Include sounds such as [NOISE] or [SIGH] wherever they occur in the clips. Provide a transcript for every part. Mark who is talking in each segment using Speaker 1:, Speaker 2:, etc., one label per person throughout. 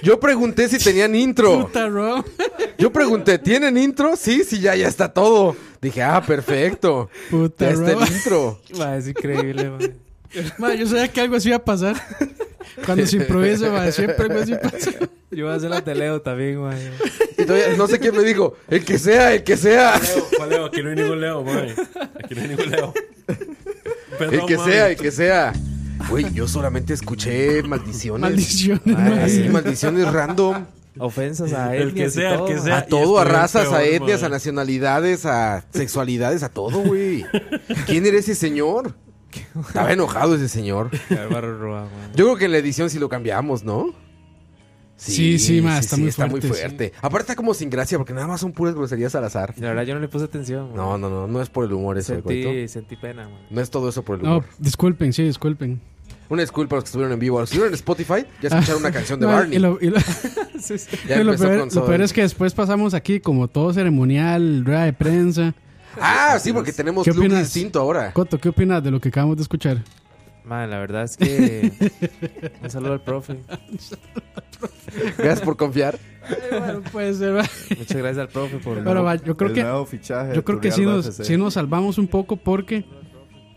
Speaker 1: Yo pregunté si tenían intro.
Speaker 2: Puta, bro.
Speaker 1: Yo pregunté, ¿tienen intro? Sí, sí, ya, ya está todo. Dije, ah, perfecto.
Speaker 2: Puta,
Speaker 1: ya está
Speaker 2: bro.
Speaker 1: el intro.
Speaker 3: Ma, es increíble, ma.
Speaker 2: Ma, yo sabía que algo así iba a pasar. Cuando se improvisa, ma, siempre algo así pasa.
Speaker 3: Yo voy a hacer la teleo también, ma.
Speaker 1: Y todavía no sé quién me dijo, el que sea, el que sea.
Speaker 4: Leo, ¿cuál Leo? Aquí no hay ningún Leo, mae. Aquí no hay ningún Leo. Perdón,
Speaker 1: El que
Speaker 4: mae.
Speaker 1: sea, el que sea. Güey, yo solamente escuché maldiciones.
Speaker 2: Maldiciones,
Speaker 1: Ay,
Speaker 2: ma.
Speaker 1: sí, maldiciones random.
Speaker 3: Ofensas a él.
Speaker 4: El que sea, el que sea.
Speaker 1: A
Speaker 4: Y
Speaker 1: todo,
Speaker 4: esto
Speaker 1: a
Speaker 4: es
Speaker 1: razas,
Speaker 4: peor,
Speaker 1: a etnias,
Speaker 4: madre.
Speaker 1: a nacionalidades, a sexualidades, a todo, güey. ¿Quién era ese señor? Estaba enojado ese señor.
Speaker 3: Álvaro Roa, ma.
Speaker 1: Yo creo que en la edición sí lo cambiamos, ¿no?
Speaker 2: Sí, sí, ma, está muy fuerte,
Speaker 1: Aparte está como sin gracia porque nada más son puras groserías al azar.
Speaker 3: La verdad, yo no le puse atención, ma.
Speaker 1: No, no, no, no es por el humor eso, Coito.
Speaker 3: Sentí, sentí pena, ma.
Speaker 1: No es todo eso por el humor.
Speaker 2: No, disculpen, sí, disculpen.
Speaker 1: Una disculpa a los que estuvieron en vivo. A los que estuvieron en Spotify, ya
Speaker 2: [LAUGHS]
Speaker 1: escucharon una canción de
Speaker 2: Ma,
Speaker 1: Barney.
Speaker 2: y lo- y lo- [LAUGHS]
Speaker 3: Sí, sí.
Speaker 1: Ya
Speaker 2: y lo
Speaker 1: empezó
Speaker 2: peor,
Speaker 1: con
Speaker 2: lo peor
Speaker 1: Soy.
Speaker 2: es que después pasamos aquí como todo ceremonial, rueda de prensa.
Speaker 1: Ah, sí, porque tenemos
Speaker 2: ¿Qué
Speaker 1: look
Speaker 2: opinas?
Speaker 1: distinto ahora.
Speaker 2: Coto, ¿qué opinas de lo que acabamos de escuchar?
Speaker 3: Ma, la verdad es que.
Speaker 4: [LAUGHS]
Speaker 3: Un saludo al profe.
Speaker 1: Gracias por confiar.
Speaker 2: Bueno, puede ser, ma.
Speaker 3: Muchas gracias al profe por.
Speaker 2: Pero ma, yo creo
Speaker 5: el
Speaker 2: que
Speaker 5: nuevo fichaje
Speaker 2: Yo creo que sí nos, sí nos salvamos un poco porque.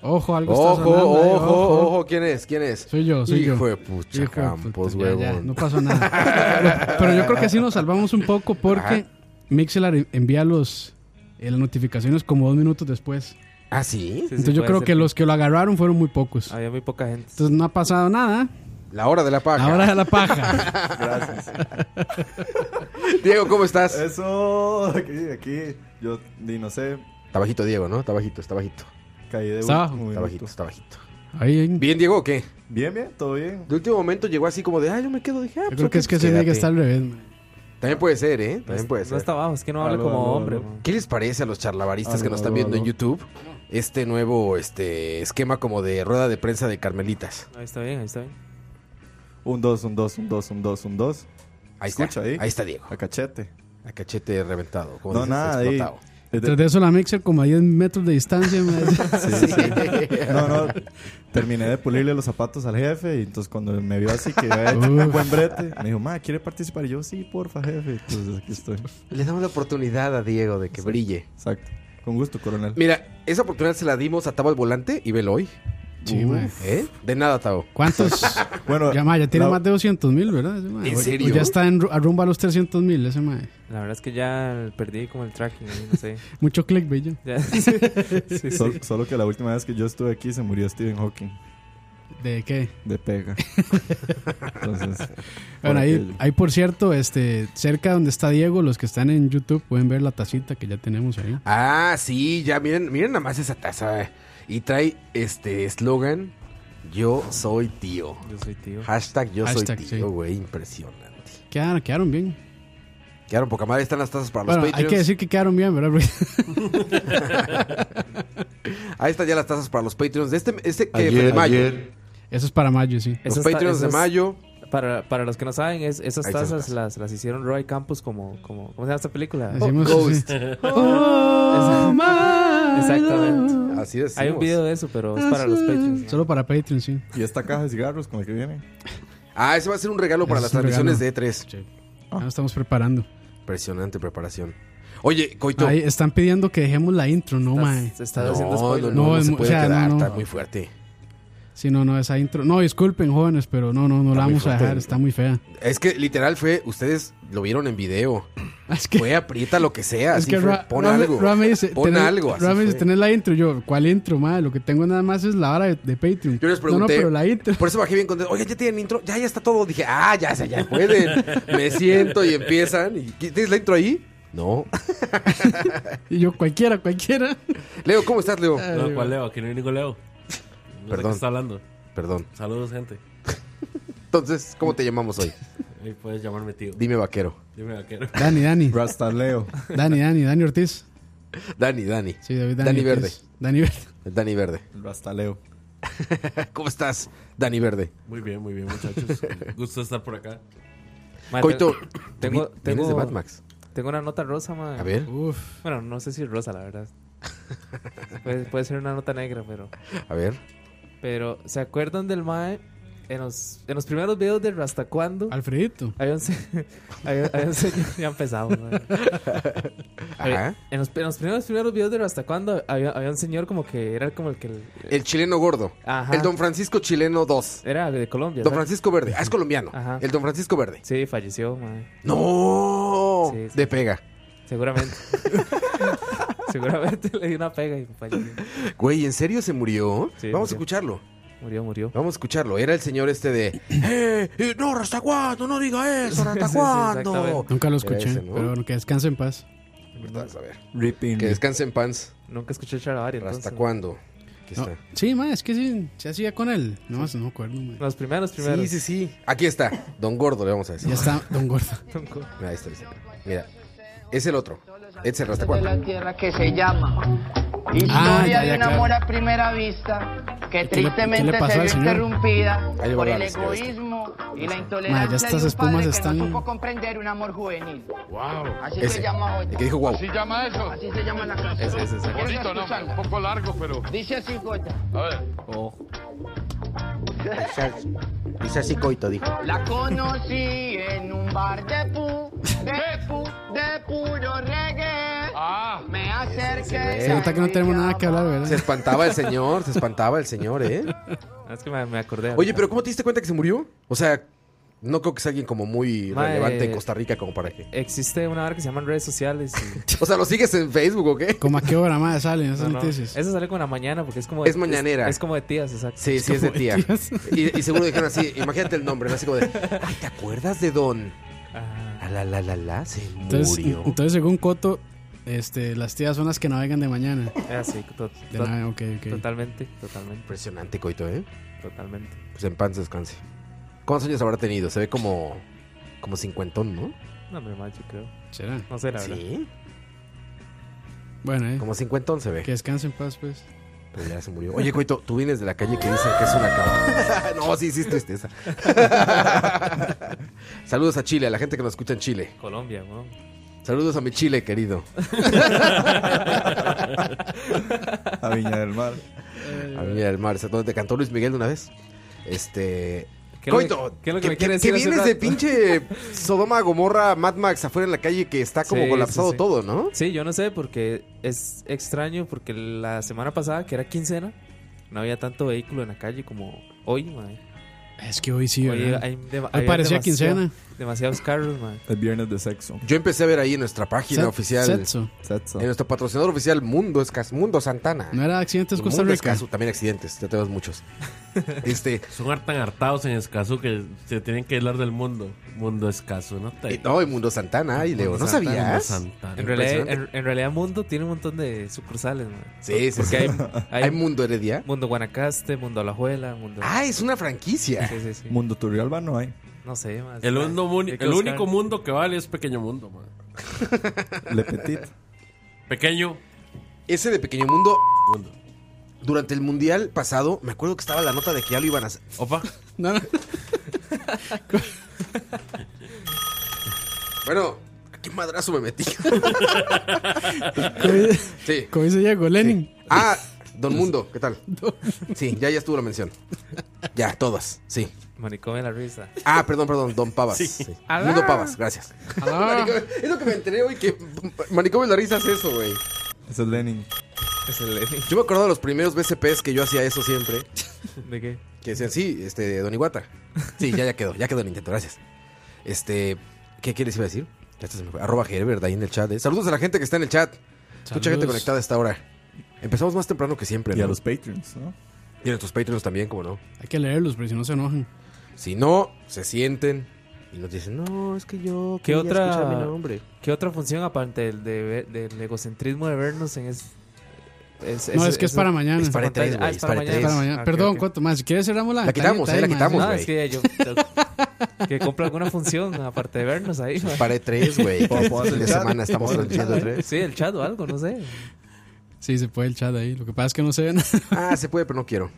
Speaker 2: Ojo, algo
Speaker 1: Ojo,
Speaker 2: está sonando. ahí,
Speaker 1: ojo, ojo. ¿Quién es? ¿Quién es?
Speaker 2: Soy yo, soy yo.
Speaker 1: Hijo de pucha,
Speaker 2: Hijo de puta,
Speaker 1: Campos,
Speaker 2: ya, ya,
Speaker 1: huevón.
Speaker 2: no pasó nada. Pero yo creo que sí nos salvamos un poco porque
Speaker 1: Ajá.
Speaker 2: Mixelar envía los, eh, las notificaciones como dos minutos después.
Speaker 1: [LAUGHS] ¿Ah, sí?
Speaker 3: Sí, sí,
Speaker 2: Entonces yo
Speaker 3: puede
Speaker 2: creo
Speaker 3: ser.
Speaker 2: que los que lo agarraron fueron muy pocos.
Speaker 3: Había muy poca gente.
Speaker 2: Entonces no ha pasado nada.
Speaker 1: La hora de la paja.
Speaker 2: Ahora es la paja.
Speaker 5: Gracias.
Speaker 1: [LAUGHS] Diego, ¿cómo estás?
Speaker 5: Eso, aquí, aquí. Yo ni no sé,
Speaker 1: Está bajito, Diego, ¿no? Está bajito, está bajito.
Speaker 5: caí de
Speaker 2: Está
Speaker 5: último
Speaker 1: Está bajito,
Speaker 5: minuto.
Speaker 1: está bajito.
Speaker 2: Ahí, ahí.
Speaker 1: ¿Bien, Diego, o qué?
Speaker 5: Bien, bien, todo bien.
Speaker 1: De último momento llegó así como de, ah, yo me quedo. Dije, ah,
Speaker 2: Yo
Speaker 1: pues,
Speaker 2: creo
Speaker 1: ok,
Speaker 2: que es que
Speaker 1: pues,
Speaker 2: se tiene que
Speaker 1: quédate.
Speaker 2: estar al revés. man.
Speaker 1: También puede ser, ¿eh? También
Speaker 3: No
Speaker 1: puede
Speaker 3: es-
Speaker 1: ser.
Speaker 3: No está abajo, es que no habla
Speaker 5: Aló,
Speaker 3: como
Speaker 5: aló,
Speaker 3: hombre,
Speaker 5: aló.
Speaker 3: ma.
Speaker 1: ¿Qué les parece a los charlavaristas
Speaker 5: Aló,
Speaker 1: que nos están
Speaker 5: aló,
Speaker 1: viendo en
Speaker 5: aló.
Speaker 1: YouTube este nuevo este esquema como de rueda de prensa de Carmelitas?
Speaker 3: Ahí está bien, ahí está bien.
Speaker 5: Un dos, un dos, un dos, un dos, un dos.
Speaker 1: Ahí está.
Speaker 5: Escucha ahí.
Speaker 1: ahí. está Diego.
Speaker 5: A cachete.
Speaker 1: A cachete reventado. como
Speaker 5: No,
Speaker 1: dices,
Speaker 5: nada, ahí.
Speaker 1: explotado.
Speaker 2: Tras de eso la Mixer como a 10 metros de
Speaker 1: [LAUGHS]
Speaker 2: distancia. man.
Speaker 5: Sí, sí.
Speaker 2: [LAUGHS]
Speaker 5: No, no. Terminé de pulirle los zapatos al jefe y entonces cuando me vio así que había hecho un buen brete, me dijo, ma, ¿quiere participar? Y yo, sí, porfa, jefe. Entonces aquí estoy.
Speaker 1: Le damos la oportunidad a Diego de que brille.
Speaker 5: Exacto. Con gusto, coronel.
Speaker 1: Mira, esa oportunidad se la dimos a Tabo al volante y velo hoy.
Speaker 2: Sí,
Speaker 5: Uf.
Speaker 2: man.
Speaker 1: ¿Eh? De nada, Tabo.
Speaker 2: ¿Cuántos?
Speaker 5: Bueno,
Speaker 2: Ya, ma, ya tiene
Speaker 5: la-
Speaker 2: más de 200 mil, ¿verdad? Ese, ma.
Speaker 1: ¿En
Speaker 2: O- o
Speaker 1: serio?
Speaker 2: Ya está en ru- a rumbo a los 300 mil ese mae.
Speaker 3: La verdad es que ya perdí como el tracking, ahí, no sé.
Speaker 2: Mucho clickbait ya. [LAUGHS]
Speaker 3: Ya, sí, sí,
Speaker 5: sol-
Speaker 3: sí.
Speaker 5: solo que la última vez que yo estuve aquí se murió Stephen Hawking
Speaker 2: ¿De qué?
Speaker 5: de pega. Entonces, por
Speaker 2: [LAUGHS] Bueno, ahí,
Speaker 5: aquello.
Speaker 2: ahí, por cierto, este, cerca donde está Diego, los que están en YouTube pueden ver la tacita que ya tenemos ahí.
Speaker 1: [LAUGHS] Ah, sí, ya miren, miren nada más esa taza. eh. Y trae este eslogan: Yo soy tío.
Speaker 3: Yo soy tío.
Speaker 1: Hashtag yo
Speaker 2: Hashtag,
Speaker 1: soy
Speaker 2: sí.
Speaker 1: tío, güey. Impresionante.
Speaker 2: Quedaron, quedaron bien.
Speaker 1: Quedaron poca madre, están las tazas para
Speaker 2: Bueno,
Speaker 1: los
Speaker 2: hay
Speaker 1: Patreons.
Speaker 2: que decir que quedaron bien, ¿verdad? Porque-
Speaker 1: [LAUGHS] Ahí están ya las tazas para los Patreons de este, este que de mayo.
Speaker 2: Eso es para mayo, sí.
Speaker 1: Los
Speaker 3: Esas ta-
Speaker 1: Patreons de
Speaker 3: esas-
Speaker 1: mayo.
Speaker 3: Para, para los que no saben, es, esas
Speaker 1: Ahí están las
Speaker 3: tazas
Speaker 1: tazas.
Speaker 3: las, las hicieron Roy Campos como, como... ¿Cómo se llama esta película?
Speaker 2: Decimos
Speaker 1: Oh, Ghost.
Speaker 2: sí.
Speaker 4: Oh,
Speaker 3: [LAUGHS] Esa- Exactamente.
Speaker 1: Así es.
Speaker 3: Hay un video de eso, pero
Speaker 2: Ah,
Speaker 3: es para los Patreons. ¿no?
Speaker 2: Solo para Patreon, sí.
Speaker 5: y esta caja de cigarros con la que viene.
Speaker 1: Ah, ese va a ser un regalo para
Speaker 2: Ese
Speaker 1: las
Speaker 2: es un
Speaker 1: transmisiones
Speaker 2: regalo.
Speaker 1: de E3. Ah.
Speaker 2: Ya nos estamos preparando.
Speaker 1: Impresionante preparación. Oye, Coito.
Speaker 2: Ahí están pidiendo que dejemos la intro, no, mae.
Speaker 3: Estás- estás
Speaker 1: no,
Speaker 3: haciendo
Speaker 1: no, no,
Speaker 3: spoiler.
Speaker 1: no
Speaker 2: No, es
Speaker 1: se
Speaker 2: mu-
Speaker 1: puede
Speaker 2: o sea,
Speaker 1: quedar,
Speaker 2: no, no.
Speaker 1: está muy fuerte.
Speaker 2: Sí, no, no, esa intro. No, disculpen, jóvenes, pero no, no, no la vamos a dejar, está muy fea.
Speaker 1: Es que literal fue, ustedes lo vieron en video.
Speaker 2: Es que,
Speaker 1: Fue aprieta lo que sea,
Speaker 2: es
Speaker 1: así
Speaker 2: que
Speaker 1: fue,
Speaker 2: Ra-
Speaker 1: pon
Speaker 2: Ra-
Speaker 1: algo.
Speaker 2: Ra me dice,
Speaker 1: pon
Speaker 2: "Tenés-
Speaker 1: algo, así
Speaker 2: Ra me dice,
Speaker 1: fue.
Speaker 2: tenés la intro. Yo, ¿cuál intro, madre? Lo que tengo nada más es la hora de, de Patreon.
Speaker 1: Yo les
Speaker 2: No, no,
Speaker 1: pregunté.
Speaker 2: pero la intro.
Speaker 1: Por eso bajé bien contento. Oye, ya tienen intro. Ya, ya está todo. Dije, ah, ya, ya, ya
Speaker 2: [LAUGHS]
Speaker 1: pueden. Me siento y empiezan. Y, ¿Tienes la intro ahí? No.
Speaker 2: Y yo, cualquiera, cualquiera.
Speaker 1: Leo, ¿cómo estás, Leo?
Speaker 2: Ay,
Speaker 6: No,
Speaker 2: güey.
Speaker 6: ¿cuál Leo? Aquí no hay ningún Leo. No sé
Speaker 1: Perdón.
Speaker 6: qué está hablando.
Speaker 1: Perdón.
Speaker 6: Saludos, gente.
Speaker 1: Entonces, ¿cómo te llamamos hoy?
Speaker 6: Ahí puedes llamarme tío.
Speaker 1: Dime vaquero.
Speaker 6: Dime vaquero.
Speaker 2: Dani, Dani.
Speaker 5: Rastaleo.
Speaker 2: Dani, Dani, Dani Ortiz.
Speaker 1: [LAUGHS] Dani, Dani.
Speaker 2: Sí, David Dani.
Speaker 1: Dani
Speaker 2: Ortiz.
Speaker 1: Verde.
Speaker 2: Dani Verde.
Speaker 1: El Dani Verde.
Speaker 5: Rastaleo.
Speaker 1: [LAUGHS] ¿Cómo estás, Dani Verde?
Speaker 6: Muy bien, muy bien, muchachos. Gusto estar por acá.
Speaker 3: Ma,
Speaker 1: Coito,
Speaker 3: [COUGHS] tengo,
Speaker 1: vi-
Speaker 3: tengo,
Speaker 1: vienes de Batmax.
Speaker 3: tengo una nota rosa, ma.
Speaker 1: A ver,
Speaker 2: Uf.
Speaker 3: Bueno, no sé si es rosa, la
Speaker 1: [LAUGHS]
Speaker 3: verdad. puede, puede ser una nota negra, pero.
Speaker 1: a ver.
Speaker 3: Pero, ¿se acuerdan del Mae? En los, en los primeros videos de Rastacuando.
Speaker 2: Alfredito.
Speaker 3: Había un, se- [LAUGHS] había- había un señor. [LAUGHS] Ya empezamos, mae.
Speaker 1: [LAUGHS] Ajá.
Speaker 3: En los, en los primeros, primeros videos de Rastacuando había, había un señor como que era como el que. el-
Speaker 1: El chileno gordo.
Speaker 3: Ajá.
Speaker 1: El Don Francisco chileno 2.
Speaker 3: Era de Colombia.
Speaker 1: Don
Speaker 3: ¿sabes?
Speaker 1: Francisco Verde. Ah, es colombiano.
Speaker 3: Ajá.
Speaker 1: El Don Francisco Verde.
Speaker 3: Sí, falleció, mae.
Speaker 1: ¡No!
Speaker 3: Sí, sí.
Speaker 1: De pega.
Speaker 3: Seguramente. Seguramente [LAUGHS] le dio una pega y falleció.
Speaker 1: [LAUGHS] Güey, ¿en serio se murió?
Speaker 3: Sí,
Speaker 1: Vamos a
Speaker 3: murió.
Speaker 1: escucharlo.
Speaker 3: Murió, murió.
Speaker 1: Vamos a escucharlo. Era el señor este de. [LAUGHS] "Eh, eh, no, hasta cuándo! No diga eso,
Speaker 2: [LAUGHS]
Speaker 1: hasta
Speaker 3: Sí, sí,
Speaker 1: cuándo.
Speaker 3: exactamente.
Speaker 2: Nunca lo
Speaker 1: Era
Speaker 2: escuché,
Speaker 1: ese, ¿no?
Speaker 2: pero bueno, que descanse en paz.
Speaker 1: Vas a ver.
Speaker 5: Ripping.
Speaker 1: Que descansen pants.
Speaker 3: Nunca escuché Charavari, entonces.
Speaker 1: ¿Hasta cuándo? Aquí
Speaker 2: No,
Speaker 1: está.
Speaker 2: Sí, ma, es que sí, se hacía con él. No, más no me acuerdo, ma.
Speaker 3: Los primeros,
Speaker 1: Sí,
Speaker 3: primeros.
Speaker 1: sí, sí. Aquí está. Don Gordo, le vamos a decir.
Speaker 2: Ya está
Speaker 3: [LAUGHS]
Speaker 2: Don Gordo.
Speaker 1: Mira, ahí está, ahí está. Mira. Es el otro. Es el hasta
Speaker 7: de
Speaker 1: cuándo.
Speaker 7: la tierra que se llama Historia
Speaker 2: Ah, ya, ya,
Speaker 7: de un
Speaker 2: claro.
Speaker 7: amor a primera vista que
Speaker 2: qué le- qué le
Speaker 7: tristemente
Speaker 2: pasó
Speaker 7: se
Speaker 2: al
Speaker 7: vio
Speaker 2: señor?
Speaker 7: interrumpida
Speaker 1: Ahí le
Speaker 7: por el
Speaker 1: guardaron, señor, este.
Speaker 7: egoísmo y la
Speaker 2: Ma, ya
Speaker 7: intolerancia
Speaker 2: estas
Speaker 7: de un
Speaker 2: espumas
Speaker 7: padre
Speaker 2: están-
Speaker 7: que no supo comprender un amor juvenil.
Speaker 8: Wow.
Speaker 7: Así
Speaker 1: Ese.
Speaker 7: se llama hoy.
Speaker 1: El que dijo wow.
Speaker 8: ¿Así llama eso?
Speaker 7: Así se llama la canción.
Speaker 3: Ese, ese, ese.
Speaker 7: Por eso
Speaker 8: Bonito, ¿no? Un
Speaker 7: escuchala.
Speaker 8: poco largo, pero.
Speaker 7: Dice así, Goya.
Speaker 8: A ver.
Speaker 2: Oh.
Speaker 1: Dice así coito, dijo.
Speaker 7: La conocí en un bar de pu, de pu, de puro reggae.
Speaker 8: Ah.
Speaker 7: Me acerqué.
Speaker 1: ve.
Speaker 2: Se nota que no tenemos nada que hablar,
Speaker 1: Se
Speaker 2: ¿verdad?
Speaker 1: espantaba el señor, se espantaba el señor, ¿eh?
Speaker 3: Ah, Es que me, me acordé.
Speaker 1: Oye, pero ¿cómo te diste cuenta que se murió? O sea, no creo que sea alguien como muy
Speaker 3: Mae.
Speaker 1: relevante en Costa Rica como para que.
Speaker 3: Existe una hora que se llaman redes sociales. y-
Speaker 1: [LAUGHS] O sea, ¿lo sigues en Facebook o qué?
Speaker 2: ¿Cómo a qué hora, ma, salen
Speaker 3: No,
Speaker 2: esas
Speaker 3: no.
Speaker 2: noticias?
Speaker 3: Eso sale con la mañana porque es como.
Speaker 1: Es mañanera.
Speaker 3: Es, es como de tías, exacto.
Speaker 1: Sí, [LAUGHS] sí, es de tía. Y, y seguro dijeron así, imagínate el nombre, ¿no? así como de, ay, ¿te acuerdas de Don? La, la, la, la, la, se
Speaker 2: Entonces,
Speaker 1: murió.
Speaker 2: entonces, según Coto, este, las tías son las que navegan de mañana.
Speaker 3: [LAUGHS] Ah, sí, to- to-
Speaker 2: De nada, ok, ok.
Speaker 3: totalmente, totalmente,
Speaker 1: Impresionante, coito, ¿eh?
Speaker 3: totalmente.
Speaker 1: Pues en pan se descanse. ¿Cuántos años habrá tenido? Se ve como, como cincuentón, ¿no?
Speaker 3: No, hombre, macho, creo.
Speaker 2: Será.
Speaker 3: No sé, la verdad.
Speaker 1: Sí,
Speaker 2: Bueno, eh.
Speaker 1: como cincuentón se ve.
Speaker 2: Que descanse en paz, pues.
Speaker 1: Pero ya se murió. Oye, Coito, tú vienes de la calle que dicen que es una cava. no, sí, sí, es tristeza. Saludos a Chile, a la gente que nos escucha en Chile.
Speaker 3: Colombia, weón.
Speaker 1: Saludos a mi Chile, querido.
Speaker 5: A Viña del Mar.
Speaker 1: A mí el mar, ¿sabes dónde te cantó Luis Miguel de una vez? Este.
Speaker 3: ¿Qué es lo que-
Speaker 1: Coito,
Speaker 3: qué es lo que me quiere
Speaker 1: que
Speaker 3: decir hace
Speaker 1: vienes de
Speaker 3: rato? [LAUGHS]
Speaker 1: pinche Sodoma, Gomorra, Mad Max afuera en la calle que está como
Speaker 3: Sí,
Speaker 1: colapsado
Speaker 3: sí, sí.
Speaker 1: todo, ¿no?
Speaker 3: Sí, yo no sé porque es extraño porque la semana pasada, que era quincena, no había tanto vehículo en la calle como hoy, mae.
Speaker 2: Es que hoy sí,
Speaker 3: Hoy
Speaker 2: ¿verdad?
Speaker 3: hay dema-
Speaker 2: Hoy
Speaker 3: había
Speaker 2: parecía
Speaker 3: demasiado-
Speaker 2: quincena.
Speaker 3: Demasiados carros, mae.
Speaker 5: El viernes de sexo.
Speaker 1: Yo empecé a ver ahí en nuestra página
Speaker 2: Set-
Speaker 1: oficial,
Speaker 2: Setzo.
Speaker 5: Sexo.
Speaker 1: en nuestro patrocinador oficial Mundo Escas, Mundo Santana.
Speaker 2: No era accidentes
Speaker 1: El
Speaker 2: Costa
Speaker 1: Mundo
Speaker 2: Rica.
Speaker 1: Escaso, también accidentes, Eh, ya tenemos muchos. Este,
Speaker 6: [LAUGHS] Son tan hartados en escaso que se tienen que hablar del mundo. Mundo escaso, ¿no?
Speaker 1: y- no, y Mundo Santana, y Leo, ¿no sabías?
Speaker 3: En realidad, en, en realidad Mundo tiene un montón de sucursales, mae.
Speaker 1: Sí, sí,
Speaker 3: Porque
Speaker 1: sí.
Speaker 3: hay,
Speaker 1: Hay, [LAUGHS]
Speaker 3: hay
Speaker 1: Mundo Heredia.
Speaker 3: Mundo Guanacaste, Mundo Alajuela, Mundo...
Speaker 1: Ah, es una franquicia.
Speaker 3: Sí, sí, sí.
Speaker 5: Mundo Turrialba no hay.
Speaker 3: No sé, mae.
Speaker 6: El, mundo muni-
Speaker 3: Hay que
Speaker 6: el
Speaker 3: buscar.
Speaker 6: único mundo que vale es pequeño mundo, man.
Speaker 5: Le Petit.
Speaker 6: Pequeño
Speaker 1: Ese de Pequeño Mundo,
Speaker 6: mundo.
Speaker 1: durante el Mundial pasado, me acuerdo que estaba la nota de que ya lo iban a hacer. [LAUGHS]
Speaker 6: Opa.
Speaker 2: No, no.
Speaker 1: Bueno, ¿a qué madrazo me
Speaker 5: [LAUGHS]
Speaker 1: metí? [LAUGHS] sí.
Speaker 2: Como dice Diego, Lenin.
Speaker 1: Ah, Don Mundo, ¿qué tal? Sí, ya, ya estuvo la mención. Ya, todas, sí.
Speaker 3: Manicomio de la risa.
Speaker 1: Ah, perdón, perdón, Don Pavas. sí. Mundo Pavas, gracias. [LAUGHS] Manicomio- es lo que me enteré hoy que Manicomio de la Risa es eso, güey.
Speaker 5: Ese es Lenin.
Speaker 3: Es el
Speaker 1: Yo me acuerdo de los primeros BCPs que yo hacía eso siempre.
Speaker 3: ¿De qué?
Speaker 1: Que decían, sí, este, Don Iguata. Sí, ya, ya quedó, ya quedó el intento, gracias. Este, ¿qué quieres iba a decir? Ya se me fue. Arroba Herbert ahí en el chat. eh. Saludos a la gente que está en el chat. Mucha gente conectada hasta ahora. Empezamos más temprano que siempre,
Speaker 5: Y a
Speaker 1: ¿no?
Speaker 5: los Patreons, ¿no?
Speaker 1: Y a nuestros Patreons también, como no.
Speaker 2: Hay que leerlos, pero si no se enojan.
Speaker 1: Si no, se sienten y nos dicen, no, es que yo
Speaker 3: ¿Qué
Speaker 1: quería
Speaker 3: otra-
Speaker 1: escuchar mi nombre.
Speaker 3: ¿Qué otra función aparte del, de ver- del egocentrismo de vernos en es,
Speaker 2: No, es que es para mañana.
Speaker 1: es para E3,
Speaker 3: pantalla- ah,
Speaker 1: güey,
Speaker 3: es
Speaker 1: es
Speaker 3: para
Speaker 1: para
Speaker 3: mañana.
Speaker 2: Es para
Speaker 1: E3.
Speaker 2: mañana.
Speaker 3: Ah, ok,
Speaker 2: Perdón,
Speaker 3: ok.
Speaker 2: ¿cuánto más? Si quieres cerramos la
Speaker 1: La quitamos, eh, la
Speaker 2: time,
Speaker 1: quitamos.
Speaker 2: mae.
Speaker 3: No,
Speaker 1: güey.
Speaker 3: es que
Speaker 2: [LAUGHS]
Speaker 3: yo que compro alguna función aparte de vernos ahí.
Speaker 1: Es
Speaker 3: mae.
Speaker 1: Para E3,
Speaker 3: [LAUGHS]
Speaker 1: güey.
Speaker 5: Puedo- puedo
Speaker 1: Este fin de
Speaker 5: hacer chat.
Speaker 1: semana estamos
Speaker 5: Puedo hacer
Speaker 1: transmitiendo
Speaker 5: chat.
Speaker 1: E3.
Speaker 3: Sí, el chat o algo, no sé.
Speaker 2: Sí, se puede el chat ahí. Lo que pasa es que no se ve nada.
Speaker 1: Ah, se puede, pero no quiero.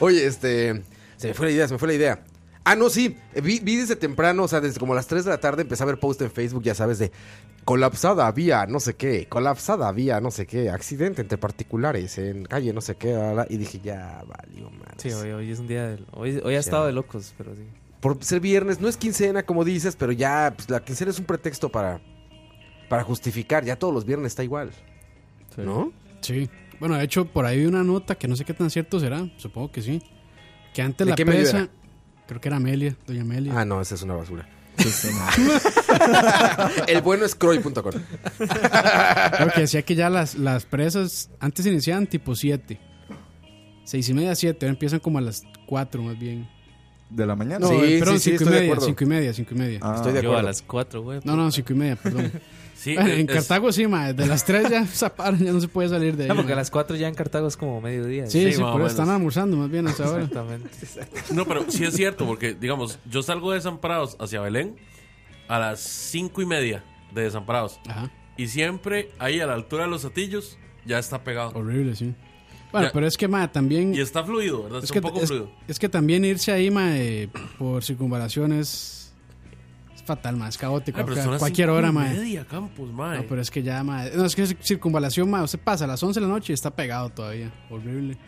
Speaker 1: Oye, este. Se me fue la idea, se me fue la idea. Ah, no, sí. Vi, vi desde temprano, o sea, desde como las 3 de la tarde empecé a ver post en Facebook, ya sabes, de colapsada vía no sé qué, colapsada vía no sé qué, accidente entre particulares en calle no sé qué, la, la, y dije, ya valió madres.
Speaker 3: Sí,
Speaker 2: Pues
Speaker 3: hoy, hoy es un día del... Hoy, hoy ha estado de locos, pero sí.
Speaker 1: Por ser viernes, no es quincena como dices, pero ya pues, la quincena es un pretexto para, para justificar, ya todos los viernes está igual, ¿no?
Speaker 2: Sí. Bueno, de hecho, por ahí vi una nota que no sé qué tan cierto será. Supongo que sí. Que antes
Speaker 1: ¿De
Speaker 2: la
Speaker 1: qué medio
Speaker 2: presa.
Speaker 1: era?
Speaker 2: Creo que era Amelia, doña Amelia.
Speaker 1: Ah, no, esa es una basura.
Speaker 5: Sí, sí, no.
Speaker 1: [LAUGHS] El bueno es croy.com.
Speaker 2: [LAUGHS] Creo que decía que ya las, las presas antes iniciaban tipo 7. 6 y media, 7. Ahora empiezan como a las 4 más bien.
Speaker 5: ¿De la mañana?
Speaker 1: No,
Speaker 2: sí,
Speaker 1: sí,
Speaker 2: eh, perdón,
Speaker 1: sí,
Speaker 2: 5
Speaker 1: estoy de
Speaker 2: y media,
Speaker 1: acuerdo.
Speaker 2: 5 y media, 5 y media.
Speaker 5: Ah,
Speaker 1: Eh, Estoy de
Speaker 3: Yo a
Speaker 1: acuerdo.
Speaker 3: las 4, güey.
Speaker 2: No, no, 5 y media, perdón.
Speaker 6: Sí,
Speaker 2: Bueno, en
Speaker 6: es-
Speaker 2: Cartago sí, ma, de las 3 ya [LAUGHS] esa par, ya no se puede salir de ahí.
Speaker 3: Ah, porque a
Speaker 2: ma.
Speaker 3: las 4 ya en Cartago es como mediodía.
Speaker 2: Sí, sí,
Speaker 6: Sí, más o
Speaker 2: pero
Speaker 6: menos.
Speaker 2: están almorzando más bien a esa hora.
Speaker 3: Exactamente.
Speaker 6: No, pero sí es cierto, porque, digamos, yo salgo de Desamparados hacia Belén a las cinco y media de Desamparados.
Speaker 2: Ajá,
Speaker 6: Y siempre ahí a la altura de los atillos ya está pegado.
Speaker 2: horrible, sí. Bueno,
Speaker 6: Ya.
Speaker 2: pero es que, ma, también...
Speaker 6: Y está fluido, ¿verdad?
Speaker 2: es,
Speaker 6: Es
Speaker 2: que,
Speaker 6: un poco
Speaker 2: es,
Speaker 6: fluido.
Speaker 2: es que también irse ahí, ma, eh, por circunvalación es, es fatal, ma, es caótico.
Speaker 6: Ay, Ah, pero
Speaker 2: o sea,
Speaker 6: son las
Speaker 2: cualquier
Speaker 6: cinco
Speaker 2: hora,
Speaker 6: y
Speaker 2: ma.
Speaker 6: media, eh. Campos, mae.
Speaker 2: No, pero es que ya, ma, no, es que es circunvalación, ma, usted pasa a las 11 de la noche y está pegado todavía, horrible.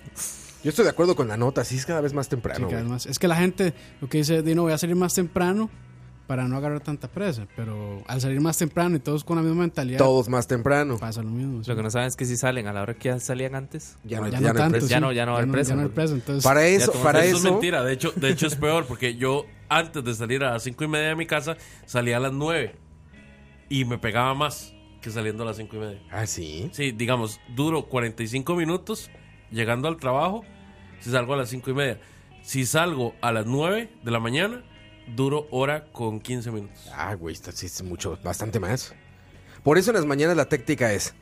Speaker 1: Yo estoy de acuerdo con la nota, sí es cada vez más
Speaker 2: Sí,
Speaker 1: temprano.
Speaker 2: que
Speaker 1: güey.
Speaker 2: además- es que la gente lo que dice, Dino, voy a salir más temprano para no agarrar tanta presa, pero al salir más temprano y todos con la misma mentalidad,
Speaker 1: Todos más temprano.
Speaker 2: pasa lo mismo. sí. Ah,
Speaker 3: Lo que no saben es que si salen a la hora que ya salían antes. Pues
Speaker 1: Ya no,
Speaker 2: ya,
Speaker 1: ya
Speaker 2: no
Speaker 1: no hay
Speaker 2: tanto,
Speaker 1: presa.
Speaker 3: Ya no- pues. ya no va a haber presa,
Speaker 2: Ya no hay
Speaker 3: porque-
Speaker 2: presa, entonces.
Speaker 1: Para eso,
Speaker 6: Ya,
Speaker 1: para
Speaker 6: es
Speaker 1: eso.
Speaker 6: mentira. De hecho, de hecho, es peor porque yo antes de salir a las cinco y media de mi casa salía a las nueve y me pegaba más que saliendo a las cinco y media.
Speaker 1: Ah, sí.
Speaker 6: Sí, digamos, duro 45 minutos llegando al trabajo si salgo a las cinco y media. Si salgo a las 9 de la mañana, duro hora con 15 minutos.
Speaker 1: Ah, güey, está, sí es mucho, bastante más. Por eso en las mañanas la táctica es,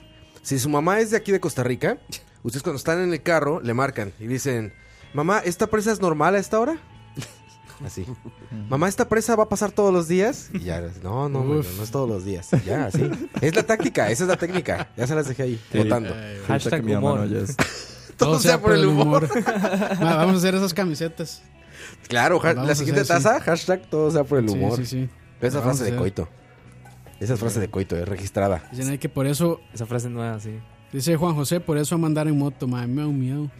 Speaker 1: si su mamá es de aquí de Costa Rica, ustedes cuando están en el carro le marcan y dicen, mamá, ¿esta presa es normal a esta hora? Así. Mamá, ¿esta presa va a pasar todos los días? Y ya, no, no,
Speaker 2: Uf.
Speaker 1: no es todos los días. Y Ya, así. Es la táctica, esa es la técnica. Ya se las dejé ahí, votando.
Speaker 2: Eh,
Speaker 5: Ahorita
Speaker 3: Hashtag
Speaker 5: que mi mamá
Speaker 3: humor.
Speaker 5: no oye esto.
Speaker 1: [LAUGHS] Todo, sea, por el humor. [LAUGHS]
Speaker 2: Ma, vamos a hacer esas camisetas.
Speaker 1: Claro, ja-
Speaker 2: Vamos
Speaker 1: la
Speaker 2: a
Speaker 1: siguiente
Speaker 2: hacer, sí.
Speaker 1: taza, hashtag todo sea por el humor.
Speaker 2: Sí, sí, sí.
Speaker 1: Esa
Speaker 2: Vamos
Speaker 1: frase
Speaker 2: a
Speaker 1: de
Speaker 2: hacer.
Speaker 1: coito. Esa frase de coito, es registrada.
Speaker 2: Dicen ahí que por eso,
Speaker 3: Esa frase nueva, sí.
Speaker 2: dice Juan José, por eso a mandar en moto, madre, me da un miedo. O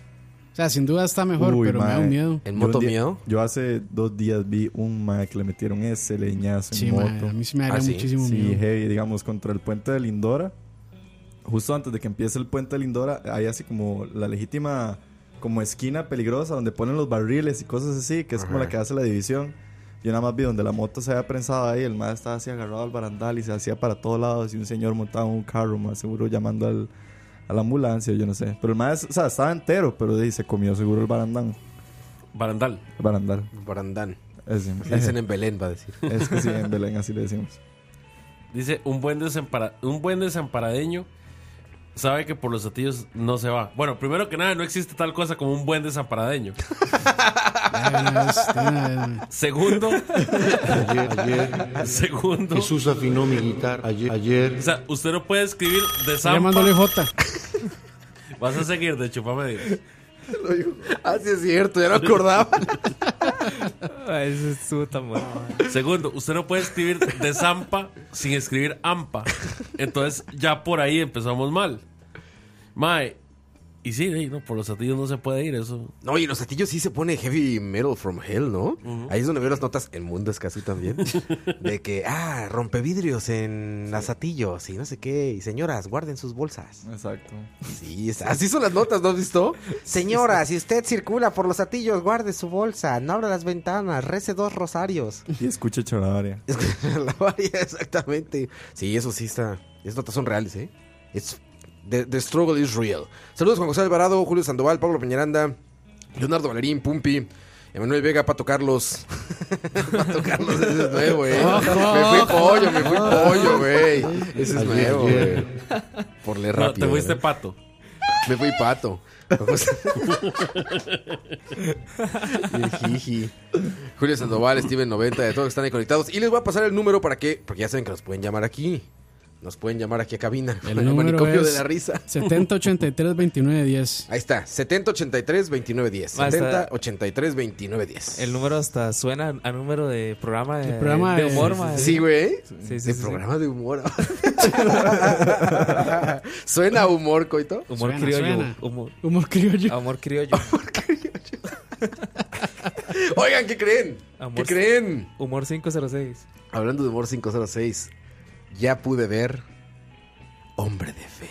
Speaker 2: sea, sin duda está mejor,
Speaker 5: Uy,
Speaker 2: pero me da
Speaker 5: mae.
Speaker 2: un miedo.
Speaker 1: ¿En
Speaker 5: Yo
Speaker 1: moto
Speaker 5: un día-
Speaker 1: miedo?
Speaker 5: Yo hace dos días vi un mae que le metieron ese leñazo en
Speaker 2: Sí,
Speaker 5: moto.
Speaker 2: mae, a mí sí me daría
Speaker 1: Ah, sí.
Speaker 2: muchísimo
Speaker 5: Sí,
Speaker 2: miedo.
Speaker 5: heavy, digamos, contra el puente de Lindora. Justo antes de que empiece el puente de Lindora, hay así como la legítima como esquina peligrosa donde ponen los barriles y cosas así, que es como
Speaker 1: Ajá.
Speaker 5: la que hace la división. Yo nada más vi donde la moto se había prensado ahí, el más estaba así agarrado al barandal y se hacía para todos lados y un señor montaba en un carro, más seguro llamando al, a la ambulancia, yo no sé. Pero el más, o sea, estaba entero, pero de ahí se comió seguro el barandán.
Speaker 6: Barandal.
Speaker 5: El barandal.
Speaker 1: Barandán.
Speaker 5: Ese,
Speaker 1: Dicen en Belén, va a decir.
Speaker 5: es que
Speaker 1: [LAUGHS]
Speaker 5: sí, en Belén así le decimos.
Speaker 6: Dice, un buen, desempara- un buen desamparadeño sabe que por los atillos no se va. Bueno, primero que nada, no existe tal cosa como un buen desamparadeño.
Speaker 2: Ya, de una vez, de una vez, mae.
Speaker 6: Segundo,
Speaker 9: Ayer, ayer,
Speaker 6: [LAUGHS] segundo.
Speaker 9: Jesús afinó mi guitarra. Ayer, ayer.
Speaker 6: O sea, usted no puede escribir
Speaker 2: Llamándole
Speaker 6: desampa.
Speaker 2: J.
Speaker 1: [LAUGHS]
Speaker 6: Vas a seguir de chupamedia.
Speaker 1: Ah, sí es cierto, ya no
Speaker 2: [LAUGHS]
Speaker 1: acordaba.
Speaker 3: Ay, eso estuvo tan bueno. mae.
Speaker 6: Segundo, usted no puede escribir desampa sin escribir ampa. Entonces, ya por ahí empezamos mal. Mae, Y sí, sí, no, por los atillos no se puede ir, eso.
Speaker 1: No, y en los atillos sí se pone heavy metal from hell, ¿no? Ahí es donde veo las notas en Mundos casi también. de que, ah, rompevidrios en las atillos y no sé qué. Y señoras, guarden sus bolsas.
Speaker 10: Exacto.
Speaker 1: Sí, es- así son las notas, ¿no has visto? Señora, si usted circula por los atillos, guarde su bolsa. No abra las ventanas, rece dos rosarios.
Speaker 10: Y escucha Choravaria.
Speaker 1: Es que [LAUGHS] la varia, exactamente. Sí, eso sí está. Esas notas son reales, ¿eh? It's- the, the struggle is real. Saludos Juan José Alvarado, Julio Sandoval, Pablo Peñaranda, Leonardo Valerín, Pumpi. Emanuel Vega, Pato Carlos. [LAUGHS] Pato Carlos, ese es nuevo, güey.
Speaker 6: [LAUGHS]
Speaker 1: Me fui pollo, me fui pollo, güey. Ese es nuevo, güey. Por leer
Speaker 6: No,
Speaker 1: rápido.
Speaker 6: te fuiste
Speaker 1: ¿verdad?
Speaker 6: pato.
Speaker 1: Me fui
Speaker 6: [LAUGHS]
Speaker 1: pato. [LAUGHS] Y el jiji. Julio Sandoval, Steven 90, de todos que están ahí conectados. Y les voy a pasar el número para que, porque ya saben que nos pueden llamar aquí. Nos pueden llamar aquí a cabina. [LAUGHS]
Speaker 2: El número
Speaker 1: manicomio
Speaker 2: es
Speaker 1: de la
Speaker 2: [LAUGHS]
Speaker 1: risa.
Speaker 2: 7083-2910.
Speaker 1: [LAUGHS] Ahí está, 7083-2910.
Speaker 3: Ah, está.
Speaker 1: 7083-2910.
Speaker 3: El número hasta suena a número de programa de,
Speaker 2: De programa
Speaker 3: de
Speaker 2: de-
Speaker 3: humor, mae.
Speaker 1: Sí, güey.
Speaker 3: sí, sí,
Speaker 1: de
Speaker 3: sí.
Speaker 1: programa de
Speaker 3: [LAUGHS]
Speaker 1: humor. [LAUGHS] Suena a humor, coito.
Speaker 3: Humor
Speaker 2: Suena,
Speaker 3: criollo.
Speaker 2: suena.
Speaker 3: Humor,
Speaker 2: Humor criollo.
Speaker 3: amor criollo.
Speaker 1: Oigan, ¿qué creen? ¿Qué
Speaker 3: Amor.
Speaker 1: creen?
Speaker 3: humor 506.
Speaker 1: Hablando de humor 506, ya pude ver Hombre de Fe.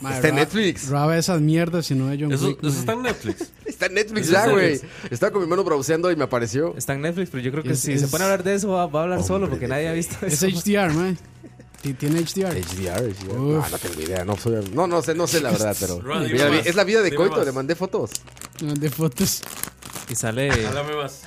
Speaker 2: Madre,
Speaker 1: Está en
Speaker 2: ra-
Speaker 1: Netflix.
Speaker 2: Raba esas mierdas si no es John
Speaker 6: Eso,
Speaker 2: Wick,
Speaker 6: eso
Speaker 2: madre.
Speaker 6: está en Netflix.
Speaker 1: [LAUGHS] Está en Netflix
Speaker 6: Eso
Speaker 1: ya,
Speaker 6: es
Speaker 1: güey.
Speaker 6: Netflix.
Speaker 1: Estaba con mi mano browseando y me apareció.
Speaker 3: Está en Netflix, pero yo creo que
Speaker 2: Es-
Speaker 3: si
Speaker 2: es-
Speaker 3: se pone a hablar de eso, va, va a hablar solo
Speaker 1: Hombre
Speaker 3: porque
Speaker 1: de
Speaker 3: nadie ha
Speaker 1: fe.
Speaker 3: visto
Speaker 2: Es
Speaker 3: eso.
Speaker 1: [LAUGHS]
Speaker 2: HDR, man. Tiene HDR.
Speaker 1: HDR, HDR.
Speaker 2: Uf.
Speaker 1: Ah, No, no tengo idea. No, soy- no, no sé, no sé la verdad,
Speaker 3: [LAUGHS]
Speaker 1: pero.
Speaker 6: Ron,
Speaker 1: Ya vi-
Speaker 6: dime más.
Speaker 1: Es la vida de
Speaker 6: Dime
Speaker 1: Coito,
Speaker 6: más.
Speaker 1: le mandé fotos.
Speaker 2: De fotos.
Speaker 3: Y sale,
Speaker 6: Háblame más.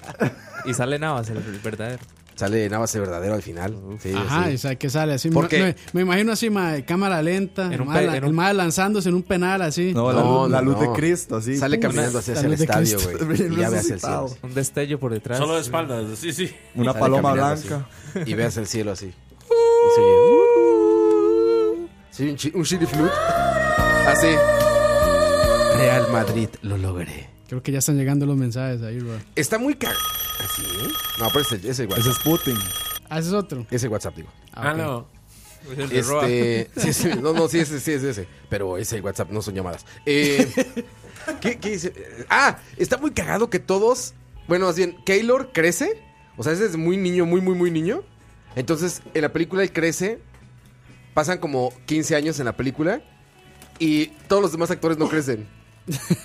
Speaker 3: [LAUGHS] y sale Navas, el el verdadero.
Speaker 1: Sale Navas el verdadero al final. Sí,
Speaker 2: Ajá,
Speaker 1: sí.
Speaker 2: y sabe que sale así.
Speaker 1: ¿Por
Speaker 2: ma-
Speaker 1: qué?
Speaker 2: Me, me imagino así, ma, cámara lenta.
Speaker 3: En
Speaker 2: El
Speaker 3: un
Speaker 2: mae
Speaker 3: pe-
Speaker 2: la-
Speaker 3: en
Speaker 2: el
Speaker 3: un-
Speaker 2: mae lanzándose en un penal así.
Speaker 10: No, la,
Speaker 1: No,
Speaker 10: luz- la
Speaker 1: no,
Speaker 10: luz de
Speaker 1: no.
Speaker 10: Cristo, así.
Speaker 1: Sale
Speaker 10: Pum,
Speaker 1: caminando hacia,
Speaker 2: la
Speaker 1: hacia el
Speaker 2: luz de
Speaker 1: estadio,
Speaker 2: Cristo.
Speaker 1: güey. Y ya ve hacia el cielo.
Speaker 10: Resucitado.
Speaker 3: Un destello por detrás.
Speaker 6: Solo de espaldas. Sí, sí.
Speaker 10: Una
Speaker 1: Sale
Speaker 10: paloma
Speaker 1: caminando
Speaker 10: blanca.
Speaker 1: así. Y ve hacia el
Speaker 10: [LAUGHS]
Speaker 1: cielo así. Y se oye. Sí, un, chi- un shitty flute. Así. Real Madrid, lo logré.
Speaker 2: Creo que ya están llegando los mensajes ahí, bro.
Speaker 1: Está muy caro. Así, ¿eh? No, pero ese, ese
Speaker 10: Ese
Speaker 1: WhatsApp.
Speaker 10: es Putin.
Speaker 2: Ah, ese es otro.
Speaker 1: Ese WhatsApp, digo.
Speaker 6: Ah, no.
Speaker 3: El de Roa.
Speaker 1: Este. [LAUGHS] sí, sí, no, no, sí, ese, sí, es ese. Pero ese WhatsApp no son llamadas.
Speaker 2: [LAUGHS]
Speaker 1: Eh, ¿qué, qué dice? Ah, está muy cagado que todos. Bueno, más bien, Keylor crece. O sea, ese es muy niño, muy, muy, muy niño. Entonces, en la película él crece. Pasan como 15 años en la película. Y todos los demás actores no crecen.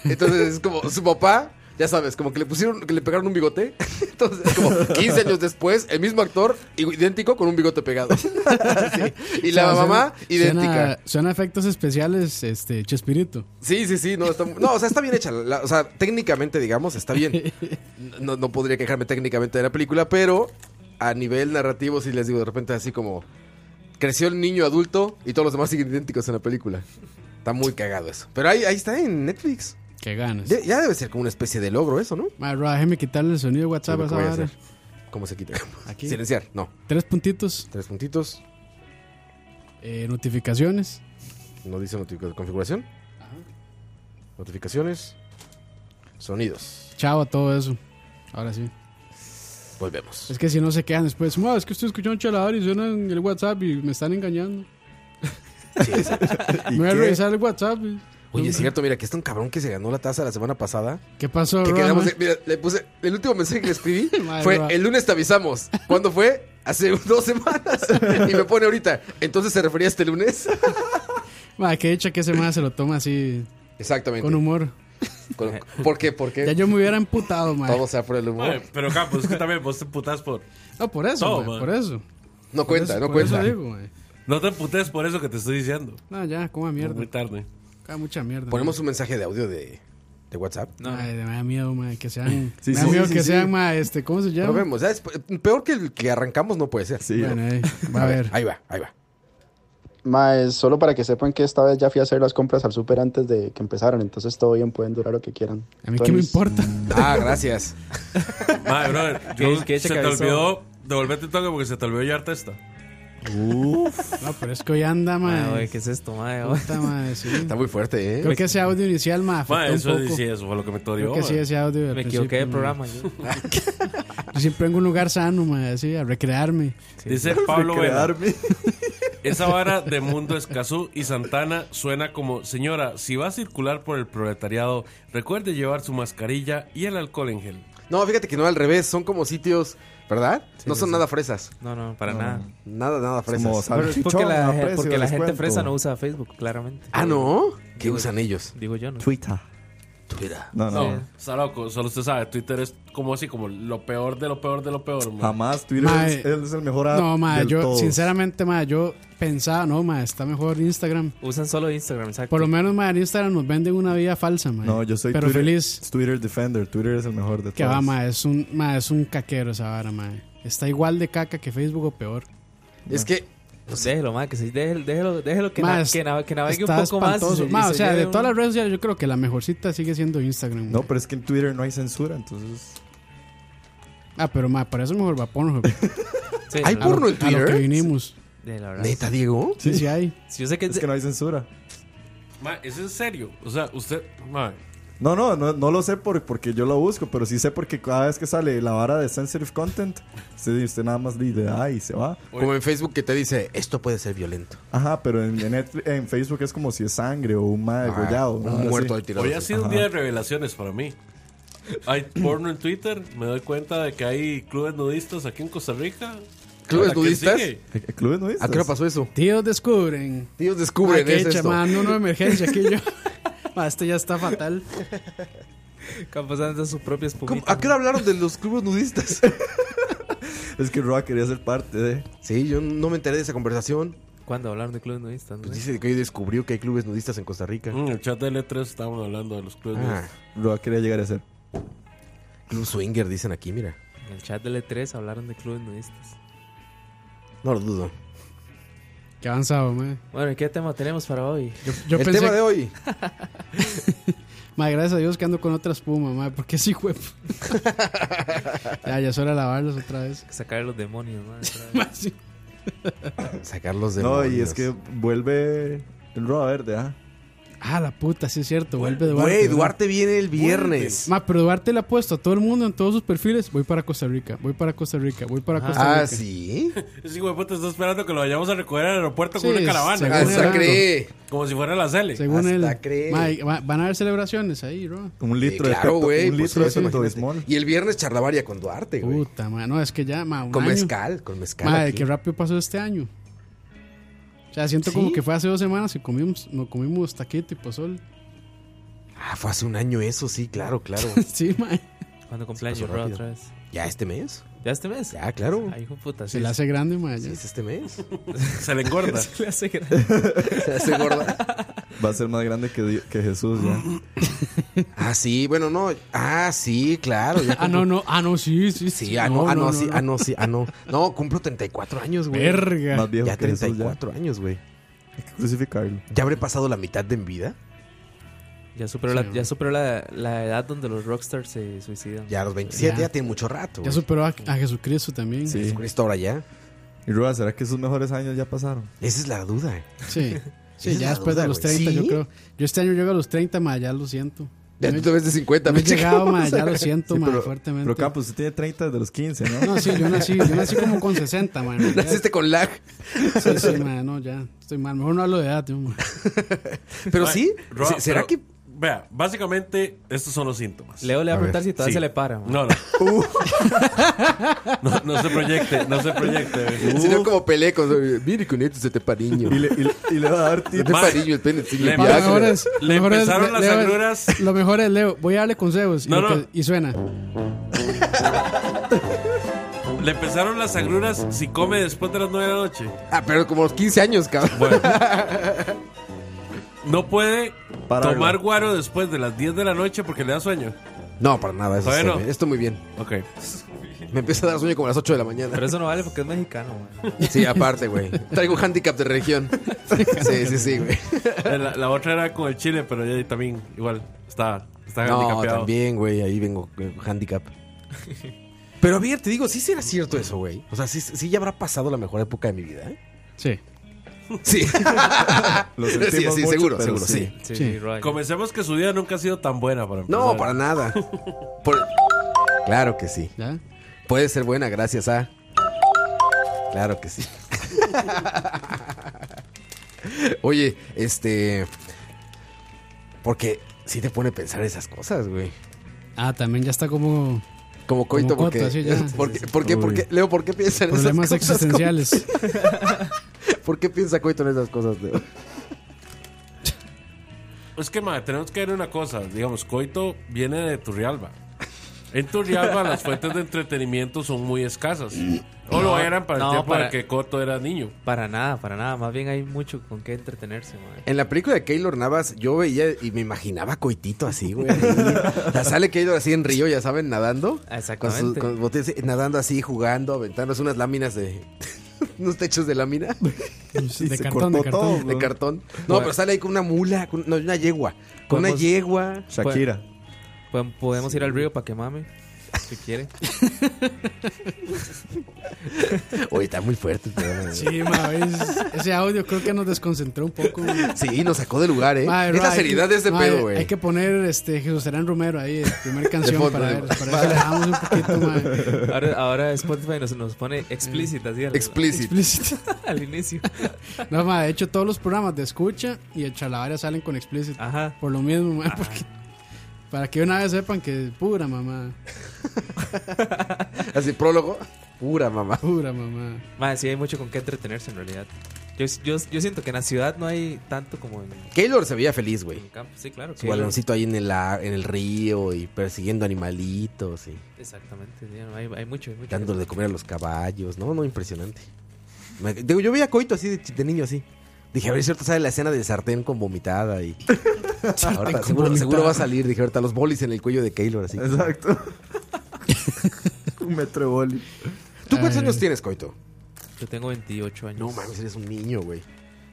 Speaker 1: Entonces es como su papá, ya sabes, como que le pusieron, que le pegaron un bigote. [LAUGHS] Entonces es como 15 años después, el mismo actor, i- idéntico, con un bigote pegado. [LAUGHS] Sí. Y la
Speaker 2: O sea,
Speaker 1: mamá,
Speaker 2: suena-
Speaker 1: idéntica.
Speaker 2: Suena, suena a efectos especiales, este, Chespirito.
Speaker 1: Sí, sí, sí, no, está, mu- no, o sea, está bien hecha. la- la- o sea, técnicamente, digamos, está bien.
Speaker 2: [LAUGHS]
Speaker 1: No, no podría quejarme técnicamente de la película, pero a nivel narrativo sí les digo de repente así como... Creció el niño adulto y todos los demás siguen idénticos en la película. Está muy cagado eso. Pero ahí, ahí está en Netflix.
Speaker 2: Qué ganas.
Speaker 1: Ya, ya debe ser como una especie de logro eso, ¿no?
Speaker 2: Madre, bro, déjeme quitarle el sonido de WhatsApp a
Speaker 1: Lo que
Speaker 2: esa
Speaker 1: voy a
Speaker 2: vara.
Speaker 1: hacer. ¿Cómo se quita?
Speaker 2: Aquí.
Speaker 1: Silenciar. No.
Speaker 2: Tres puntitos.
Speaker 1: Tres puntitos.
Speaker 2: eh, notificaciones.
Speaker 1: No dice notificación. Configuración. Notificaciones. Sonidos.
Speaker 2: Chao a todo eso. Ahora sí.
Speaker 1: Volvemos.
Speaker 2: Es que si no se quedan después. "Mua, es que estoy escuchando Chalabar y suena en el WhatsApp y me están engañando. [LAUGHS] me voy a
Speaker 10: qué?
Speaker 2: revisar el WhatsApp. y-
Speaker 1: Oye, es cierto, mira, que está un cabrón que se ganó la taza la semana pasada.
Speaker 2: ¿Qué pasó,
Speaker 1: Que
Speaker 2: bro,
Speaker 1: quedamos
Speaker 2: ma?
Speaker 1: de- mira, le puse. El último mensaje que le escribí
Speaker 2: [LAUGHS] Madre,
Speaker 1: fue
Speaker 2: bro.
Speaker 1: el lunes te avisamos. ¿Cuándo fue? Hace [LAUGHS] dos semanas. Y me pone ahorita. Entonces se refería a este lunes.
Speaker 2: Ma, qué hecha que ese más se lo toma así
Speaker 1: Exactamente.
Speaker 2: con humor.
Speaker 1: Con- ¿Por qué?
Speaker 2: Ya
Speaker 1: Porque
Speaker 2: yo me hubiera emputado, ma.
Speaker 1: todo sea por el humor.
Speaker 6: Ay, pero Campos, es que también vos te putas por.
Speaker 2: No, por eso,
Speaker 6: Todo,
Speaker 2: ma,
Speaker 6: ma.
Speaker 2: por eso.
Speaker 1: No
Speaker 2: Por
Speaker 1: cuenta,
Speaker 2: eso-
Speaker 1: no
Speaker 2: por eso
Speaker 1: cuenta.
Speaker 2: digo, ma.
Speaker 6: No te putes por eso que te estoy diciendo.
Speaker 2: No, ya, coma
Speaker 6: Muy
Speaker 2: mierda.
Speaker 6: tarde.
Speaker 2: Ah, mucha mierda.
Speaker 1: Ponemos un mensaje de audio de, de WhatsApp.
Speaker 2: No. Ay, me da miedo, ma,
Speaker 1: [LAUGHS]
Speaker 2: que sean.
Speaker 10: Sí,
Speaker 2: me da
Speaker 10: sí,
Speaker 2: miedo
Speaker 10: sí,
Speaker 2: que
Speaker 10: sí,
Speaker 2: sean,
Speaker 10: sí.
Speaker 2: ma, este, ¿cómo se llama?
Speaker 1: Lo vemos. ¿eh? ya es- Peor que el que arrancamos no puede ser.
Speaker 10: Sí.
Speaker 2: Bueno, ahí,
Speaker 1: [LAUGHS]
Speaker 2: va a ver.
Speaker 1: Ahí va, ahí va.
Speaker 5: Más solo para que sepan que esta vez ya fui a hacer las compras al súper antes de que empezaron, entonces todo bien, pueden durar lo que quieran.
Speaker 2: A mí qué me
Speaker 5: Entonces,
Speaker 2: importa.
Speaker 1: Ah, gracias.
Speaker 6: Madre, brother,
Speaker 3: ¿Qué-
Speaker 6: yo-
Speaker 3: qué
Speaker 6: se
Speaker 3: checa
Speaker 6: te
Speaker 3: eso?
Speaker 6: olvidó devolverte un toque porque se te olvidó llevarte esta.
Speaker 2: No, pero es que hoy anda,
Speaker 3: Mae,
Speaker 2: ma.
Speaker 3: güey, ¿qué es esto, mae?
Speaker 2: Puta, ma, sí.
Speaker 1: Está muy fuerte, ¿eh?
Speaker 2: Creo que ese audio inicial, ma, afectó
Speaker 6: Madre, eso
Speaker 2: un poco.
Speaker 6: sí, eso fue lo que me
Speaker 2: Creo
Speaker 6: torió.
Speaker 2: que sí, ese audio. al
Speaker 3: Me equivoqué
Speaker 2: principio,
Speaker 3: de
Speaker 2: ma.
Speaker 3: programa. yo.
Speaker 2: Yo siempre vengo a un lugar sano, mae, así, a recrearme.
Speaker 6: Dice Pablo Vela. Esa vara de Mundo Escazú y Santana suena como, señora, si va a circular por el proletariado, recuerde llevar su mascarilla y el alcohol en gel.
Speaker 1: No, fíjate que no, al revés, son como sitios, ¿verdad? no son nada fresas.
Speaker 3: No, no, para nada.
Speaker 1: Nada, nada fresas.
Speaker 5: Como sal-
Speaker 3: Pero es porque
Speaker 5: Salchichón,
Speaker 3: la,
Speaker 5: aprecio,
Speaker 3: porque la gente
Speaker 5: descuento.
Speaker 3: fresa no usa Facebook, claramente.
Speaker 1: Ah, ¿no? ¿Qué usan ellos?
Speaker 3: Digo yo, ¿no?
Speaker 5: Twitter.
Speaker 1: Twitter.
Speaker 5: No, no.
Speaker 6: No, está loco, solo usted sabe, Twitter es como así, como lo peor de lo peor de lo peor. man.
Speaker 5: Jamás Twitter
Speaker 2: Mae.
Speaker 5: es, es el mejor app
Speaker 2: No, mae,
Speaker 5: del
Speaker 2: yo,
Speaker 5: todos.
Speaker 2: sinceramente, mae, yo pensaba, no, mae, está mejor Instagram.
Speaker 3: Usan solo Instagram, exacto.
Speaker 2: Por lo menos, mae, en Instagram nos venden una vida falsa,
Speaker 5: [LAUGHS]
Speaker 2: mae.
Speaker 5: No, yo soy
Speaker 2: Pero
Speaker 5: Twitter,
Speaker 2: feliz.
Speaker 5: Twitter Defender. Twitter es el mejor de
Speaker 2: Que
Speaker 5: todos.
Speaker 2: va, mae, es un, mae, es un caquero esa vara, mae. Está igual de caca que Facebook o peor.
Speaker 1: Es que
Speaker 3: Pues déjelo, ma, que sí, déjelo, déjelo, déjelo que, na-
Speaker 2: Más,
Speaker 3: que, na- que navegue un
Speaker 2: Está
Speaker 3: poco más.
Speaker 2: espantoso.
Speaker 3: y- y
Speaker 2: Mae, o
Speaker 3: se
Speaker 2: sea,
Speaker 3: lleve
Speaker 2: de
Speaker 3: un-
Speaker 2: todas las redes sociales, yo creo que la mejorcita sigue siendo Instagram.
Speaker 5: No,
Speaker 2: mae.
Speaker 5: pero es que en Twitter no hay censura, entonces...
Speaker 2: Ah, pero, mae, para eso mejor va porno.
Speaker 3: Sí,
Speaker 1: hay
Speaker 3: a lo-
Speaker 1: porno en
Speaker 2: a lo que
Speaker 1: Twitter.
Speaker 2: vinimos.
Speaker 3: de la verdad.
Speaker 1: Neta, Diego.
Speaker 2: Sí, sí hay.
Speaker 3: Sí, Yo sé que,
Speaker 5: Es que no hay censura.
Speaker 6: Ma, es en serio. O sea, usted, ma,
Speaker 5: No, no, no, no lo sé por, porque yo lo busco, pero sí sé porque cada vez que sale la vara de sensitive content, usted, usted nada más le da y se va.
Speaker 1: Como en Facebook que te dice, esto puede ser violento.
Speaker 5: Ajá, pero en, en, Netflix- en Facebook es como si es sangre o un mae
Speaker 1: Ah,
Speaker 5: degollado. una
Speaker 1: un
Speaker 5: vara
Speaker 1: muerto
Speaker 5: así.
Speaker 1: ahí tirado.
Speaker 6: hoy ha sido un día de revelaciones para mí. Hay porno en Twitter, me doy cuenta de que hay clubes nudistas aquí en Costa Rica.
Speaker 1: ¿Clubes
Speaker 6: Ahora, ¿qué
Speaker 1: nudistas?
Speaker 6: sigue?
Speaker 5: ¿Eh, eh, ¿Clubes nudistas?
Speaker 1: ¿A qué hora pasó eso?
Speaker 2: Tíos descubren.
Speaker 1: Tíos descubren
Speaker 2: Ay,
Speaker 1: es
Speaker 2: qué
Speaker 1: esto.
Speaker 2: chamán, una emergencia aquí yo. [LAUGHS] Ma, este ya está fatal.
Speaker 3: Camposanto es su propia
Speaker 1: ¿Cómo?
Speaker 3: espumita.
Speaker 1: ¿A qué hora hablaron de los clubes nudistas?
Speaker 5: [LAUGHS] Es que Roa quería ser parte de...
Speaker 1: sí, yo no me enteré de esa conversación.
Speaker 3: ¿Cuándo hablaron de clubes nudistas? no?
Speaker 1: Pues dice que hoy descubrió que hay clubes nudistas en Costa Rica.
Speaker 6: Mm, En el chat de L3 estábamos hablando de los clubes
Speaker 1: Ah,
Speaker 6: nudistas.
Speaker 5: Roa quería llegar a ser.
Speaker 1: club swinger dicen aquí, mira.
Speaker 3: En el chat de L3 hablaron de clubes nudistas.
Speaker 1: No lo dudo.
Speaker 2: Qué avanzado, mae.
Speaker 3: Bueno, ¿y qué tema tenemos para hoy?
Speaker 2: Yo, yo
Speaker 1: el
Speaker 2: pensé,
Speaker 1: tema de hoy.
Speaker 2: [LAUGHS] mae, gracias a Dios que ando con otra espuma, mae, porque sí, güey. [LAUGHS] ya, ya es hora de lavarlos otra vez.
Speaker 3: Sacar a los demonios,
Speaker 2: [LAUGHS]
Speaker 3: ma.
Speaker 2: Sí.
Speaker 1: Sacarlos de
Speaker 5: No, y es que vuelve Roa Verde, ¿ah?
Speaker 2: Ah, la puta, sí es cierto, vuelve Duarte.
Speaker 1: Güey,
Speaker 2: ¿verdad?
Speaker 1: Duarte viene el viernes.
Speaker 2: Ma, pero Duarte le ha puesto a todo el mundo en todos sus perfiles. Voy para Costa Rica, voy para Costa Rica, voy para Costa Rica.
Speaker 1: Ah, ¿sí?
Speaker 6: [LAUGHS] Ese hijo de puta está esperando que lo vayamos a recoger al aeropuerto con
Speaker 2: Sí,
Speaker 6: una caravana.
Speaker 2: seguro.
Speaker 6: como si-
Speaker 1: Hasta
Speaker 2: Según
Speaker 1: cree.
Speaker 6: Como si fuera la Cele.
Speaker 2: Según
Speaker 1: Hasta
Speaker 2: él.
Speaker 1: cree.
Speaker 2: Ma, y va- van a haber celebraciones ahí, bro.
Speaker 5: Un
Speaker 1: Sí,
Speaker 5: litro
Speaker 1: claro,
Speaker 5: de Pepto-
Speaker 1: güey.
Speaker 5: un
Speaker 1: pues,
Speaker 5: litro de
Speaker 1: eso,
Speaker 5: Pepto
Speaker 1: imagínate.
Speaker 5: Bismol.
Speaker 1: Y el viernes charlavaria con Duarte, güey.
Speaker 2: Puta, ma, no, es que ya, ma, un
Speaker 1: Con
Speaker 2: año.
Speaker 1: mezcal, con mezcal.
Speaker 2: Madre,
Speaker 1: aquí.
Speaker 2: qué rápido pasó este año. O sea, siento como que fue hace dos semanas que comimos, no comimos taquito y pozol.
Speaker 1: Ah, fue hace un año eso, sí, claro,
Speaker 5: [LAUGHS]
Speaker 1: claro.
Speaker 2: [LAUGHS] sí, mae.
Speaker 3: Cuando cumpleaños,
Speaker 1: pasó
Speaker 3: bro,
Speaker 1: rápido.
Speaker 3: otra vez.
Speaker 1: ¿Ya este mes?
Speaker 3: ¿Ya este mes?
Speaker 1: Ya, claro.
Speaker 3: Ay, hijo de puta.
Speaker 2: Se
Speaker 3: sí,
Speaker 2: le hace grande, mae.
Speaker 1: Sí,
Speaker 2: ya.
Speaker 1: es este mes.
Speaker 5: [LAUGHS]
Speaker 6: Se le
Speaker 2: [LAUGHS]
Speaker 6: engorda.
Speaker 3: se le hace grande.
Speaker 1: [LAUGHS] Se hace gorda.
Speaker 5: Va a ser más grande que, Di- que Jesús, ya.
Speaker 1: [LAUGHS] Ah, sí, bueno, no. Ah, sí, claro.
Speaker 5: [LAUGHS]
Speaker 1: yo
Speaker 2: Ah, no,
Speaker 1: cumplo-
Speaker 2: no, ah, no, sí, sí.
Speaker 1: Sí, ah, no, ah, no, sí, ah, no, sí, ah,
Speaker 5: [LAUGHS]
Speaker 1: no. No, cumplo 34 años, güey.
Speaker 2: Verga.
Speaker 5: Más viejo
Speaker 1: Ya
Speaker 5: que Jesús, ya.
Speaker 1: 34 años, güey.
Speaker 5: Hay que crucificarlo.
Speaker 1: ¿Ya habré pasado la mitad de mi
Speaker 5: [LAUGHS]
Speaker 1: vida? [LAUGHS]
Speaker 3: Ya superó,
Speaker 2: Sí,
Speaker 3: la,
Speaker 2: ma.
Speaker 3: ya superó la, la edad donde los rockstars se suicidan.
Speaker 1: Ya a los 27, ya,
Speaker 2: Ya.
Speaker 1: tiene mucho rato.
Speaker 2: Ya
Speaker 1: güey.
Speaker 2: superó a, a Jesucristo también. Sí.
Speaker 5: Sí.
Speaker 1: Jesucristo ahora ya.
Speaker 5: Y Roa, ¿será que sus mejores años ya pasaron?
Speaker 1: Esa es la duda.
Speaker 5: [LAUGHS]
Speaker 2: Sí,
Speaker 1: Esa es
Speaker 2: ya
Speaker 1: la
Speaker 2: después
Speaker 1: duda,
Speaker 2: de los
Speaker 1: güey.
Speaker 2: 30, yo
Speaker 1: ¿Sí?
Speaker 2: creo. Yo este año llego a los 30, mae, ya lo siento.
Speaker 1: [LAUGHS] Ya
Speaker 2: No
Speaker 1: tú
Speaker 2: he-
Speaker 1: te ves de 50,
Speaker 2: no he
Speaker 1: me
Speaker 2: llegado,
Speaker 1: checa.
Speaker 2: mae, ya lo siento,
Speaker 5: Sí,
Speaker 2: mae,
Speaker 5: pero-
Speaker 2: fuertemente.
Speaker 5: Pero Campos, usted tiene 30 desde los 15, ¿no?
Speaker 2: no, sí, yo nací, yo nací como con 60, mae. en realidad.
Speaker 1: Naciste con lag.
Speaker 2: Sí, sí, mae, no, ya. Estoy mal. Mejor no hablo de edad, yo, mae.
Speaker 1: [LAUGHS] Pero
Speaker 6: Ma,
Speaker 1: sí,
Speaker 6: Roa,
Speaker 1: se- ¿será
Speaker 6: pero-
Speaker 1: que
Speaker 6: Vea, básicamente estos son los síntomas.
Speaker 3: Leo le va a
Speaker 1: A ver,
Speaker 3: preguntar si todavía
Speaker 1: sí.
Speaker 3: se le para,
Speaker 1: [LAUGHS]
Speaker 3: ma.
Speaker 6: No, no.
Speaker 1: Uh.
Speaker 6: [LAUGHS] no. No se proyecte, no se proyecte.
Speaker 1: [LAUGHS]
Speaker 6: Uh,
Speaker 1: Si no, como peleé con. Mire, con esto se te pariño.
Speaker 5: Y le, y le- y le va a dar
Speaker 1: [LAUGHS] Se
Speaker 5: tips.
Speaker 1: te pariño el pene. sí,
Speaker 6: Le
Speaker 1: ya,
Speaker 2: Pa,
Speaker 6: Viagra.
Speaker 2: lo mejor es-
Speaker 6: Le
Speaker 2: lo mejor es-
Speaker 6: empezaron las
Speaker 2: Leo,
Speaker 6: agruras.
Speaker 2: Lo mejor es, Leo, voy a darle consejos. Y,
Speaker 6: No,
Speaker 2: lo que-
Speaker 6: no.
Speaker 2: y suena.
Speaker 6: Le empezaron las agruras si come después de las 9 de la noche.
Speaker 1: Ah, pero como los 15 años, cabrón. [LAUGHS]
Speaker 6: Bueno. No puede
Speaker 5: Pararlo.
Speaker 6: tomar guaro después de las 10 de la noche porque le da sueño.
Speaker 1: No, para nada. Eso
Speaker 6: Bueno.
Speaker 1: está bien, Esto muy bien.
Speaker 6: Ok.
Speaker 1: Me empieza a dar sueño como a las 8 de la mañana.
Speaker 3: Pero eso no vale porque es mexicano, ma.
Speaker 1: [LAUGHS] Sí, aparte, güey. Traigo un handicap de región. Sí, sí, sí, güey.
Speaker 6: La, la otra era con el chile, pero ya también igual está, está
Speaker 1: No,
Speaker 6: handicapeado. [LAUGHS]
Speaker 1: también, güey. Ahí vengo eh, handicap. [LAUGHS] Pero a ver, te digo, sí será cierto eso, güey. O sea, sí, sí ya habrá pasado la mejor época de mi vida, ¿eh?
Speaker 2: Sí.
Speaker 1: Sí.
Speaker 5: Lo
Speaker 1: Sí,
Speaker 5: sentimos
Speaker 1: sí,
Speaker 5: mucho,
Speaker 1: seguro,
Speaker 5: pero
Speaker 1: seguro, sí.
Speaker 3: Sí,
Speaker 2: Sí.
Speaker 3: Roy.
Speaker 6: Comencemos que su día nunca ha sido tan buena para empezar.
Speaker 1: No, para nada. Por- Claro que sí.
Speaker 2: ¿Ya?
Speaker 1: Puede ser buena, gracias a. Claro que sí. [LAUGHS] Oye, este. Porque sí te pone a pensar esas cosas, güey.
Speaker 2: Ah, también ya está como
Speaker 1: Como coito,
Speaker 2: Como
Speaker 1: porque. [LAUGHS]
Speaker 2: coto, sí, ya.
Speaker 1: ¿por, qué, por qué-
Speaker 5: Uy.
Speaker 1: por qué- Leo, ¿por qué piensa en
Speaker 2: problemas
Speaker 1: esas cosas? [LAUGHS]
Speaker 2: existenciales.
Speaker 1: ¿Por qué piensa coito en esas cosas, Leo?
Speaker 6: [LAUGHS] Es que, madre, tenemos que ver una cosa. Digamos, Coito viene de Turrialba. En Turrialba las fuentes de entretenimiento son muy escasas. O lo eran para
Speaker 3: No,
Speaker 6: el tiempo
Speaker 3: para-
Speaker 6: en que Coto era niño.
Speaker 3: Para nada, para nada. Más bien hay mucho con qué entretenerse, mae.
Speaker 1: En la película de Keylor Navas, yo veía y me imaginaba coitito así, güey. ahí. O sea, sale Keylor así en río, ya saben, nadando. Con
Speaker 3: Exactamente.
Speaker 1: sus con botellas, nadando así, jugando, aventándose unas láminas de. [LAUGHS] unos techos de lámina, [LAUGHS]
Speaker 2: de
Speaker 5: se
Speaker 2: cartón,
Speaker 5: cortó
Speaker 2: de cartón.
Speaker 5: todo.
Speaker 1: de cartón. No, pero sale ahí con una mula, con, no, una yegua. Con una
Speaker 3: Podemos-
Speaker 1: yegua.
Speaker 5: Shakira.
Speaker 3: Podem- Podemos ir al río para que mame. Si quiere.
Speaker 1: Oye, está muy fuerte el programa, güey.
Speaker 2: Sí, ma, es- ese audio creo que nos desconcentró un poco. güey.
Speaker 1: Sí, nos sacó de lugar, ¿eh?
Speaker 2: Ma,
Speaker 1: es
Speaker 2: bro,
Speaker 1: la
Speaker 2: hay
Speaker 1: seriedad
Speaker 2: que-
Speaker 1: de este
Speaker 2: ma,
Speaker 1: pedo,
Speaker 2: Hay
Speaker 1: güey.
Speaker 2: que poner este Jesús Serán Romero ahí, la
Speaker 1: [LAUGHS]
Speaker 2: primera canción
Speaker 1: fondo,
Speaker 2: [LAUGHS] para,
Speaker 1: de-
Speaker 2: ver, para que le bajamos un poquito, ma.
Speaker 3: [LAUGHS] Ahora, ahora Spotify nos, nos pone explícita, así al-
Speaker 1: Explícito.
Speaker 2: Explícito.
Speaker 3: [LAUGHS] al inicio.
Speaker 2: No, ma, de hecho todos los programas de escucha y el chalabaria salen con explícito.
Speaker 3: Ajá.
Speaker 2: Por lo mismo, ma, porque- para que una vez sepan que pura mamá,
Speaker 1: Así, prólogo. Pura mamá.
Speaker 2: pura mamá.
Speaker 3: Mae, sí hay mucho con qué entretenerse en realidad. Yo, yo, yo siento que en la ciudad no hay tanto como en, en
Speaker 1: Keylor se veía feliz, güey.
Speaker 3: el campo. Sí, claro.
Speaker 1: Su
Speaker 3: que-
Speaker 1: baloncito ahí en el, a- en el río y persiguiendo animalitos y
Speaker 3: Exactamente. sí, no, hay, hay mucho, hay mucho.
Speaker 1: dándole de comer a los caballos. No, no, impresionante. Me- digo, yo veía a Coito así de, ch- de niño así. Dije, a ver, cierto, sale la escena del sartén con vomitada
Speaker 2: [LAUGHS]
Speaker 1: y. Ahorita, seguro, seguro va a salir, dije, ahorita los bolis en el cuello de Keylor así.
Speaker 5: Exacto. [LAUGHS] Un metro de boli.
Speaker 1: ¿Tú cuántos
Speaker 2: Ay.
Speaker 1: años tienes, Coito?
Speaker 3: Yo tengo 28 años.
Speaker 1: No mames, eres un niño, güey.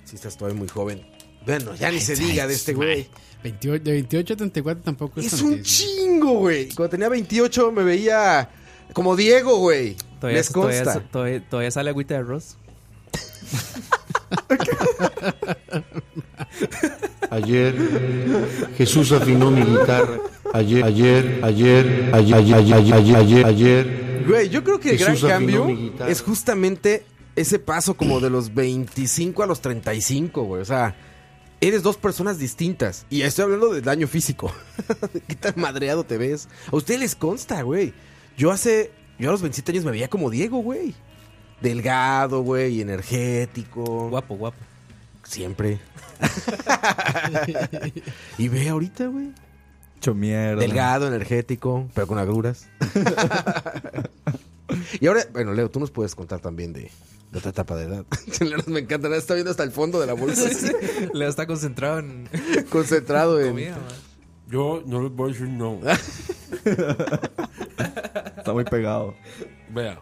Speaker 1: Si estás todavía muy joven. Bueno, ya ni se diga de este güey.
Speaker 2: 28 de 28 a 34
Speaker 3: Pues
Speaker 2: tampoco es,
Speaker 1: Es un
Speaker 2: tantísimo.
Speaker 1: chingo, güey. Cuando tenía 28 me veía como Diego, güey.
Speaker 3: Todavía,
Speaker 1: Les
Speaker 3: todavía-
Speaker 1: consta.
Speaker 3: todavía- todavía sale agüita
Speaker 1: [LAUGHS]
Speaker 3: de arroz.
Speaker 7: Ayer Jesús afinó mi guitarra. Ayer, ayer, ayer, ayer, ayer, ayer, ayer, ayer, ayer.
Speaker 1: Güey, yo creo que el gran
Speaker 7: Jesús afinó
Speaker 1: cambio
Speaker 7: mi guitarra.
Speaker 1: es justamente ese paso como de los 25 a los 35, güey. O sea, eres dos personas distintas. Y estoy hablando de daño físico. [LAUGHS] ¿Qué tan madreado te ves? A ustedes les consta, güey. Yo hace. Yo a los 27 años me veía como Diego, güey. Delgado, güey, energético.
Speaker 3: Guapo, guapo.
Speaker 1: Siempre. [LAUGHS] y ve ahorita, güey.
Speaker 5: Hecho mierda.
Speaker 1: Delgado, energético, pero con agruras. y ahora, bueno, Leo, tú nos puedes contar también de, de otra etapa de edad. [LAUGHS] Leo, me encanta, Leo está viendo hasta el fondo de la bolsa, así,
Speaker 3: Leo está concentrado en
Speaker 1: [LAUGHS] concentrado en...
Speaker 3: comida, mae.
Speaker 6: Yo no les voy a decir no.
Speaker 1: [LAUGHS]
Speaker 5: Está muy pegado.
Speaker 6: Vea.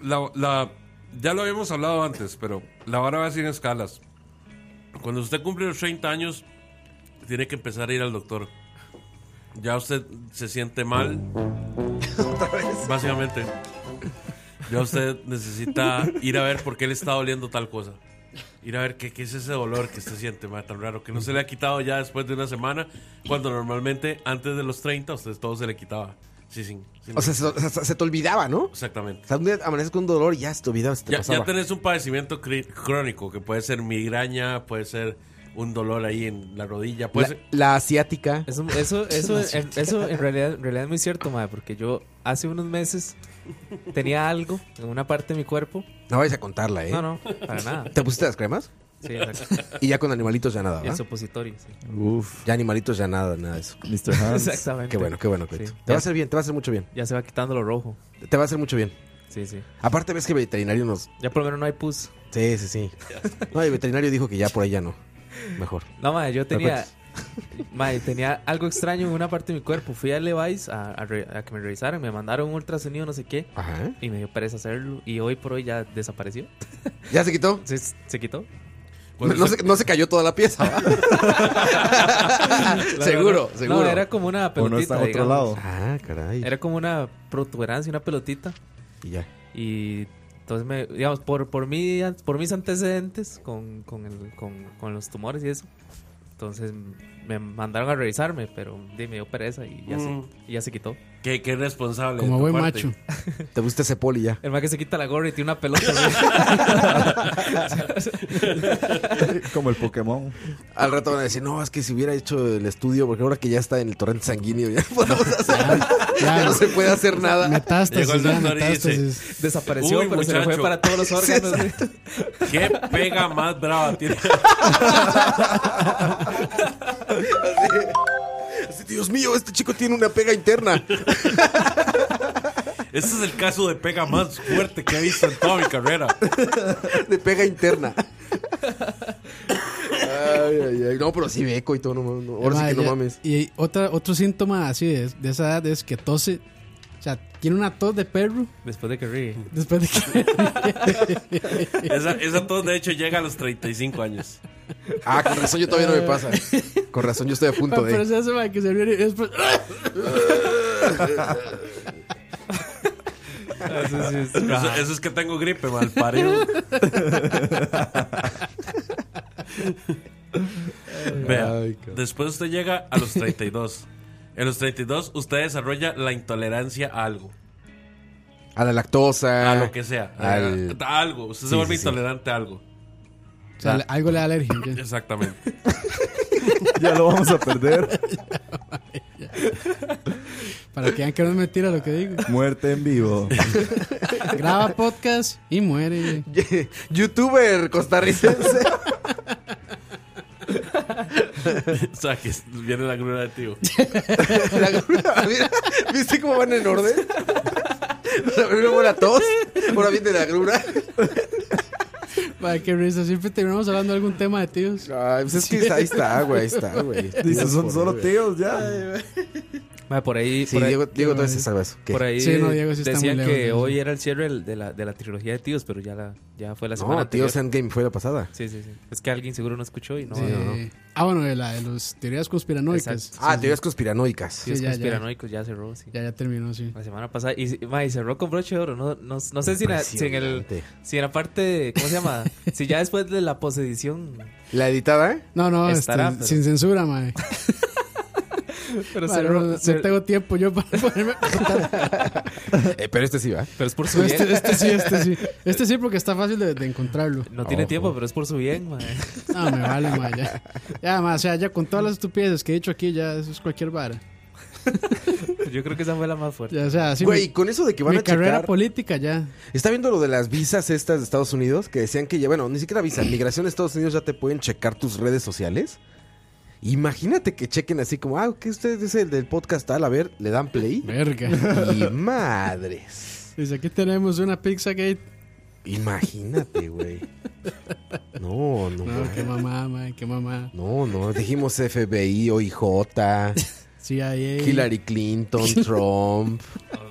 Speaker 6: La, la- ya lo habíamos hablado antes, pero la vara va sin escalas. Cuando usted cumple los 30 años, tiene que empezar a ir al doctor. Ya usted se siente mal. Básicamente. Ya usted necesita ir a ver por qué le está doliendo tal cosa. Ir a ver qué, qué es ese dolor que usted siente, ma, tan raro, que no se le ha quitado ya después de una semana, cuando normalmente antes de los 30 a usted todo se le quitaba. Sí, sí. sí.
Speaker 1: O sea, se, o sea, se te olvidaba, ¿no? O
Speaker 6: Exactamente.
Speaker 1: sea, un día amaneces con un dolor y ya se te olvidaba, se te
Speaker 6: Ya,
Speaker 1: pasaba.
Speaker 6: ya tenés un padecimiento cri- crónico, que puede ser migraña, puede ser un dolor ahí en la rodilla,
Speaker 3: pues,
Speaker 6: puede
Speaker 1: la,
Speaker 6: ser-
Speaker 1: la asiática.
Speaker 3: Eso,
Speaker 1: [LAUGHS]
Speaker 3: eso, eso, en, eso en realidad, en realidad es muy cierto, madre, porque yo hace unos meses tenía algo en una parte de mi cuerpo.
Speaker 1: No vayas a contarla, ¿eh?
Speaker 3: No, no, para nada.
Speaker 1: ¿Te pusiste las cremas?
Speaker 3: Sí, exacto.
Speaker 1: [LAUGHS] Y ya con animalitos ya nada,
Speaker 3: Y El
Speaker 1: ¿verdad?
Speaker 3: supositorio, sí.
Speaker 5: Uf.
Speaker 1: Ya animalitos ya nada, nada de eso.
Speaker 5: Mr. Hans.
Speaker 3: Exactamente.
Speaker 1: Qué bueno, qué bueno, Coito.
Speaker 3: Sí.
Speaker 1: Te va a hacer bien, te va a hacer mucho bien.
Speaker 3: Ya se va quitando lo rojo.
Speaker 1: Te va a hacer mucho bien.
Speaker 3: Sí, sí.
Speaker 1: Aparte ves que el veterinario nos...
Speaker 3: Ya por lo menos no hay pus.
Speaker 1: Sí, sí,
Speaker 3: [LAUGHS]
Speaker 1: sí. No, el veterinario dijo que ya por ahí ya no. Mejor.
Speaker 3: No, madre,
Speaker 1: Ah,
Speaker 3: yo tenía.
Speaker 1: pues.
Speaker 3: Madre, tenía algo extraño en una parte de mi cuerpo. Fui a Levi's a, a re- a que me revisaran. Me mandaron un ultrasonido, no sé qué.
Speaker 1: Ajá.
Speaker 3: Y me dio pereza hacerlo. Y hoy por hoy ya desapareció.
Speaker 1: ¿Ya se quitó?
Speaker 3: Se, se quitó.
Speaker 6: cuando
Speaker 1: No
Speaker 6: usted-
Speaker 1: se, no se cayó toda la pieza.
Speaker 3: [LAUGHS]
Speaker 1: ¿va?
Speaker 3: No, no,
Speaker 1: seguro,
Speaker 3: no.
Speaker 1: seguro.
Speaker 3: No, era como una
Speaker 5: O
Speaker 3: pelotita.
Speaker 5: no está en otro
Speaker 3: digamos.
Speaker 5: lado.
Speaker 1: Ah, caray.
Speaker 3: Era como una protuberancia, una pelotita.
Speaker 1: Y ya.
Speaker 3: Y entonces, me, digamos, por, por, mí, por mis antecedentes con, con, el- con- con los tumores y eso, entonces me mandaron a revisarme, pero di, me dio pereza y ya, se,
Speaker 6: Mm.
Speaker 3: y ya se quitó.
Speaker 6: Qué, qué responsable. de
Speaker 2: Como
Speaker 6: tu
Speaker 2: buen
Speaker 6: parte.
Speaker 2: macho.
Speaker 1: Te gusta ese poli ya.
Speaker 3: [LAUGHS] El man que se quita la gorra y tiene una
Speaker 6: [LAUGHS]
Speaker 3: pelota.
Speaker 5: Como el Pokémon.
Speaker 1: Al rato van a decir, no, es que si hubiera hecho el estudio, porque ahora que ya está en el torrente sanguíneo, ya, [LAUGHS] podemos hacer- ya no se puede hacer nada.
Speaker 2: Metástasis,
Speaker 6: Llegó el
Speaker 2: ya,
Speaker 6: doctor y dice,
Speaker 2: metástasis.
Speaker 3: Desapareció,
Speaker 6: Uy,
Speaker 3: pero se le fue
Speaker 6: muchacho.
Speaker 3: para todos
Speaker 1: [LAUGHS]
Speaker 3: los
Speaker 6: [LAUGHS]
Speaker 3: órganos.
Speaker 6: Qué pega más brava tiene.
Speaker 1: Así, Dios mío, este chico tiene una pega interna.
Speaker 6: Este es el caso de pega más fuerte que he visto en toda mi carrera.
Speaker 1: De pega interna. Ay, ay, ay. No, pero sí beco y todo, no, mames, no. ahora sí
Speaker 2: Ma,
Speaker 1: que no
Speaker 2: ya-
Speaker 1: mames.
Speaker 2: Y otra, otro síntoma así de, de esa edad es que tose. O sea, tiene una tos de perro
Speaker 3: [LAUGHS] Después de que ríe.
Speaker 2: después de
Speaker 1: [LAUGHS]
Speaker 2: que.
Speaker 6: Esa, esa tos, de hecho, llega a los 35 años.
Speaker 1: Ah, con razón yo todavía no me pasa. Con razón yo estoy a punto
Speaker 2: [LAUGHS] pero
Speaker 1: de.
Speaker 2: se hace ma, que se ríe
Speaker 1: [LAUGHS]
Speaker 2: y después.
Speaker 3: Eso sí es-
Speaker 6: Eso, eso es que tengo gripe, mal parido. Vea, después usted llega a los 32. En los 32 usted desarrolla la intolerancia a algo,
Speaker 1: A la lactosa.
Speaker 6: a lo que sea, a,
Speaker 1: Ah, al-
Speaker 6: a algo. Usted se
Speaker 1: Sí,
Speaker 6: vuelve
Speaker 1: sí, sí.
Speaker 6: intolerante a algo.
Speaker 2: O sea, le- algo le da alergia. ya.
Speaker 6: Exactamente. [LAUGHS]
Speaker 5: Ya lo vamos a perder.
Speaker 2: [LAUGHS] Para que vean que no es mentira lo que
Speaker 1: [LAUGHS]
Speaker 2: digo.
Speaker 5: Muerte en vivo.
Speaker 2: Graba podcast y muere. ya.
Speaker 1: [LAUGHS] Youtuber costarricense.
Speaker 6: o sea, que viene la grúa de tío.
Speaker 1: La grúa, [LAUGHS] mira, ¿Viste cómo van en orden? Primero fue la tos, ahora viene la grura.
Speaker 2: [LAUGHS] Para que risa. Siempre terminamos hablando de algún tema de tíos.
Speaker 1: Ay, pues es que ahí está, güey, ahí está, güey.
Speaker 5: Dice, son
Speaker 1: Pues
Speaker 5: solo tíos ya.
Speaker 3: Ma, por ahí.
Speaker 1: Sí,
Speaker 3: por ahí-
Speaker 1: Diego, Diego todavía se sabe eso. ¿Qué?
Speaker 3: Por ahí
Speaker 2: Sí, no, Diego sí está
Speaker 3: decían
Speaker 2: muy lejos de
Speaker 3: que
Speaker 2: eso.
Speaker 3: hoy era el cierre del- de la, de la trilogía de tíos, pero ya, la, ya fue la semana
Speaker 1: No, tío,
Speaker 3: anterior.
Speaker 1: Endgame fue la pasada.
Speaker 3: Sí, sí, sí. Es que alguien seguro no escuchó y no.
Speaker 2: Sí.
Speaker 3: no, no.
Speaker 2: Ah, bueno, de la de las teorías conspiranoicas.
Speaker 3: Exacto.
Speaker 1: Ah,
Speaker 2: Sí,
Speaker 1: teorías conspiranoicas.
Speaker 3: Tíos
Speaker 2: Sí, ya, ya.
Speaker 3: conspiranoicos ya cerró, sí.
Speaker 2: sí. Ya, ya terminó, sí.
Speaker 3: La semana pasada. Y, ma, y cerró con broche de oro. No, no, no sé si, en la- si en el,
Speaker 1: Impresionante.
Speaker 3: si en la parte. de- ¿Cómo se
Speaker 1: [LAUGHS]
Speaker 3: llama? si ya después de la posedición.
Speaker 1: La editada, eh?
Speaker 2: No, no,
Speaker 3: Estará,
Speaker 2: este,
Speaker 3: pero-
Speaker 2: sin censura, mae.
Speaker 3: [LAUGHS] Pero,
Speaker 2: Mae,
Speaker 3: cerró-
Speaker 2: no, no
Speaker 3: cer-
Speaker 2: tengo tiempo yo para ponerme.
Speaker 1: eh, pero este sí va. [LAUGHS]
Speaker 3: pero es [LAUGHS] por su bien.
Speaker 2: este, este sí,
Speaker 3: [LAUGHS]
Speaker 2: este sí. Este sí, porque está fácil de, de encontrarlo.
Speaker 3: No tiene
Speaker 1: Ojo.
Speaker 3: tiempo, pero es por su bien, ma.
Speaker 2: No, me vale, mae.
Speaker 3: [LAUGHS]
Speaker 2: Ya, ya mae, o sea, ya con todas las estupideces que he dicho aquí, ya eso es cualquier vara.
Speaker 3: Yo creo que esa fue la más fuerte.
Speaker 2: Ya, o sea, así.
Speaker 1: Güey, con eso de que
Speaker 2: mi,
Speaker 1: van
Speaker 2: mi
Speaker 1: a
Speaker 2: carrera
Speaker 1: checar...
Speaker 2: política ya.
Speaker 1: Está viendo lo de las visas estas de Estados Unidos que decían que ya, bueno, ni siquiera visa, migración a Estados Unidos ya te pueden checar tus redes sociales. Imagínate que chequen así como, ah, que usted es el del podcast tal, a ver, le dan play.
Speaker 2: Verga. [LAUGHS]
Speaker 1: Y madres.
Speaker 2: Dice, aquí tenemos una pizza gate.
Speaker 1: Imagínate, güey. No, no,
Speaker 2: [LAUGHS] No, qué
Speaker 1: no.
Speaker 2: mamá, mae, qué mamá.
Speaker 1: No, no, dijimos FBI, OIJ,
Speaker 2: Sí, ahí.
Speaker 1: Hillary Clinton, Trump,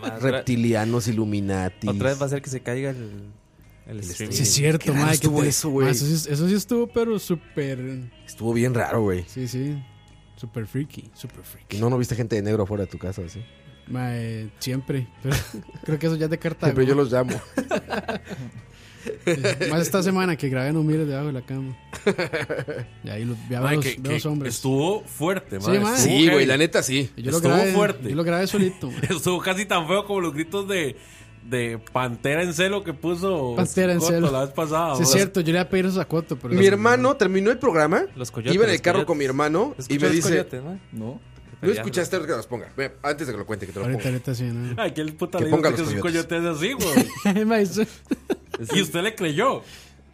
Speaker 3: Ma, otra-
Speaker 1: reptilianos, Illuminati.
Speaker 3: Otra vez va a ser que se caiga el, el streaming.
Speaker 2: Sí, es cierto,
Speaker 1: Qué raro
Speaker 2: mae. que
Speaker 1: estuvo
Speaker 2: te-
Speaker 1: eso, güey.
Speaker 2: mae, Eso, sí- eso sí estuvo, pero súper.
Speaker 1: Estuvo bien raro, güey.
Speaker 2: Sí, sí. Súper freaky, súper freaky.
Speaker 1: Y no, no viste gente de negro afuera de tu casa, así.
Speaker 2: Mae, eh, siempre. [LAUGHS] Pero creo que eso ya es de carta.
Speaker 1: Pero yo
Speaker 2: ¿no?
Speaker 1: los
Speaker 2: [LAUGHS]
Speaker 1: llamo.
Speaker 2: Más esta semana que grabé No Mires debajo de la cama. Y ahí los, ya veo
Speaker 6: Mae,
Speaker 2: los-
Speaker 6: que-
Speaker 2: veo
Speaker 6: que
Speaker 2: los hombres.
Speaker 6: Estuvo fuerte,
Speaker 2: Sí,
Speaker 6: mae,
Speaker 2: mae.
Speaker 6: estuvo
Speaker 1: Sí, güey,
Speaker 6: heavy.
Speaker 1: la neta sí.
Speaker 2: yo lo
Speaker 6: estuvo
Speaker 2: grabé,
Speaker 6: fuerte.
Speaker 2: Yo lo grabé solito. mae.
Speaker 6: [LAUGHS] Estuvo casi tan feo como los gritos de, de Pantera en celo que puso
Speaker 2: Pantera en
Speaker 6: Coto
Speaker 2: celo.
Speaker 6: la vez pasada.
Speaker 2: Sí, es
Speaker 6: ¿no?
Speaker 2: cierto, yo le iba a pedir esos a Coto, pero.
Speaker 1: Mi hermano terminó el programa.
Speaker 3: Los coyotes,
Speaker 1: iba en el
Speaker 3: los
Speaker 1: carro
Speaker 3: coyotes.
Speaker 1: con mi hermano y me dice:
Speaker 5: No.
Speaker 1: ¿No escuchaste ahorita que los ponga? Ve, antes de que lo cuente, que te lo
Speaker 2: Ahorita,
Speaker 1: ponga.
Speaker 2: ahorita sí, ¿no?
Speaker 6: Ay, que el puta
Speaker 1: Que
Speaker 6: le dijo
Speaker 1: ponga
Speaker 6: que
Speaker 1: los
Speaker 6: sus
Speaker 1: coyotes.
Speaker 6: coyotes así,
Speaker 1: [LAUGHS]
Speaker 6: güey.
Speaker 2: Mae, eso-
Speaker 6: y usted le creyó.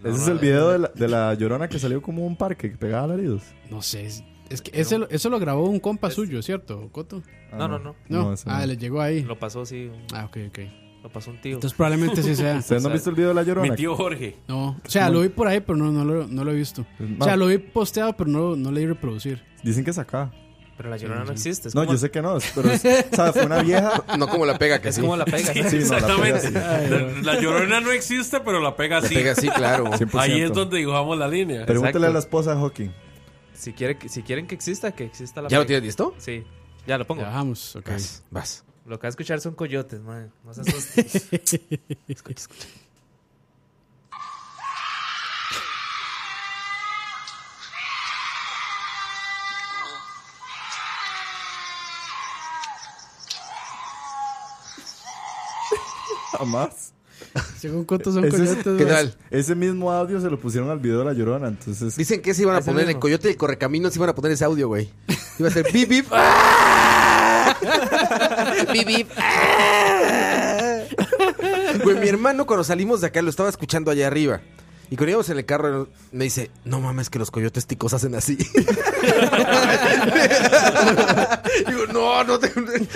Speaker 5: Ese es el video de la, de la llorona que salió como un parque que pegaba alaridos.
Speaker 2: no sé. es- Es que ese, lo- eso lo grabó un compa suyo, ¿cierto, Coto?
Speaker 5: Ah,
Speaker 3: No, no, no.
Speaker 2: No.
Speaker 5: ese
Speaker 2: ah,
Speaker 5: no.
Speaker 2: le llegó ahí.
Speaker 3: Lo pasó, sí. un-
Speaker 2: Ah, ok, ok.
Speaker 3: Lo pasó un tío.
Speaker 2: Entonces probablemente sí sea.
Speaker 5: [LAUGHS] ¿Ustedes no han
Speaker 3: O sea,
Speaker 5: visto el video de la
Speaker 6: Mi
Speaker 5: llorona?
Speaker 6: tío Jorge.
Speaker 2: No, o sea, lo vi por ahí, pero no, no, lo, no lo he visto. O sea,
Speaker 5: Ma,
Speaker 2: lo vi posteado, pero no, no le di reproducir.
Speaker 5: Pues, Dicen que es acá.
Speaker 3: pero la llorona no existe. Es
Speaker 5: No,
Speaker 3: como,
Speaker 5: yo sé que no, es- pero es- o sea, fue
Speaker 2: [LAUGHS]
Speaker 5: una vieja.
Speaker 1: [LAUGHS] No como la pega que
Speaker 3: es
Speaker 1: sí.
Speaker 3: como la pega.
Speaker 5: Sí, no, la pega
Speaker 6: Exactamente.
Speaker 5: así.
Speaker 6: La, la llorona no existe, pero la pega
Speaker 1: La
Speaker 6: sí.
Speaker 1: pega sí,
Speaker 5: [LAUGHS]
Speaker 1: claro.
Speaker 5: 100%.
Speaker 6: Ahí es donde dibujamos la línea.
Speaker 5: Pregúntale a
Speaker 3: Exacto.
Speaker 5: la esposa de Hawking.
Speaker 3: Si, quiere, que- si quieren que exista, que exista la
Speaker 1: ¿Ya lo
Speaker 3: pega.
Speaker 1: tienes listo?
Speaker 3: Sí. Ya lo pongo.
Speaker 2: Ya bajamos, ok.
Speaker 1: Vas, vas.
Speaker 3: Lo que va a escuchar son coyotes, man. No
Speaker 2: [LAUGHS]
Speaker 3: se asusten. escucha, escucha.
Speaker 8: Ay,
Speaker 5: Jamás.
Speaker 2: [LAUGHS] Según cuántos son
Speaker 5: Ese es-
Speaker 2: coyotes,
Speaker 1: ¿Qué
Speaker 2: güey.
Speaker 1: tal?
Speaker 5: Ese mismo audio se lo pusieron al video de la llorona. Entonces,
Speaker 1: Dicen que se iban a
Speaker 3: Ese
Speaker 1: poner
Speaker 3: mismo.
Speaker 1: el coyote y el correcaminos, iban a poner ese audio, güey. Iba a ser bip bip.
Speaker 6: [LAUGHS]
Speaker 1: ¡Ah! bip bip. ¡Ah! Güey, mi hermano cuando salimos de acá lo estaba escuchando allá arriba. Y cuando íbamos en el carro, él me dice, no mames que los coyotes ticos hacen así. [LAUGHS] Digo, no, no te...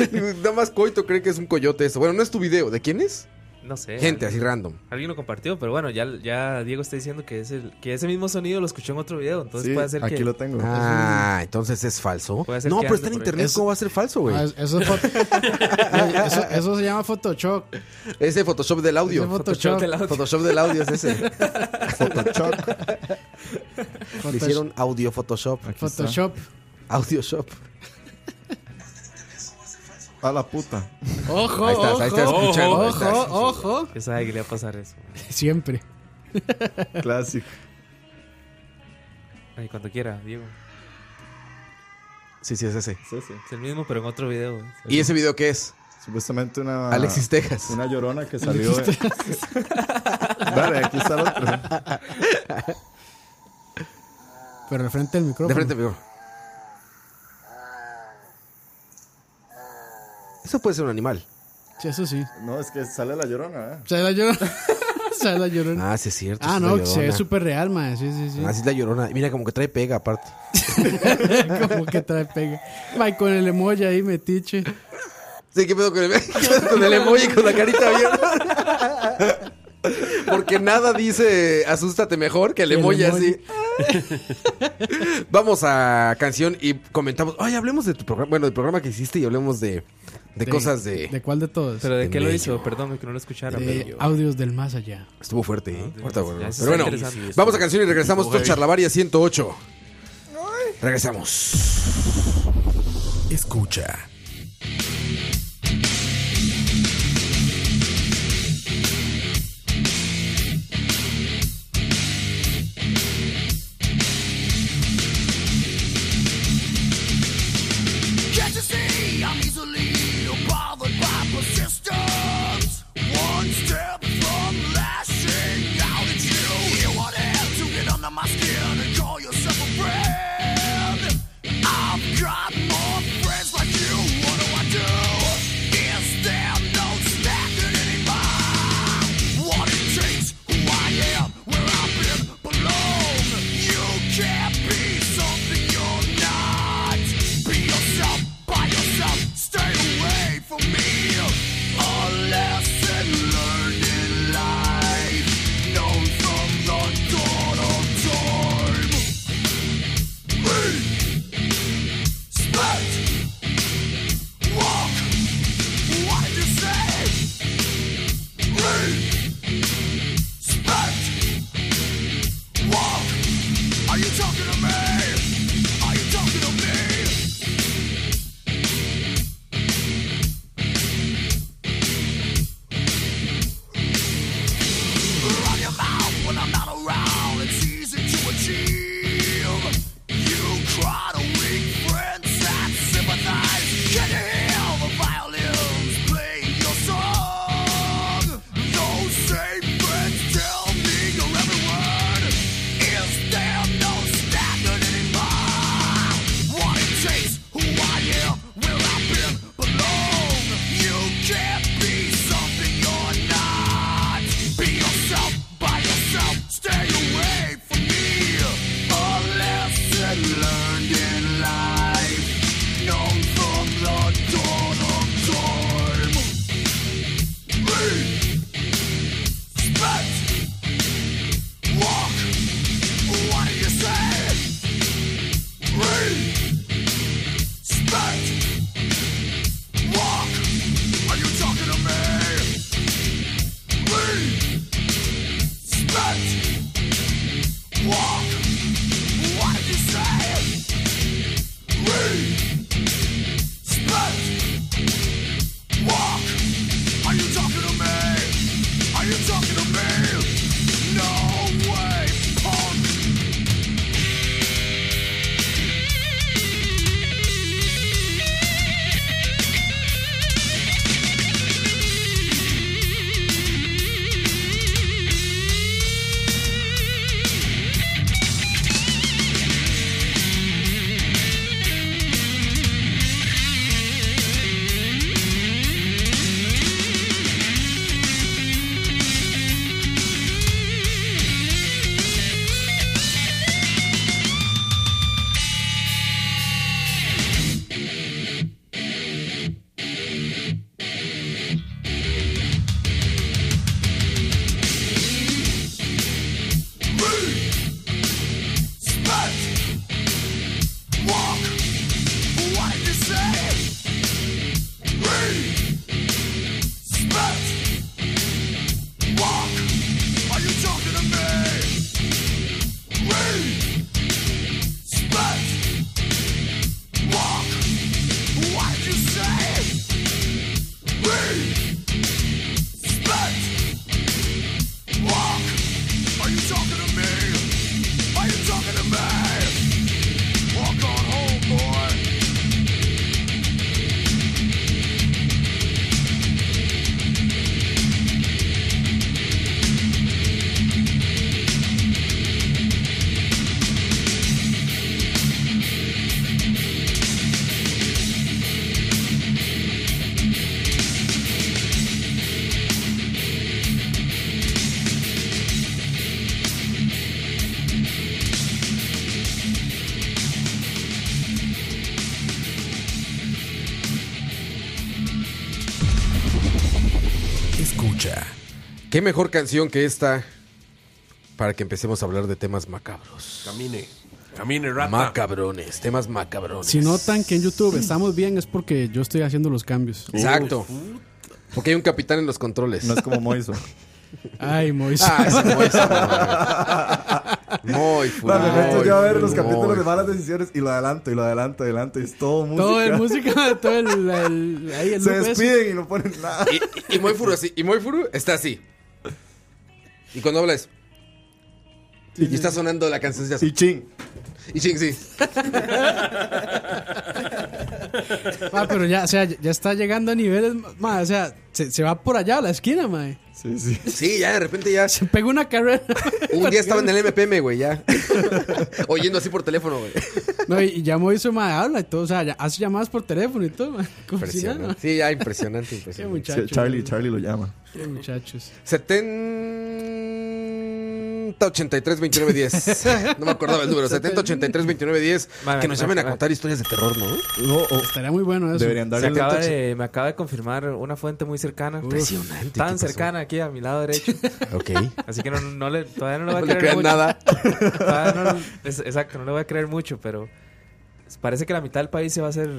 Speaker 1: Digo, nada más coito cree que es un coyote eso. Bueno, no es tu video. ¿De quién es?
Speaker 3: No sé.
Speaker 1: Gente, así
Speaker 3: alguien,
Speaker 1: random.
Speaker 3: alguien lo compartió, pero bueno, ya, ya Diego está diciendo que, es el, que ese mismo sonido lo escuchó en otro video. Entonces
Speaker 5: sí,
Speaker 3: puede ser
Speaker 5: aquí
Speaker 3: que.
Speaker 5: lo tengo.
Speaker 1: Ah, entonces es falso.
Speaker 3: Puede ser
Speaker 1: No,
Speaker 3: que
Speaker 1: pero
Speaker 3: ande
Speaker 1: está en
Speaker 3: por ahí.
Speaker 1: internet.
Speaker 2: Es-
Speaker 1: ¿Cómo va a ser falso, güey?
Speaker 2: Ah, es-
Speaker 1: [LAUGHS]
Speaker 2: eso, es foto- Güey, eso- eso se llama Photoshop.
Speaker 1: Es de Photoshop del audio.
Speaker 2: Es de Photoshop.
Speaker 1: del audio. Photoshop del audio es ese.
Speaker 2: [LAUGHS]
Speaker 5: Photoshop.
Speaker 1: Le hicieron audio Photoshop.
Speaker 2: Photoshop.
Speaker 1: Audio Shop.
Speaker 5: A la puta.
Speaker 2: Ojo,
Speaker 1: Ahí estás,
Speaker 2: ojo,
Speaker 1: ahí estás escuchando, ahí
Speaker 2: ojo,
Speaker 1: estás.
Speaker 2: ojo.
Speaker 3: Yo sabía que le iba a pasar eso.
Speaker 2: Siempre.
Speaker 5: [LAUGHS] Clásico.
Speaker 3: Ay, cuando quiera, Diego.
Speaker 1: Sí, sí, es ese.
Speaker 5: Sí, sí.
Speaker 3: Es el mismo, pero en otro video.
Speaker 1: ¿Y ese video qué es?
Speaker 5: Supuestamente una.
Speaker 1: Alexis Texas.
Speaker 5: Una llorona que salió. de- [LAUGHS] Dale, aquí está el otro.
Speaker 2: Pero al frente del micrófono.
Speaker 1: De frente, amigo. Eso puede ser un animal.
Speaker 2: Sí, eso sí.
Speaker 5: No, es que sale la llorona, ¿eh?
Speaker 2: Se la llorona. [LAUGHS] Se la llorona.
Speaker 1: Ah, sí, es cierto.
Speaker 2: Ah,
Speaker 1: sí
Speaker 2: no,
Speaker 1: es la
Speaker 2: se ve
Speaker 1: llorona.
Speaker 2: súper real, mae. Sí, sí, sí.
Speaker 1: Ah, sí es la llorona. Mira, como que trae pega aparte.
Speaker 2: [LAUGHS] Como que trae pega. Mae, con el emoji ahí metiche.
Speaker 1: Sí, ¿qué pedo con el, [LAUGHS] qué pedo con el emoji con la carita abierta? [LAUGHS] Porque nada dice asústate mejor que el
Speaker 2: Que el
Speaker 1: emoji así.
Speaker 2: emoji.
Speaker 1: [LAUGHS] Vamos a canción y comentamos. Ay, hablemos de tu programa. Bueno, del programa que hiciste y hablemos de, de cosas de.
Speaker 2: ¿De cuál de todos?
Speaker 3: ¿Pero de
Speaker 1: de
Speaker 3: qué lo
Speaker 1: medio.
Speaker 3: hizo? Perdón, que no lo escuchara.
Speaker 2: De
Speaker 3: pero-
Speaker 2: audios del más allá.
Speaker 1: Estuvo fuerte, ¿eh? Ahorita volvemos.
Speaker 3: Ya, eso
Speaker 1: Pero bueno,
Speaker 3: está interesante.
Speaker 6: Sí, sí,
Speaker 1: vamos a
Speaker 6: estuvo-
Speaker 1: canción y regresamos. Esto es
Speaker 6: heavy.
Speaker 1: Charlavaria 108. Regresamos.
Speaker 11: Escucha.
Speaker 8: Can't you see I'm easily bothered by persistence? One step from lashing out at you. You want to get under my skin and call yourself a friend. I've got more friends like you
Speaker 1: Qué mejor canción que esta para que empecemos a hablar de temas macabros.
Speaker 6: Camine. Camine, rata.
Speaker 1: Macabrones, temas macabrones.
Speaker 2: Si notan que en YouTube estamos bien es porque yo estoy haciendo los cambios.
Speaker 1: Exacto. Porque hay un capitán en los controles.
Speaker 5: No es como Moiso.
Speaker 2: Ay, Moisés.
Speaker 1: Ah, ese Moy, ese Moy.
Speaker 5: [LAUGHS]
Speaker 1: Moy,
Speaker 5: Bueno,
Speaker 1: fulano,
Speaker 5: me meto yo a ver los
Speaker 1: Moy.
Speaker 5: capítulos de malas decisiones y lo adelanto, y lo adelanto, adelanto, y es todo música.
Speaker 2: todo el
Speaker 1: [LAUGHS]
Speaker 2: música, [LAUGHS] todo el, el- ahí el
Speaker 5: Se
Speaker 2: loop ese.
Speaker 5: despiden y no ponen nada.
Speaker 1: Y, y Moy Furu así. Y Moy Furu está así. Y cuando hablas. Y está sonando la canción. ya-
Speaker 5: Y ching.
Speaker 1: Y ching, sí.
Speaker 2: Ah, pero ya, o sea, ya está llegando a niveles, ma, o sea, se, se va por allá a la esquina, mae.
Speaker 5: Sí, sí.
Speaker 1: Sí, ya de repente ya.
Speaker 2: Se pegó una carrera.
Speaker 1: Un día estaba en
Speaker 2: [LAUGHS]
Speaker 1: el MPM, güey, ya. [LAUGHS] Oyendo así por teléfono, güey.
Speaker 2: No, y, y ya Moisés, mae, habla y todo, o sea, ya hace llamadas por teléfono y todo, mae. [LAUGHS] Como si nada, mae.
Speaker 1: Impresionante. Sí, ya, impresionante,
Speaker 2: Qué
Speaker 1: impresionante.
Speaker 2: muchachos.
Speaker 5: Charlie, Charlie lo llama.
Speaker 2: Qué muchachos.
Speaker 1: 70 83 29 10. No me acordaba el
Speaker 2: [LAUGHS]
Speaker 1: número. 70 83 29 10.
Speaker 3: Vale,
Speaker 1: Que nos
Speaker 3: vale,
Speaker 1: llamen a
Speaker 3: vale.
Speaker 1: contar historias de terror, ¿no?
Speaker 5: No,
Speaker 1: oh.
Speaker 5: o
Speaker 2: Estaría muy bueno eso.
Speaker 5: deberían
Speaker 3: Se
Speaker 5: darle el
Speaker 3: acaba
Speaker 5: toque.
Speaker 3: de- me acaba de confirmar una fuente muy cercana.
Speaker 1: Impresionante, ¿qué
Speaker 3: Tan
Speaker 1: pasó?
Speaker 3: cercana aquí a mi lado derecho.
Speaker 1: [LAUGHS] Ok.
Speaker 3: Así que no, no le, todavía no le
Speaker 1: No
Speaker 3: voy a
Speaker 1: le
Speaker 3: creer
Speaker 1: crean
Speaker 3: mucho.
Speaker 1: nada.
Speaker 3: Todavía no le- es- exacto, no le voy a creer mucho, pero parece que la mitad del país se va a hacer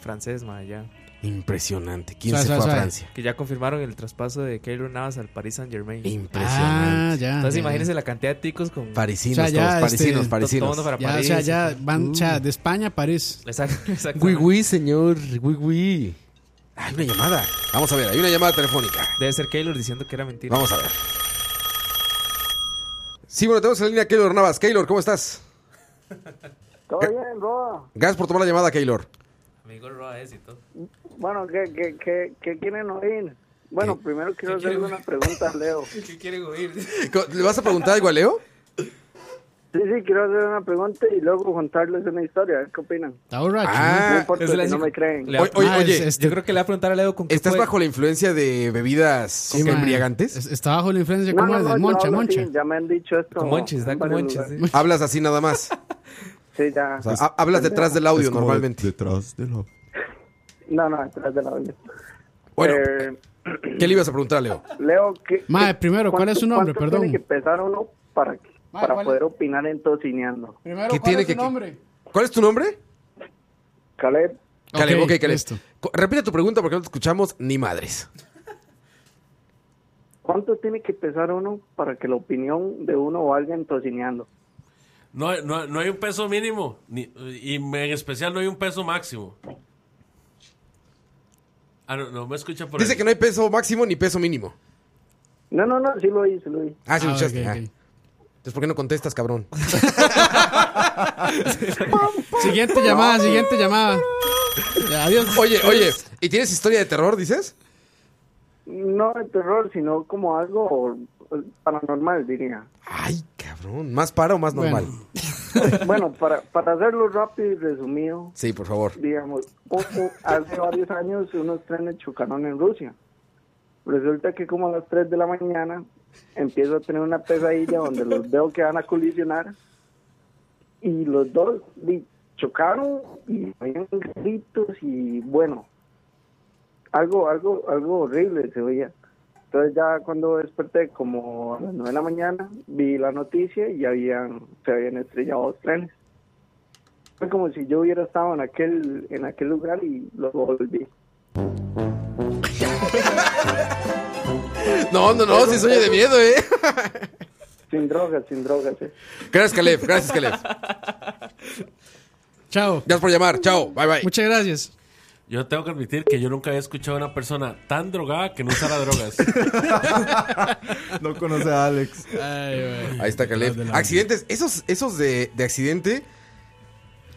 Speaker 3: francés, ma, ya.
Speaker 1: Impresionante. ¿Quién
Speaker 2: Suave,
Speaker 1: se
Speaker 2: suave,
Speaker 1: fue a
Speaker 2: suave.
Speaker 1: Francia?
Speaker 3: Que ya confirmaron el traspaso de Keylor Navas al Paris Saint Germain.
Speaker 1: Impresionante.
Speaker 2: Ah, ya.
Speaker 3: Entonces
Speaker 2: ya,
Speaker 3: imagínense la cantidad de ticos con
Speaker 1: Parisinos,
Speaker 2: O sea, ya,
Speaker 1: todos. Parisinos,
Speaker 2: este,
Speaker 3: todo- todo
Speaker 1: parisinos.
Speaker 3: mundo para
Speaker 2: ya. Ya, o
Speaker 3: París.
Speaker 2: sea, ya van, o sea, de España a París.
Speaker 3: Exacto, [LAUGHS] exacto.
Speaker 1: Gui, gui, señor. Gui, gui. Hay una llamada. Vamos a ver, hay una llamada telefónica.
Speaker 3: Debe ser Keylor diciendo que era mentira.
Speaker 1: Vamos a ver. Sí, bueno, tenemos en línea a Keylor Navas. Keylor, ¿cómo estás?
Speaker 12: Todo bien, Roa.
Speaker 1: Gracias por tomar la llamada, Keylor.
Speaker 3: Amigo Roa es y todo.
Speaker 12: Bueno, ¿qué, qué, qué, qué quieren oír? Bueno, primero quiero hacerle una pregunta a Leo. Sí,
Speaker 3: [LAUGHS] ¿Qué quieren oír?
Speaker 1: ¿Le vas a preguntar algo a Leo?
Speaker 12: sí, quiero hacerle una pregunta y luego contarles una historia. a ver ¿Qué opinan?
Speaker 2: Está borracho.
Speaker 12: No
Speaker 1: Ah,
Speaker 12: importa
Speaker 3: es la-
Speaker 12: si no me creen.
Speaker 1: oye, oye,
Speaker 2: Ah,
Speaker 1: oye,
Speaker 2: es- este-
Speaker 3: Yo creo que le va a preguntar a Leo con qué
Speaker 1: ¿estás
Speaker 3: fue-
Speaker 1: bajo la influencia de bebidas
Speaker 2: Sí, mae.
Speaker 1: embriagantes?
Speaker 2: Es- Está bajo la influencia.
Speaker 12: No,
Speaker 2: ¿Cómo
Speaker 12: no,
Speaker 2: es?
Speaker 12: no, yo
Speaker 2: moncha,
Speaker 12: hablo
Speaker 2: moncha.
Speaker 12: así, Ya me han dicho esto.
Speaker 3: Con monches, está
Speaker 12: en
Speaker 3: con
Speaker 12: varios
Speaker 3: monches.
Speaker 12: lugares.
Speaker 3: ¿eh?
Speaker 1: Hablas así nada más.
Speaker 12: [LAUGHS] Sí, ya.
Speaker 1: O sea, ha- hablas detrás del audio
Speaker 5: Es como
Speaker 1: normalmente.
Speaker 5: de- detrás de la-
Speaker 12: No, no, detrás de la olla.
Speaker 1: Bueno,
Speaker 12: Eh,
Speaker 1: ¿qué le ibas a preguntar a Leo?
Speaker 12: Leo, ¿qué,
Speaker 2: Mae, primero, ¿cuál
Speaker 12: cuánto-
Speaker 2: es su nombre?
Speaker 12: cuánto
Speaker 2: Perdón.
Speaker 12: tiene que pesar uno para, que-
Speaker 2: Mae,
Speaker 12: para
Speaker 2: ¿cuál es?
Speaker 12: poder opinar en tocineando?
Speaker 2: Primero,
Speaker 1: ¿Qué ¿cuál tiene es su que- nombre? ¿Cuál es tu nombre?
Speaker 12: Caleb,
Speaker 1: Caleb,
Speaker 2: Ok,
Speaker 1: ok, Caleb.
Speaker 2: listo.
Speaker 1: Co- Repite tu pregunta porque no te escuchamos ni madres.
Speaker 12: ¿cuánto tiene que pesar uno para que la opinión de uno valga en tocineando?
Speaker 6: No, no, no hay un peso mínimo, ni- y en especial no hay un peso máximo. Ah, no, no me escucha por
Speaker 1: Dice
Speaker 6: ahí.
Speaker 1: que no hay peso máximo ni peso mínimo.
Speaker 12: No, no, no, sí lo oí, sí lo oí.
Speaker 1: Ah, sí,
Speaker 2: Ah,
Speaker 1: escuchaste.
Speaker 2: ok,
Speaker 1: Ah.
Speaker 2: ok.
Speaker 1: Entonces, ¿por qué no contestas,
Speaker 2: [LAUGHS]
Speaker 1: cabrón?
Speaker 2: Siguiente llamada, siguiente llamada. Ya, Adiós.
Speaker 1: Oye, oye, ¿y tienes historia de terror, dices?
Speaker 12: No de terror, sino como algo eh, paranormal, diría. [LAUGHS]
Speaker 1: Ay, cabrón. ¿Más para o más normal?
Speaker 2: Bueno.
Speaker 12: Bueno, para, para hacerlo rápido y resumido,
Speaker 1: Sí, por favor.
Speaker 12: digamos, poco, hace varios años unos trenes chocaron en Rusia. Resulta que como a las 3 de la mañana empiezo a tener una pesadilla donde los veo que van a colisionar y los dos di, chocaron y habían gritos y bueno, algo, algo, algo horrible se oía. Entonces ya cuando desperté como a las 9 de la mañana vi la noticia y habían, se habían estrellado dos trenes fue como si yo hubiera estado en aquel en aquel lugar y lo volví.
Speaker 1: No, no, no, sí soy de miedo, ¿eh?
Speaker 12: Sin drogas, sin drogas. eh.
Speaker 1: Gracias, Caleb. Gracias, Caleb.
Speaker 2: Chao.
Speaker 1: Gracias por llamar. Chao. Bye, bye.
Speaker 2: Muchas gracias.
Speaker 6: Yo tengo que admitir que yo nunca había escuchado a una persona tan drogada que no usara drogas.
Speaker 5: No conoce a Alex.
Speaker 2: Ay, güey.
Speaker 1: Ahí está Caleb. Accidentes. Esos, esos de, de accidente.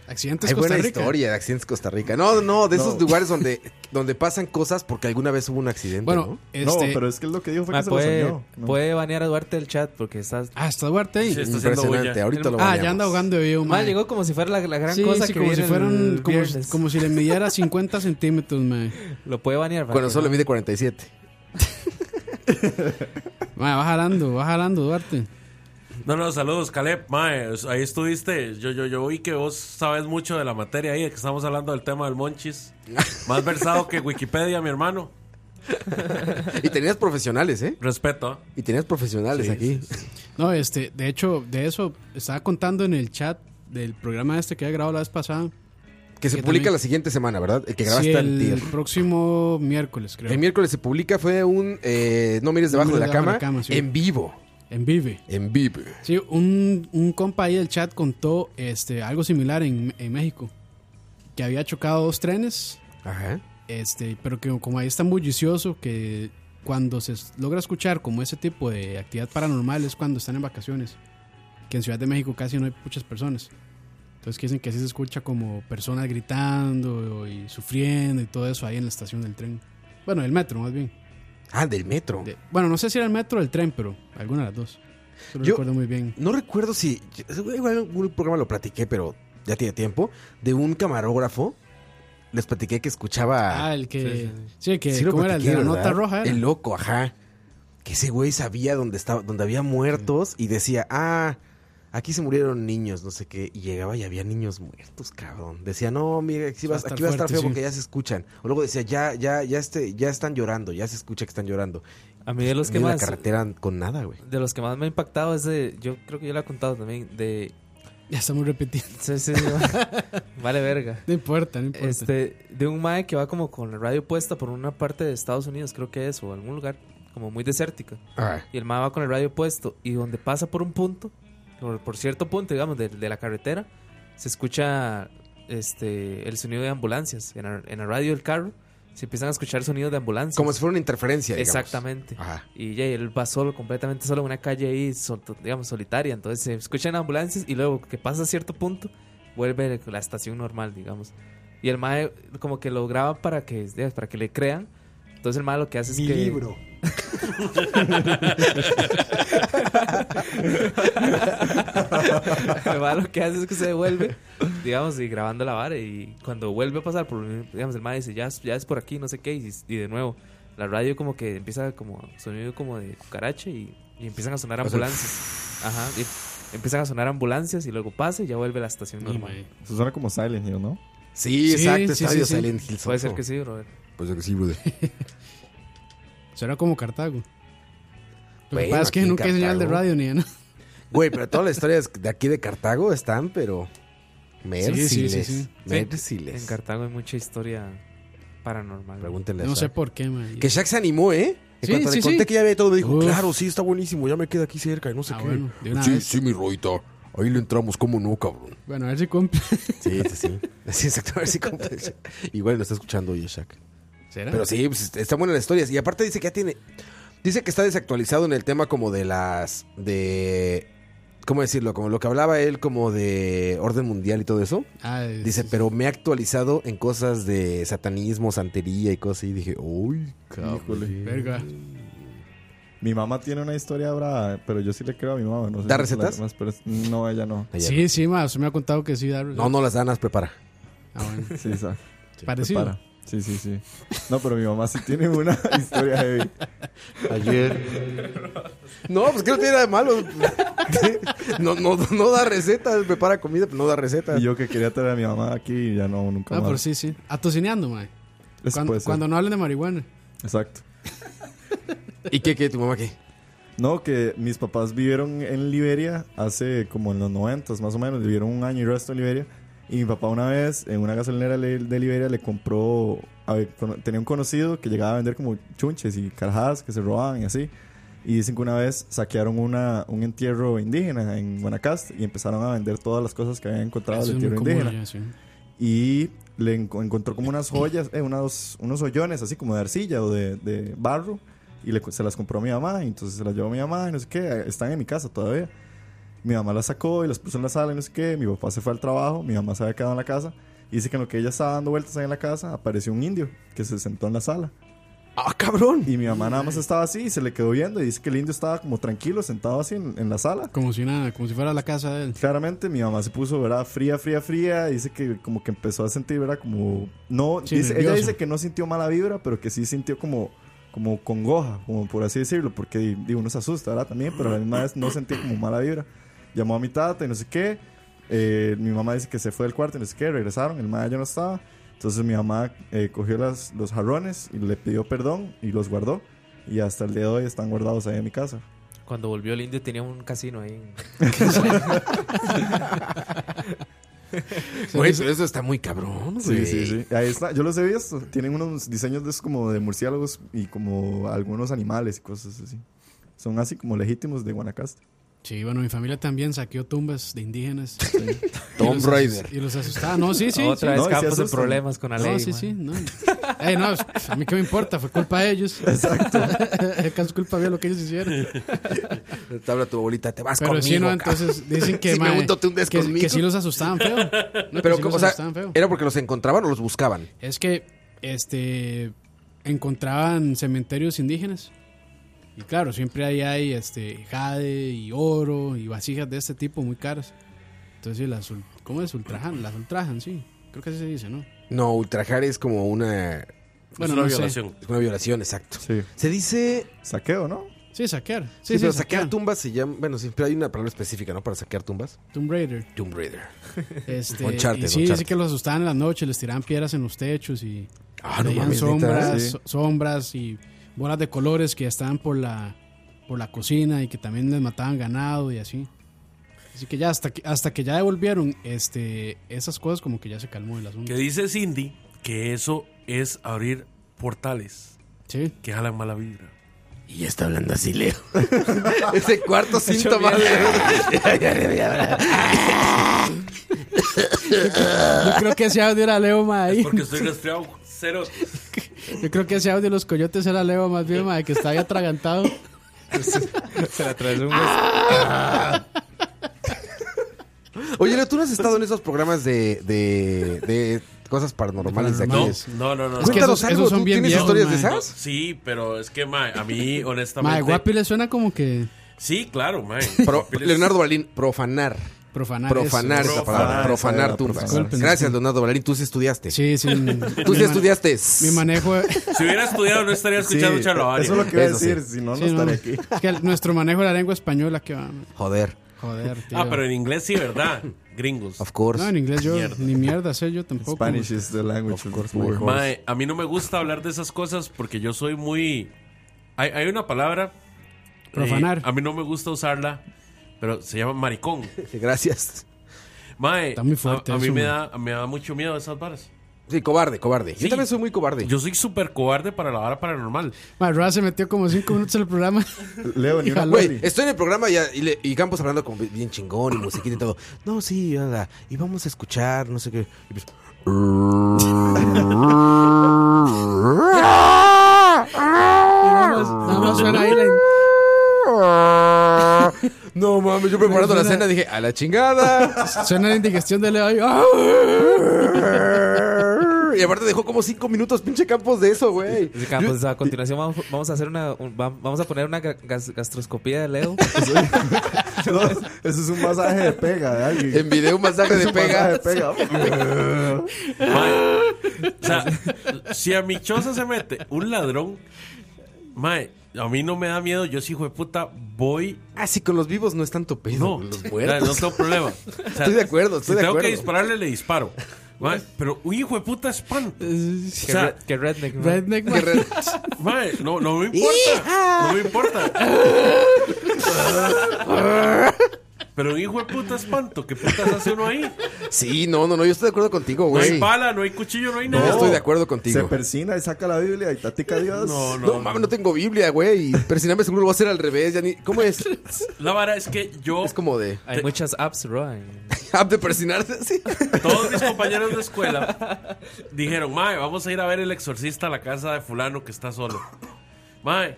Speaker 2: Accidentes
Speaker 1: Hay
Speaker 2: Costa
Speaker 1: buena
Speaker 2: Rica.
Speaker 1: historia de accidentes Costa Rica. No, no, de esos
Speaker 5: No.
Speaker 1: lugares donde, donde pasan cosas porque alguna vez hubo un accidente,
Speaker 2: Bueno,
Speaker 5: No,
Speaker 2: este. pues.
Speaker 5: pero es que es lo que dijo fue
Speaker 3: Ma,
Speaker 5: que se lo
Speaker 3: puede,
Speaker 5: soñó. No.
Speaker 3: puede banear a Duarte del chat porque estás.
Speaker 2: Ah, está Duarte ahí.
Speaker 6: Sí,
Speaker 1: ¿no?
Speaker 6: está haciendo
Speaker 1: Mm, Impresionante.
Speaker 6: bulla.
Speaker 1: Ahorita lo
Speaker 2: ah,
Speaker 1: baneamos.
Speaker 2: ya anda ahogando de vivo,
Speaker 3: Ma,
Speaker 2: mae.
Speaker 3: llegó como si fuera la, la gran
Speaker 2: Sí,
Speaker 3: cosa
Speaker 2: sí,
Speaker 3: que
Speaker 2: como
Speaker 3: viene
Speaker 2: si
Speaker 3: el
Speaker 2: fueran como, si-
Speaker 3: viernes.
Speaker 2: como si
Speaker 3: [LAUGHS]
Speaker 2: le midiera 50 centímetros, mae.
Speaker 3: Lo puede banear.
Speaker 1: Cuando
Speaker 3: Duarte,
Speaker 1: solo
Speaker 3: ¿no?
Speaker 1: mide 47.
Speaker 2: [LAUGHS] Mae, va jalando, va jalando Duarte.
Speaker 6: No, no, saludos, Caleb. Mae, ahí estuviste. Yo, yo, yo vi que vos sabes mucho de la materia ahí, que estamos hablando del tema del Monchis. Más versado que Wikipedia, mi hermano.
Speaker 1: y tenías profesionales, ¿eh?
Speaker 6: Respeto.
Speaker 1: Y tenías profesionales aquí.
Speaker 2: No, este, de hecho, de eso estaba contando en el chat del programa este que había grabado la vez pasada.
Speaker 1: Que se
Speaker 2: Que
Speaker 1: publica
Speaker 2: también-
Speaker 1: la siguiente semana, ¿verdad? El que
Speaker 2: Sí,
Speaker 1: grabaste
Speaker 2: el
Speaker 1: antier.
Speaker 2: próximo miércoles, creo.
Speaker 1: El miércoles se publica, fue un eh, No mires debajo
Speaker 2: No
Speaker 1: de la
Speaker 2: mires debajo de
Speaker 1: cama,
Speaker 2: la cama, sí.
Speaker 1: en vivo.
Speaker 2: En Vive.
Speaker 1: En vivo.
Speaker 2: Sí, un, un compa ahí del chat contó este, algo similar en, en México. Que había chocado dos trenes,
Speaker 1: Ajá.
Speaker 2: este, pero que como ahí es tan bullicioso que cuando se s- logra escuchar como ese tipo de actividad paranormal es cuando están en vacaciones. Que en Ciudad de México casi no hay muchas personas. Entonces que dicen que así se escucha como personas gritando y sufriendo y todo eso ahí en la estación del tren. Bueno, del metro más bien.
Speaker 1: Ah, del metro.
Speaker 2: De- bueno, no sé si era el metro o el tren, pero alguna de las dos. Eso lo
Speaker 1: Yo-
Speaker 2: recuerdo muy bien.
Speaker 1: No recuerdo si. Igual en algún programa lo platiqué, pero ya tiene tiempo. De un camarógrafo. Les platiqué que escuchaba.
Speaker 2: Ah, el que. Sí,
Speaker 6: sí,
Speaker 2: el que.
Speaker 1: Sí lo
Speaker 2: ¿Cómo era? El de
Speaker 1: platiqué,
Speaker 2: la
Speaker 1: ¿verdad?
Speaker 2: nota roja. era.
Speaker 1: El loco, ajá. Que ese güey sabía dónde estaba, dónde había muertos y decía, ah, aquí se murieron niños, no sé qué. Y llegaba y había niños muertos, cabrón. Decía, no, mira, aquí
Speaker 2: Va
Speaker 1: va,
Speaker 2: a estar
Speaker 1: aquí va a estar
Speaker 2: fuerte,
Speaker 1: feo
Speaker 2: sí.
Speaker 1: porque ya se escuchan. O luego decía, ya, ya, ya este, ya están llorando, ya se escucha que están llorando. Pues,
Speaker 3: A mí de los
Speaker 1: En
Speaker 3: que
Speaker 1: medio de
Speaker 3: más.
Speaker 1: la carretera con nada, güey.
Speaker 3: De los que más me ha impactado es de. Yo creo que yo lo he contado también. De.
Speaker 2: Ya estamos repitiendo.
Speaker 3: sí,
Speaker 2: [LAUGHS]
Speaker 3: sí, sí, [LAUGHS] vale, verga.
Speaker 2: No importa, no importa.
Speaker 3: Este, de un mae que va como con la radio puesta por una parte de Estados Unidos, creo que es, o algún lugar como muy desértico. Y el mae va con el radio puesto y donde pasa por un punto, por, por cierto punto, digamos, de, de la carretera, se escucha este el sonido de ambulancias. En la, en la radio del carro se empiezan a escuchar sonidos de ambulancias.
Speaker 1: Como si fuera una interferencia, digamos.
Speaker 3: Exactamente.
Speaker 1: Ajá.
Speaker 3: Y ya, y él va solo, completamente solo en una calle ahí, sol- digamos, solitaria. Entonces se escuchan ambulancias y luego que pasa a cierto punto, vuelve a la estación normal, digamos. Y el mae como que lo graba para que, digamos, para que le crean. Entonces el mae lo que hace es que... [LAUGHS]
Speaker 2: [LAUGHS]
Speaker 3: el mae lo que hace es que se devuelve, digamos, y grabando la vara. Y cuando vuelve a pasar, por, digamos, el mae dice, ya, es- ya es por aquí, no sé qué. Y, y de nuevo, la radio como que empieza como sonido como de cucaracha y, y empiezan a sonar
Speaker 1: O sea, [LAUGHS]
Speaker 3: ambulancias. Ajá. y empiezan a sonar ambulancias y luego pasa y ya vuelve a la estación
Speaker 2: No,
Speaker 3: normal.
Speaker 2: mae.
Speaker 5: Eso suena como Silent Hill, ¿no?
Speaker 1: Sí,
Speaker 2: Sí,
Speaker 1: exacto,
Speaker 2: sí,
Speaker 1: estadio
Speaker 2: sí, sí.
Speaker 1: Silent Hill.
Speaker 3: Puede ser que sí, brother.
Speaker 5: Pues
Speaker 1: Puede ser que sí, brother.
Speaker 2: Será como Cartago. Lo que
Speaker 1: Bueno,
Speaker 2: pasa es que
Speaker 1: aquí en
Speaker 2: nunca hay señal de
Speaker 1: Cartago.
Speaker 2: radio ni de nada.
Speaker 1: Güey, pero todas las historias de aquí de Cartago están, pero. Mérciles.
Speaker 2: sí, sí.
Speaker 1: Mérciles.
Speaker 3: En Cartago hay mucha historia paranormal.
Speaker 1: Pregúntenle a
Speaker 2: No sé
Speaker 1: Shaq.
Speaker 2: por qué, man.
Speaker 1: Que Shaq se animó, ¿eh? En
Speaker 2: Sí,
Speaker 1: cuanto
Speaker 2: sí,
Speaker 1: le conté
Speaker 2: sí.
Speaker 1: que ya había todo, me dijo,
Speaker 2: Uf.
Speaker 1: claro, sí, está buenísimo, ya me queda aquí cerca y no sé
Speaker 2: Ah,
Speaker 1: qué.
Speaker 2: bueno, de una
Speaker 1: sí,
Speaker 2: vez.
Speaker 1: sí, mi roita. Ahí le entramos, ¿cómo no, cabrón?
Speaker 2: Bueno, a ver si cumple.
Speaker 1: Sí, sí, sí. Sí, exacto, [LAUGHS] a ver si cumple. Igual lo está escuchando hoy Shaq.
Speaker 2: [LAUGHS] ¿Será?
Speaker 1: Pero sí, pues, está buena la historia. Y aparte dice que ya tiene. Dice que está desactualizado en el tema como de las. de. ¿Cómo decirlo? Como lo que hablaba él, como de orden mundial y todo eso.
Speaker 2: Ah, es-
Speaker 1: Dice, pero me he actualizado en cosas de satanismo, santería y cosas. Y dije, uy, cabrón.
Speaker 2: Verga.
Speaker 5: Mi mamá tiene una historia brava, eh, pero yo sí le creo a mi mamá. No sé
Speaker 1: ¿Da
Speaker 5: si es la
Speaker 1: recetas?
Speaker 5: que más, pero es- no, ella no.
Speaker 1: Allá.
Speaker 2: Sí, sí, ma. Usted me ha contado que sí, da-
Speaker 1: No, no las danas prepara.
Speaker 2: Ah, bueno.
Speaker 5: Sí, esa.
Speaker 2: Parecido.
Speaker 5: Prepara. Sí, sí, sí. No, pero mi mamá sí tiene una [LAUGHS] historia heavy.
Speaker 7: Ayer,
Speaker 1: No, pues que no tiene nada de malo. [LAUGHS] No, no, no da recetas, prepara comida, pero no da recetas.
Speaker 5: Y yo que quería traer a mi mamá aquí y ya no, nunca
Speaker 2: Ah,
Speaker 5: más.
Speaker 2: pero sí, sí. Atocineando, man.
Speaker 5: Eso
Speaker 2: Cuando,
Speaker 5: puede ser.
Speaker 2: cuando no hablen de marihuana.
Speaker 5: Exacto.
Speaker 1: ¿Y qué, qué, tu mamá qué?
Speaker 5: No, que mis papás vivieron en Liberia hace como en los 90 más o menos, vivieron un año y resto en Liberia. Y mi papá una vez en una gasolinera le- de Liberia le compró, a ver, cono- tenía un conocido que llegaba a vender como chunches y carajadas que se robaban y así. Y dicen que una vez saquearon una, un entierro indígena en Guanacaste y empezaron a vender todas las cosas que habían encontrado
Speaker 2: Eso
Speaker 5: del
Speaker 2: es muy
Speaker 5: entierro
Speaker 2: común
Speaker 5: indígena
Speaker 2: allá, sí.
Speaker 5: y le enco- encontró como unas joyas, eh, unos, unos hoyones así como de arcilla o de, de barro y le co- se las compró a mi mamá y entonces se las llevó a mi mamá y no sé qué, están en mi casa todavía. Mi mamá las sacó y las puso en la sala y no sé qué, mi papá se fue al trabajo, mi mamá se había quedado en la casa y dice que en lo que ella estaba dando vueltas ahí en la casa apareció un indio que se sentó en la sala
Speaker 1: ¡Ah, cabrón!
Speaker 5: y mi mamá nada más estaba así y se le quedó viendo y dice que el indio estaba como tranquilo sentado así en- en la sala.
Speaker 2: Como si nada, como si fuera la casa de él.
Speaker 5: Claramente mi mamá se puso, ¿verdad? Fría, fría, fría. Dice que como que empezó a sentir, ¿verdad? Como... No,
Speaker 2: Sí,
Speaker 5: dice- ella
Speaker 2: nerviosa.
Speaker 5: dice que no sintió mala vibra, pero que sí sintió como... Como congoja, como por así decirlo. Porque di- di, uno se asusta, ¿verdad? También, pero a la misma vez no sentía como mala vibra. Llamó a mi tata y no sé qué. eh, mi mamá dice que se fue del cuarto y no sé qué. Regresaron, el madre ya no estaba. Entonces mi mamá eh, cogió las, los jarrones y le pidió perdón y los guardó. Y hasta el día de hoy están guardados ahí en mi casa.
Speaker 3: Cuando volvió el indio tenía un casino ahí.
Speaker 2: [LAUGHS]
Speaker 3: en-
Speaker 1: Güey, pero eso está muy cabrón,
Speaker 5: Sí,
Speaker 1: güey.
Speaker 5: sí, sí. Ahí está. Yo los he visto. Tienen unos diseños de esos como de murciélagos y como algunos animales y cosas así. Son así como legítimos de Guanacaste.
Speaker 2: Sí, bueno, mi familia también saqueó tumbas
Speaker 1: [LAUGHS]
Speaker 2: de indígenas.
Speaker 1: Tomb
Speaker 2: Y los
Speaker 1: Raider.
Speaker 2: asus- Y los asustaba. No, sí, sí.
Speaker 3: Otra vez
Speaker 2: sí.
Speaker 5: No, y se
Speaker 3: campos de
Speaker 5: asustan.
Speaker 3: problemas con la ley.
Speaker 2: No, sí,
Speaker 3: man.
Speaker 2: sí, no. Ey, no, pues, a mí qué me importa, fue culpa de ellos. Exacto. [LAUGHS] es culpa mía lo que ellos hicieron.
Speaker 1: Te habla tu abuelita, te vas
Speaker 2: Pero
Speaker 1: conmigo.
Speaker 2: sí, no,
Speaker 1: cabrón.
Speaker 2: entonces
Speaker 1: [LAUGHS]
Speaker 2: dicen que,
Speaker 1: Si me
Speaker 2: mae,
Speaker 1: unto, te hundes
Speaker 2: que,
Speaker 1: conmigo.
Speaker 2: que sí los
Speaker 1: [LAUGHS]
Speaker 2: asustaban feo. No, que
Speaker 1: Pero,
Speaker 2: sí
Speaker 1: ¿cómo?
Speaker 2: los
Speaker 1: o sea,
Speaker 2: asustaban feo.
Speaker 1: ¿era porque los encontraban o los buscaban?
Speaker 2: Es que este encontraban cementerios indígenas. Y claro, siempre ahí hay este jade y oro y vasijas de este tipo muy caras. Entonces sí, las ul- ¿cómo es? ultrajan, las ultrajan, sí. Creo que así se dice, ¿no?
Speaker 1: No, ultrajar es como una,
Speaker 6: es
Speaker 2: Bueno,
Speaker 6: una
Speaker 2: no sé.
Speaker 6: violación.
Speaker 1: es una violación, exacto.
Speaker 5: Sí.
Speaker 1: Se dice.
Speaker 5: Saqueo, ¿no?
Speaker 2: Sí, saquear.
Speaker 1: Sí,
Speaker 2: Sí, sí,
Speaker 1: pero saquear,
Speaker 2: saquear.
Speaker 1: tumbas se llama. Bueno, sí, pero hay una palabra específica, ¿no? Para saquear tumbas.
Speaker 2: Tomb Raider.
Speaker 1: Tomb Raider.
Speaker 2: [LAUGHS] Este,
Speaker 1: Uncharted,
Speaker 2: y sí,
Speaker 1: Uncharted.
Speaker 2: dice que los asustaban en las noches, les tiraban piedras en los techos y
Speaker 1: Ah,
Speaker 2: veían sombras,
Speaker 1: neta. ¿eh?
Speaker 5: sí.
Speaker 2: so- sombras y bolas de colores que estaban por la por la cocina y que también les mataban ganado y así. Así que ya hasta que, hasta que ya devolvieron este esas cosas como que ya se calmó el asunto.
Speaker 6: Que dice Cindy que eso es abrir portales
Speaker 2: Sí.
Speaker 6: que jalan mala vibra.
Speaker 1: Y ya está hablando así, Leo. [LAUGHS] Ese
Speaker 2: [LAUGHS]
Speaker 1: cuarto síntoma.
Speaker 6: [LAUGHS]
Speaker 2: Yo creo que ese audio era Leo ma, ahí.
Speaker 6: Porque
Speaker 2: [LAUGHS]
Speaker 6: estoy resfriado cero.
Speaker 2: Yo creo que ese audio de los coyotes era Leo más bien ma, que estaba
Speaker 1: [LAUGHS]
Speaker 2: ahí atragantado.
Speaker 3: Se la atravesó un
Speaker 1: [LAUGHS] Ah. Oye, Leo, ¿tú no has estado en esos programas de, de, de cosas paranormales de aquí?
Speaker 6: No, no, no, no.
Speaker 2: que
Speaker 1: Cuéntanos
Speaker 2: esos-
Speaker 1: algo,
Speaker 2: esos son
Speaker 1: ¿tú
Speaker 2: bien
Speaker 1: tienes
Speaker 2: viejos,
Speaker 1: historias de
Speaker 2: man.
Speaker 6: No,
Speaker 1: esas?
Speaker 6: sí, pero es que mae,
Speaker 2: [LAUGHS]
Speaker 6: a mí, honestamente.
Speaker 2: Ma, Guapi le suena como que
Speaker 6: Sí, claro, mae.
Speaker 2: [LAUGHS]
Speaker 6: [LAUGHS]
Speaker 1: Pro-
Speaker 6: Papeles-
Speaker 1: Leonardo Balín, profanar.
Speaker 2: profanar. eso.
Speaker 1: Profanar es la
Speaker 6: Profanar,
Speaker 1: palabra.
Speaker 5: esa
Speaker 1: Profanar
Speaker 5: era,
Speaker 1: tumbas.
Speaker 2: profanar.
Speaker 1: Gracias, Leonardo Balín. Tú sí estudiaste.
Speaker 2: Sí, sí.
Speaker 1: Tú
Speaker 2: Tú
Speaker 1: sí estudiaste.
Speaker 2: Mi manejo
Speaker 6: Si hubiera estudiado, no estaría escuchando
Speaker 5: Sí,
Speaker 6: charlavaria.
Speaker 5: Eso es lo que iba a
Speaker 1: Eso sí.
Speaker 5: decir. Si no, no
Speaker 2: Sí, no,
Speaker 5: estaría
Speaker 2: no.
Speaker 5: aquí.
Speaker 2: [LAUGHS] Es que el- nuestro manejo de la lengua española que va.
Speaker 1: Joder.
Speaker 2: Joder, tío.
Speaker 6: Ah, pero en inglés sí, ¿verdad? Gringos.
Speaker 1: Of course.
Speaker 2: No, en inglés yo
Speaker 6: Mierda.
Speaker 2: ni mierda sé yo tampoco.
Speaker 5: Spanish is the language of the world.
Speaker 6: Mae, a mí no me gusta hablar de esas cosas porque yo soy muy. Hay, hay una palabra. eh,
Speaker 2: Profanar.
Speaker 6: a mí no me gusta usarla, pero se llama maricón.
Speaker 2: [LAUGHS]
Speaker 1: Gracias.
Speaker 6: Mae,
Speaker 2: Está muy fuerte
Speaker 6: a, a mí
Speaker 2: eso,
Speaker 6: me
Speaker 2: mae.
Speaker 6: da, me da mucho miedo esas varas.
Speaker 1: Sí, cobarde, cobarde. Yo
Speaker 6: Sí.
Speaker 1: también soy muy cobarde.
Speaker 6: Yo soy súper cobarde para la vara paranormal.
Speaker 2: Ma, Roa se metió como cinco minutos en el
Speaker 6: [LAUGHS]
Speaker 2: programa.
Speaker 5: Leo, ni una
Speaker 2: Híjalo.
Speaker 1: Güey,
Speaker 5: peli.
Speaker 1: estoy en el programa y, y le- y Campos hablando como bien chingón y musiquita y todo. No, sí, nada. Y vamos a escuchar, no sé qué. Y pues,
Speaker 2: Nada más- nada más suena ahí la-
Speaker 1: no mames, yo preparando la cena dije, a la chingada.
Speaker 2: Suena la indigestión de Leo ahí. ¡Ah!
Speaker 1: Y aparte dejó como cinco minutos pinche Campos de eso, güey.
Speaker 3: Dice Campos, ah, pues, a continuación vamos, vamos a hacer una un- va- vamos a poner una ga- gas- gastroscopía de Leo.
Speaker 5: No, eso es un masaje de pega de alguien.
Speaker 1: Envié un [LAUGHS] masaje
Speaker 5: Es
Speaker 1: de
Speaker 5: un masaje
Speaker 1: pega.
Speaker 5: de pega.
Speaker 6: Mae, o sea, si a mi choza se mete un ladrón, mae, a mí no me da miedo. Yo, sí, hijo de puta, voy.
Speaker 1: Ah, sí, con los vivos no es tanto pedo.
Speaker 6: No,
Speaker 1: con los
Speaker 6: o sea, no
Speaker 1: muertos.
Speaker 6: tengo problema. O sea,
Speaker 1: Estoy de acuerdo,
Speaker 6: Si
Speaker 1: estoy de
Speaker 6: tengo
Speaker 1: acuerdo.
Speaker 6: que dispararle, le disparo. Mae, pero un hijo de puta
Speaker 3: Eh,
Speaker 6: espanto. O
Speaker 3: que,
Speaker 6: sea,
Speaker 3: re- que redneck. man.
Speaker 2: Redneck, ma.
Speaker 1: Qué
Speaker 2: [LAUGHS]
Speaker 1: re-
Speaker 6: Mae, no, no me importa. No me importa. Pero un hijo de puta espanto, ¿qué putas hace uno ahí?
Speaker 1: Sí, no, no, no, yo estoy de acuerdo contigo,
Speaker 6: No hay
Speaker 1: güey.
Speaker 6: pala, no hay cuchillo, no hay
Speaker 1: Yo
Speaker 6: nada.
Speaker 1: estoy de acuerdo
Speaker 5: Se
Speaker 1: contigo.
Speaker 5: persina y saca la Biblia y tatica a Dios.
Speaker 6: No, no.
Speaker 1: No mames, no tengo Biblia, güey. Pero si no me seguro lo voy a hacer al revés, ya ni. ¿Cómo
Speaker 6: [LAUGHS]
Speaker 1: es?
Speaker 6: La vara es que yo,
Speaker 1: Es como de
Speaker 3: Hay muchas apps, Roa. en-
Speaker 1: [LAUGHS] app de persinarse así.
Speaker 6: todos mis compañeros de escuela dijeron, Mae, vamos a ir a ver el exorcista a la casa de fulano que está solo. Mae.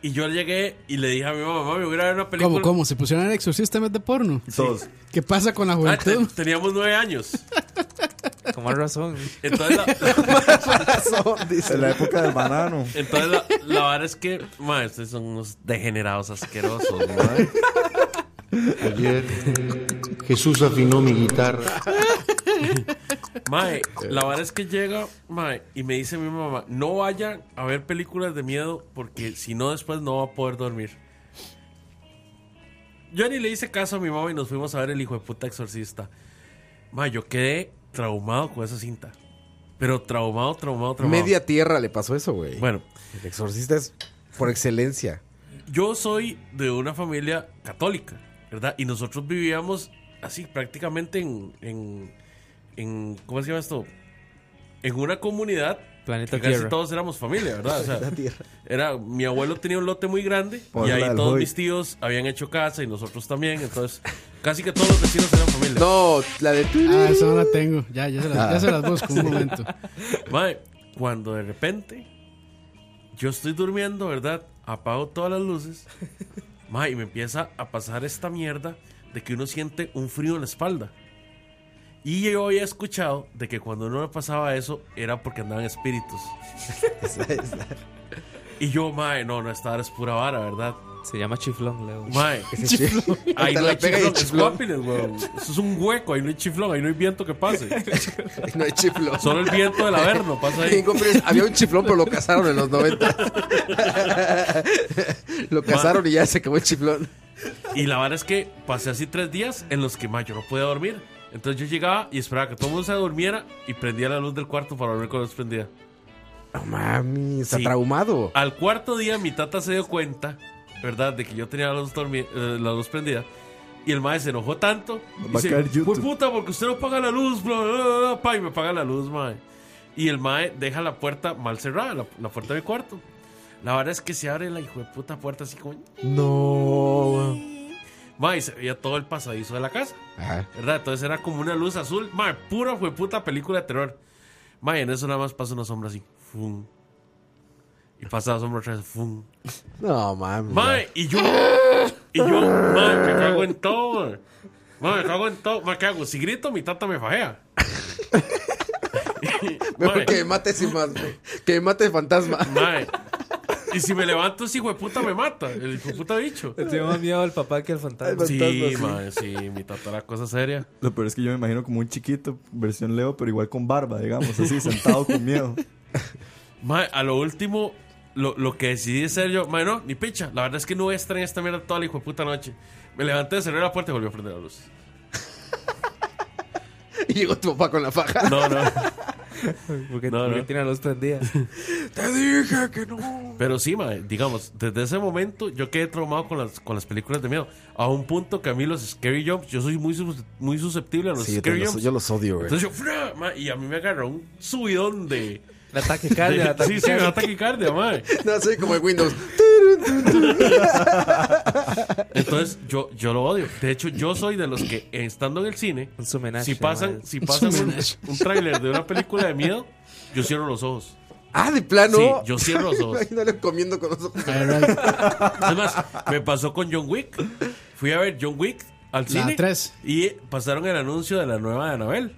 Speaker 6: Y yo llegué y le dije a mi mamá, mami, voy a ir a ver una película.
Speaker 2: ¿Cómo, cómo? ¿Se pusieron el exorcista en vez de porno?
Speaker 5: Todos.
Speaker 2: ¿Qué pasa con la
Speaker 6: Ah, te-
Speaker 2: juventud?
Speaker 6: teníamos nueve años.
Speaker 3: Con más razón.
Speaker 6: Entonces la,
Speaker 5: En la época del banano.
Speaker 6: Entonces, la, la verdad es que, mae, ustedes son unos degenerados asquerosos, mae.
Speaker 7: Ayer Jesús afinó mi guitarra.
Speaker 6: Mae, la verdad es que llega, mae, y me dice mi mamá, no vayan a ver películas de miedo porque si no después no va a poder dormir. Yo ni le hice caso a mi mamá y nos fuimos a ver El Hijo de Puta Exorcista. Mae, yo quedé traumado con esa cinta. Pero traumado, traumado, traumado.
Speaker 1: Media tierra le pasó eso, güey.
Speaker 6: Bueno,
Speaker 1: El exorcista es por excelencia.
Speaker 6: yo soy de una familia católica, ¿verdad? Y nosotros vivíamos así prácticamente en, en, en- ¿cómo se llama esto? En una comunidad
Speaker 3: Planeta
Speaker 6: que casi
Speaker 3: Tierra.
Speaker 6: todos éramos familia, ¿verdad? O sea, era, mi abuelo tenía un lote muy grande
Speaker 5: Por
Speaker 6: y
Speaker 5: la
Speaker 6: ahí
Speaker 5: del
Speaker 6: todos
Speaker 5: Hobbit.
Speaker 6: mis tíos habían hecho casa y nosotros también, entonces casi que todos los vecinos eran familia.
Speaker 1: No, la de...
Speaker 2: Ah, esa no la tengo. Ya, ya se las, ya se las busco
Speaker 5: Ah.
Speaker 2: un momento.
Speaker 6: Mae, cuando de repente yo estoy durmiendo, ¿verdad? Apago todas las luces. Mae, y me empieza a pasar esta mierda de que uno siente un frío en la espalda. Y yo había escuchado de que cuando uno le pasaba eso era porque andaban espíritus. y yo, mae, no, no, esta hora es pura vara, ¿verdad?
Speaker 3: Se llama chiflón, Leo.
Speaker 6: Mae, [LAUGHS] ahí
Speaker 1: Hasta
Speaker 6: no
Speaker 1: la
Speaker 6: hay
Speaker 1: pega y
Speaker 6: chiflón, es
Speaker 1: chiflón.
Speaker 6: guapines, weón. Eso es un hueco, ahí no hay chiflón, ahí no hay viento
Speaker 1: [LAUGHS]
Speaker 6: que pase.
Speaker 1: No hay chiflón.
Speaker 6: Solo el viento
Speaker 1: [LAUGHS]
Speaker 6: del averno pasa ahí.
Speaker 1: Ningún frío. Había un chiflón, pero lo cazaron en los 90. [LAUGHS] lo cazaron y ya se acabó el chiflón.
Speaker 6: [LAUGHS] Y la verdad es que pasé así tres días en los que ma, yo no podía dormir. Entonces yo llegaba y esperaba que todo el mundo se durmiera y prendía la luz del cuarto para dormir con la luz prendida.
Speaker 1: No mami, está
Speaker 6: Sí.
Speaker 1: traumado.
Speaker 6: Al cuarto día mi tata se dio cuenta, ¿verdad? De que yo tenía la luz, dormi- eh, la luz prendida. Y el mae se enojó tanto.
Speaker 5: Va a
Speaker 6: y dice,
Speaker 5: caer
Speaker 6: "Fue
Speaker 5: YouTube".
Speaker 6: puta, porque usted no paga la luz, bla, bla, bla, bla, pa", y me paga la luz, mae. Y el mae deja la puerta mal cerrada, la, la puerta de mi cuarto. La verdad es que se abre la hijo de puta puerta así como...
Speaker 1: No.
Speaker 6: Mae, y se veía todo el pasadizo de la casa.
Speaker 1: Ajá.
Speaker 6: ¿verdad? Entonces era como una luz azul. Madre, pura fue puta película de terror. Madre, en eso nada más pasa una sombra así. Fum. Y pasa la sombra otra vez. Fum.
Speaker 1: No, mami.
Speaker 6: Madre, y yo. Y yo, madre, me cago en todo. madre. Madre, me cago en todo. Me cago. Si grito, mi tata me fajea.
Speaker 1: Mejor
Speaker 6: Madre,
Speaker 1: que me mate sin más. güey. Que me mate el fantasma.
Speaker 6: madre. Y si me levanto, ese hijo de puta me mata. El hijo de puta bicho.
Speaker 3: Le Tengo más miedo al papá que al fantasma.
Speaker 6: Sí, madre, sí, mi tata era cosa seria.
Speaker 5: Lo peor es que yo me imagino como un chiquito, versión Leo, pero igual con barba, digamos, así, sentado con miedo.
Speaker 6: Mae, a lo último, lo, lo que decidí hacer yo, mae, no, ni picha. La verdad es que no voy a estar en esta mierda toda la hijo de puta noche. Me levanté, cerré la puerta y volví a prender la luz.
Speaker 1: [LAUGHS] Y llegó tu papá con la faja.
Speaker 6: No, no.
Speaker 3: [LAUGHS] Porque,
Speaker 6: No,
Speaker 3: porque
Speaker 6: no.
Speaker 3: tiene la luz
Speaker 6: [LAUGHS]
Speaker 3: prendida.
Speaker 1: Te dije que no.
Speaker 6: Pero sí, mae, digamos, desde ese momento yo quedé traumado con las, con las películas de miedo. A un punto que a mí los scary jumps, yo soy muy, sus- muy susceptible a los
Speaker 1: Sí, yo, te
Speaker 6: scary
Speaker 1: los,
Speaker 6: jumps.
Speaker 1: yo los odio, güey.
Speaker 6: Entonces yo, ¡fra! mae, y a mí me agarró un subidón de...
Speaker 3: La taquicardia, la
Speaker 6: de- sí, sí, me da
Speaker 3: taquicardia.
Speaker 6: taquicardia, mae.
Speaker 1: No, soy como el Windows.
Speaker 6: Entonces yo, yo lo odio. De hecho, yo soy de los que estando en el cine,
Speaker 3: Un sumenache,
Speaker 6: si pasan,
Speaker 3: madre.
Speaker 6: si pasan un, un tráiler de una película de miedo, yo cierro los ojos.
Speaker 1: Ah, de plano.
Speaker 6: Sí, yo cierro
Speaker 1: [LAUGHS]
Speaker 6: los ojos.
Speaker 1: Imagínale comiendo con los ojos.
Speaker 6: Además, me pasó con John Wick. Fui a ver John Wick al
Speaker 2: La
Speaker 6: cine
Speaker 2: tres.
Speaker 6: y pasaron el anuncio de la nueva de Anabel,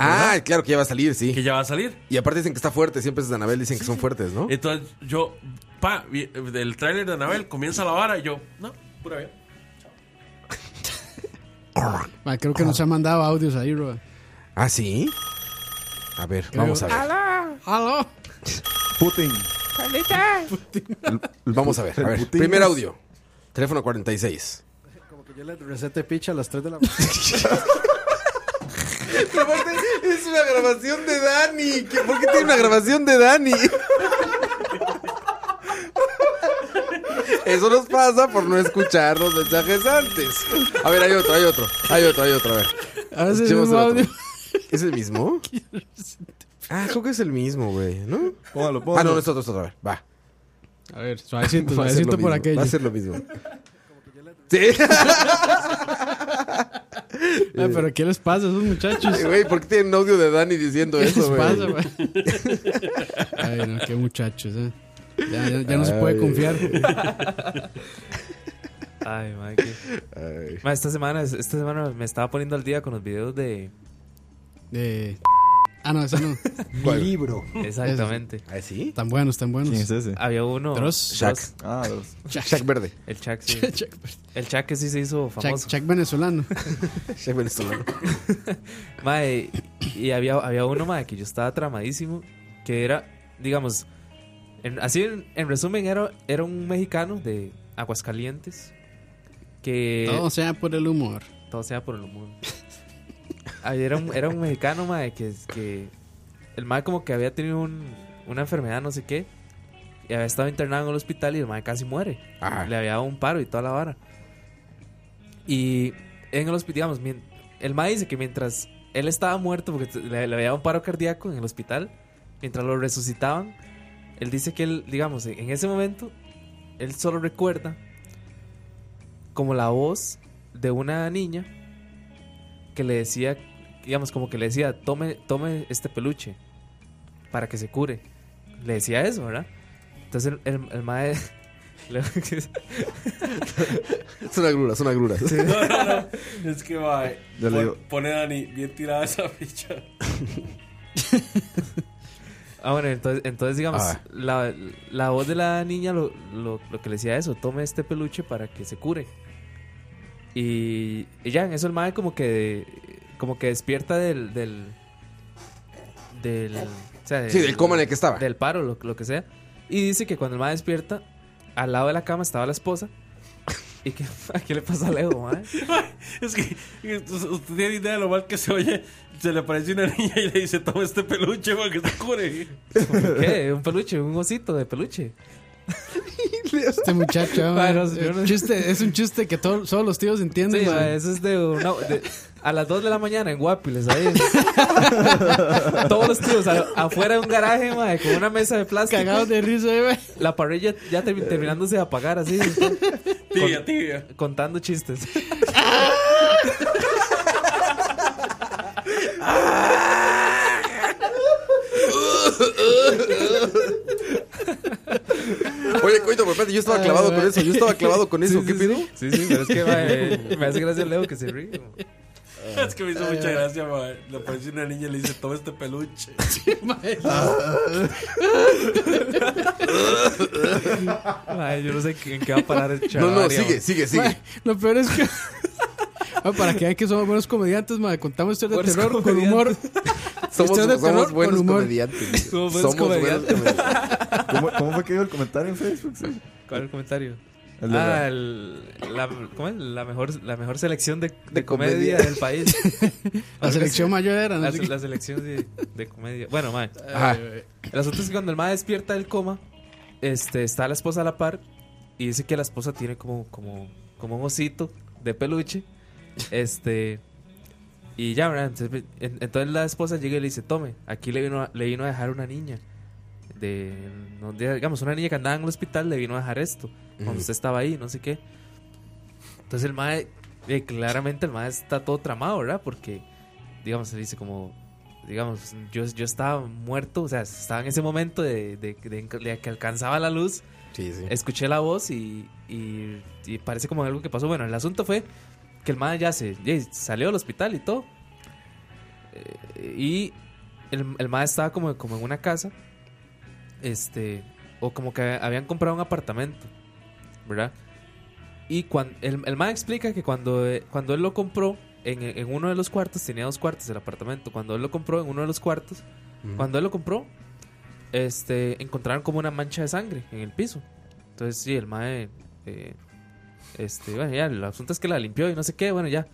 Speaker 1: Ah, claro que ya va a salir,
Speaker 6: que
Speaker 1: sí.
Speaker 6: ya va a salir.
Speaker 1: Y aparte dicen que está fuerte. Siempre es de Anabel, dicen que son fuertes, ¿no?
Speaker 6: Entonces yo, pa, vi- del tráiler de Anabel comienza la vara y yo, no, pura bien.
Speaker 2: Ma, creo que nos han mandado audios ahí, Roa.
Speaker 1: Ah, sí. A ver, vamos a ver.
Speaker 2: ¡Aló!
Speaker 5: Putin.
Speaker 1: Vamos a ver. A
Speaker 5: El
Speaker 1: ver.
Speaker 5: Putin
Speaker 1: Primer
Speaker 5: es-
Speaker 1: audio. Teléfono 46.
Speaker 13: Como que yo le recete picha a las 3 de
Speaker 1: [LAUGHS]
Speaker 13: la mañana.
Speaker 1: [LAUGHS] es una grabación de Dani. ¿Qué- ¿Por qué tiene una grabación de Dani? Eso nos pasa por no escuchar los mensajes antes. A ver, hay otro, hay otro, hay otro, hay otro. A ver.
Speaker 2: Ahora sí,
Speaker 1: Escuchemos el
Speaker 2: Ah, mismo
Speaker 1: otro.
Speaker 2: audio.
Speaker 1: ¿Es el
Speaker 2: [LAUGHS]
Speaker 1: mismo? Ah, creo que es el mismo, güey, ¿no?
Speaker 5: Póngalo, póngalo.
Speaker 1: Ah, no, no es otro, es otro. A ver, va.
Speaker 2: A ver, suavecito,
Speaker 1: [LAUGHS] Va a ser lo
Speaker 2: suavecito por
Speaker 1: mismo,
Speaker 2: aquello.
Speaker 1: Va a ser lo mismo. Sí.
Speaker 2: Ay, pero ¿qué les pasa a esos muchachos?
Speaker 1: Ay, Güey, ¿por qué tienen audio de Dani diciendo
Speaker 2: ¿Qué
Speaker 1: eso,
Speaker 2: les
Speaker 1: güey?
Speaker 2: pasa, ma? Ay, no, qué muchachos, eh. Ya, ya- ya no se puede
Speaker 1: Ay. [LAUGHS]
Speaker 2: confiar.
Speaker 3: Ay, madre, qué-
Speaker 1: Ay.
Speaker 3: Ma, esta, semana, esta semana me estaba poniendo al día con los videos de...
Speaker 2: Eh, ah,
Speaker 1: [LAUGHS]
Speaker 2: no, eso no.
Speaker 13: Mi libro.
Speaker 3: Exactamente.
Speaker 1: ¿Ah, sí?
Speaker 2: Tan buenos, tan buenos.
Speaker 5: ¿Quién es ese?
Speaker 3: Había uno...
Speaker 2: Dross.
Speaker 3: Dross,
Speaker 1: Shaq.
Speaker 5: Ah, los-
Speaker 1: Shaq Verde.
Speaker 3: El Chuck,
Speaker 2: [LAUGHS]
Speaker 3: sí.
Speaker 2: Check,
Speaker 3: El Chuck que sí se hizo
Speaker 2: check-
Speaker 3: famoso.
Speaker 2: check
Speaker 3: [LAUGHS]
Speaker 2: venezolano. [LAUGHS]
Speaker 1: Shaq venezolano.
Speaker 3: Mae, y había, había uno, mae, que yo estaba tramadísimo, que era, digamos, en- así en, en resumen, era, era un mexicano de Aguascalientes, que
Speaker 2: Todo sea por el
Speaker 1: [LAUGHS]
Speaker 2: humor.
Speaker 3: todo sea por el humor. Ah, Era un, era un mexicano, mae, que, que el mae como que había tenido un- una enfermedad, no sé qué, y había estado internado en el hospital y el mae casi muere. Le había dado un paro y toda la vara. Y en el hospital, digamos, mien- el mae dice que mientras él estaba muerto porque t- le, le había dado un paro cardíaco en el hospital, mientras lo resucitaban, él dice que él, digamos, en en ese momento, él solo recuerda como la voz de una niña que le decía, digamos, como que le decía, tome, tome este peluche para que se cure. Le decía eso, ¿verdad? Entonces el, el, el mae... [LAUGHS]
Speaker 1: Son agruras, son agruras.
Speaker 6: [LAUGHS] No, no, no. Es que va.
Speaker 1: Yo le
Speaker 6: pon-
Speaker 1: digo-
Speaker 6: Pone a Dani bien tirada esa ficha.
Speaker 3: Ah, bueno, entonces, entonces digamos,
Speaker 6: Ah.
Speaker 3: la, la voz de la niña lo, lo- lo que le decía eso, tome este peluche para que se cure. Y, y ya, en eso el mae como que como que despierta del... del, del o sea,
Speaker 1: Sí, del coma en el que estaba.
Speaker 3: Del paro, lo, lo que sea. Y dice que cuando el mae despierta, al lado de la cama estaba la esposa. [LAUGHS] ¿Y que, ¿a qué [LAUGHS] le pasa a Leo, mae?
Speaker 6: [LAUGHS] Es que usted tiene idea de lo mal que se oye. Se le aparece una niña y le dice: Toma este peluche para que te cure.
Speaker 3: ¿Qué? Un peluche, un osito de peluche.
Speaker 2: Este muchacho.
Speaker 3: Mae, no,
Speaker 2: mae,
Speaker 3: yo no-
Speaker 2: eh, chiste- es un chiste que todo- todos los tíos entienden.
Speaker 3: Sí,
Speaker 2: mae.
Speaker 3: ma, eso es de, una- de- a las 2 de la mañana en Guapiles, ahí.
Speaker 2: [LAUGHS]
Speaker 3: Todos los tíos a- afuera de un garaje, ma, con una mesa de plástico.
Speaker 2: Cagados de risa, eh,
Speaker 3: La parrilla ya termi- terminándose de apagar así.
Speaker 6: Tibia, tibia.
Speaker 3: Contando chistes.
Speaker 1: [LAUGHS] Oye, coito, por espérate, yo estaba clavado con eso, yo estaba clavado con eso, ¿qué pedo?
Speaker 3: Sí, sí, pero es que ma, eh, me hace gracia Leo que se ríe. ma. Ah.
Speaker 6: Es que me hizo mucha gracia, ma. Le aparece una niña y le dice: Toma
Speaker 3: [LAUGHS]
Speaker 6: este peluche.
Speaker 1: Ah.
Speaker 3: [LAUGHS] Ma, yo no sé en qué va a parar el chaval.
Speaker 1: No, no, sigue, sigue, sigue.
Speaker 2: Mae, Lo peor es que. [LAUGHS] Mae, para que vean que somos buenos comediantes, mae, contamos historias de
Speaker 3: Buenos
Speaker 2: terror con humor.
Speaker 3: [LAUGHS]
Speaker 1: Somos,
Speaker 2: [LAUGHS] Historias de
Speaker 1: somos
Speaker 2: terror
Speaker 1: buenos
Speaker 2: con humor.
Speaker 1: comediantes.
Speaker 2: [LAUGHS]
Speaker 3: Somos buenos comediantes.
Speaker 5: ¿Cómo, cómo fue que dio el comentario en Facebook? Sí.
Speaker 3: ¿Cuál es el comentario?
Speaker 5: El de
Speaker 3: ah,
Speaker 5: la-
Speaker 3: el- la, ¿cómo es? La mejor, la mejor selección de, de
Speaker 1: comedia.
Speaker 3: comedia. del
Speaker 5: [LAUGHS]
Speaker 3: país.
Speaker 2: La selección mayor era, no
Speaker 3: La,
Speaker 2: sé qué.
Speaker 3: la selección de, de comedia. Bueno, mae.
Speaker 1: Ajá.
Speaker 5: Eh,
Speaker 3: El asunto es que cuando el mae despierta del coma, este, está la esposa a la par y dice que la esposa tiene como, como, como un osito de peluche. Este. Y ya, ¿verdad? Entonces, en- entonces la esposa llega y le dice: Tome, aquí le vino a, le vino a dejar una niña. De, no, de- digamos, una niña que andaba en el hospital le vino a dejar esto. Cuando
Speaker 1: Ujú.
Speaker 3: usted estaba ahí, no sé qué. Entonces el mae, eh, claramente el mae está todo tramado, ¿verdad? Porque, digamos, se dice como, digamos, yo, yo estaba muerto, o sea, estaba en ese momento de, de- de- de que alcanzaba la luz,
Speaker 1: Sí, sí.
Speaker 3: escuché la voz y, y- y parece como algo que pasó. Bueno, el asunto fue que el mae ya se ya salió del hospital y todo. Eh, y el, el mae estaba como, como en una casa, este, o como que habían comprado un apartamento, ¿verdad? Y cuando, el, el mae explica que cuando, eh, cuando él lo compró, en, en uno de los cuartos, tenía dos cuartos el apartamento, cuando él lo compró en uno de los cuartos, cuando él lo compró, este, encontraron como una mancha de sangre en el piso. Entonces, sí, el mae, eh, este, bueno, ya, el asunto es que la limpió y no sé qué, bueno, ya.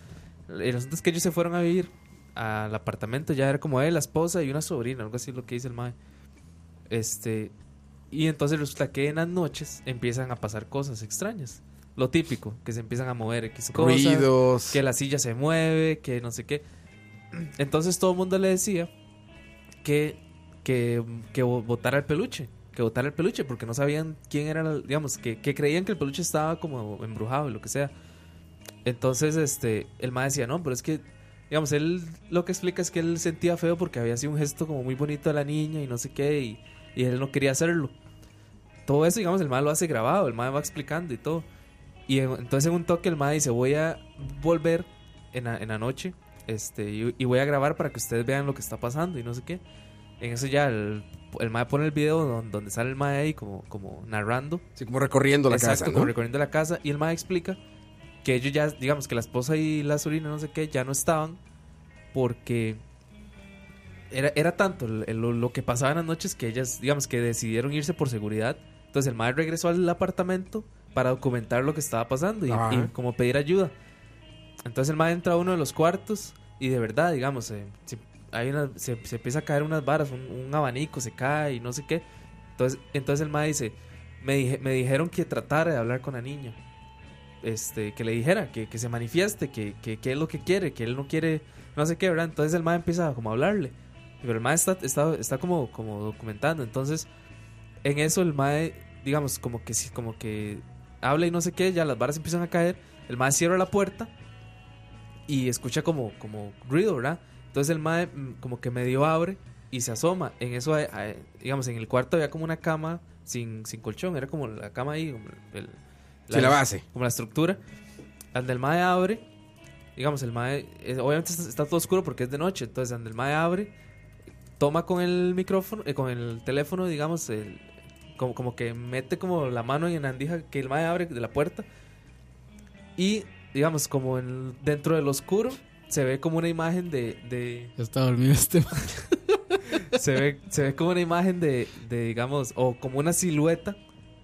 Speaker 3: El asunto es que ellos se fueron a vivir al apartamento, ya era como él, la esposa y una sobrina, algo así lo que dice el mae. Este, y entonces resulta que en las noches empiezan a pasar cosas extrañas. Lo típico, que se empiezan a mover X cosas.
Speaker 1: Ruidos.
Speaker 3: Que la silla se mueve, que no sé qué. Entonces todo el mundo le decía que, que, que vo- botara el peluche. Que botara el peluche porque no sabían quién era, la- digamos, que, que creían que el peluche estaba como embrujado y lo que sea. Entonces, este, el mae decía, no, pero es que, digamos, él lo que explica es que él sentía feo porque había sido un gesto como muy bonito a la niña y no sé qué, y, y él no quería hacerlo. Todo eso, digamos, el mae lo hace grabado, el mae va explicando y todo. Y en- entonces en un toque el mae dice, voy a volver en la, en la noche este, y, y voy a grabar para que ustedes vean lo que está pasando y no sé qué. En eso ya el, el mae pone el video don- donde, sale el mae ahí como, como narrando.
Speaker 1: Sí, como recorriendo la
Speaker 3: Exacto,
Speaker 1: casa,
Speaker 3: como
Speaker 1: ¿no?
Speaker 3: recorriendo la casa. Y el mae explica que ellos ya, digamos que la esposa y la sobrina, no sé qué, ya no estaban porque era, era tanto el- el- lo, lo que pasaba en las noches que ellas, digamos que decidieron irse por seguridad. Entonces el mae regresó al apartamento para documentar lo que estaba pasando y,
Speaker 1: Ajá.
Speaker 3: y como pedir ayuda. Entonces el mae entra a uno de los cuartos y de verdad, digamos, eh, se- hay una- se, se empieza a caer unas varas, un, un abanico se cae y no sé qué. Entonces, entonces el mae dice, me, dije- me dijeron que tratara de hablar con la niña. Este, que le dijera, que, que se manifieste, que, que, que es lo que quiere, que él no quiere, no sé qué, ¿verdad? Entonces el mae empieza como a hablarle. Pero el mae está, está, está como, como documentando. Entonces, en eso el mae, digamos, como que sí, como que habla y no sé qué, ya las varas empiezan a caer. El mae cierra la puerta y escucha como, como ruido, ¿verdad? Entonces el mae mm, como que medio abre y se asoma. En eso, hay- hay- digamos, en el cuarto había como una cama sin, sin colchón, era como la cama ahí, como el-
Speaker 1: Sí, la base.
Speaker 3: Como la estructura. Donde el mae abre, digamos, el mae, eh, obviamente está, está todo oscuro porque es de noche, entonces donde el mae abre, toma con el micrófono, eh, con el teléfono, digamos, el- como, como que mete como la mano en la andija que el mae abre de la puerta y digamos como en- dentro del oscuro se ve como una imagen de, de
Speaker 2: Ya está dormido este man.
Speaker 3: se ve se ve como una imagen de, de, digamos o como una silueta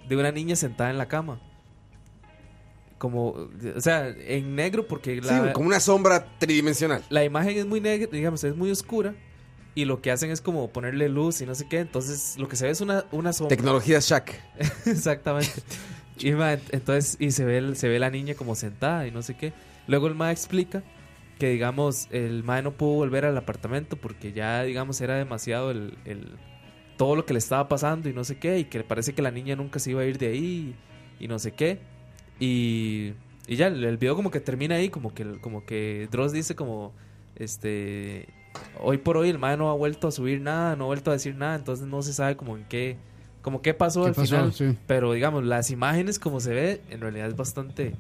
Speaker 3: de una niña sentada en la cama como o sea en negro porque la
Speaker 1: Sí, como una sombra tridimensional.
Speaker 3: la imagen es muy negra digamos es muy oscura y lo que hacen es como ponerle luz y no sé qué entonces lo que se ve es una una sombra
Speaker 1: Tecnología Shack.
Speaker 3: Exactamente. [LAUGHS] Y, ma, ent- entonces, y se ve, el- se ve la niña como sentada y no sé qué. Luego el ma explica que, digamos, el ma no pudo volver al apartamento porque ya, digamos, era demasiado el, el- todo lo que le estaba pasando y no sé qué. Y que parece que la niña nunca se iba a ir de ahí y no sé qué. Y, y ya, el, el video como que termina ahí, como que, como que Dross dice como, este, hoy por hoy el ma no ha vuelto a subir nada, no ha vuelto a decir nada, entonces no se sabe como en qué, como qué pasó
Speaker 2: ¿Qué
Speaker 3: al
Speaker 2: pasó?
Speaker 3: final.
Speaker 2: Sí.
Speaker 3: Pero digamos, las imágenes como se ve, en realidad es bastante,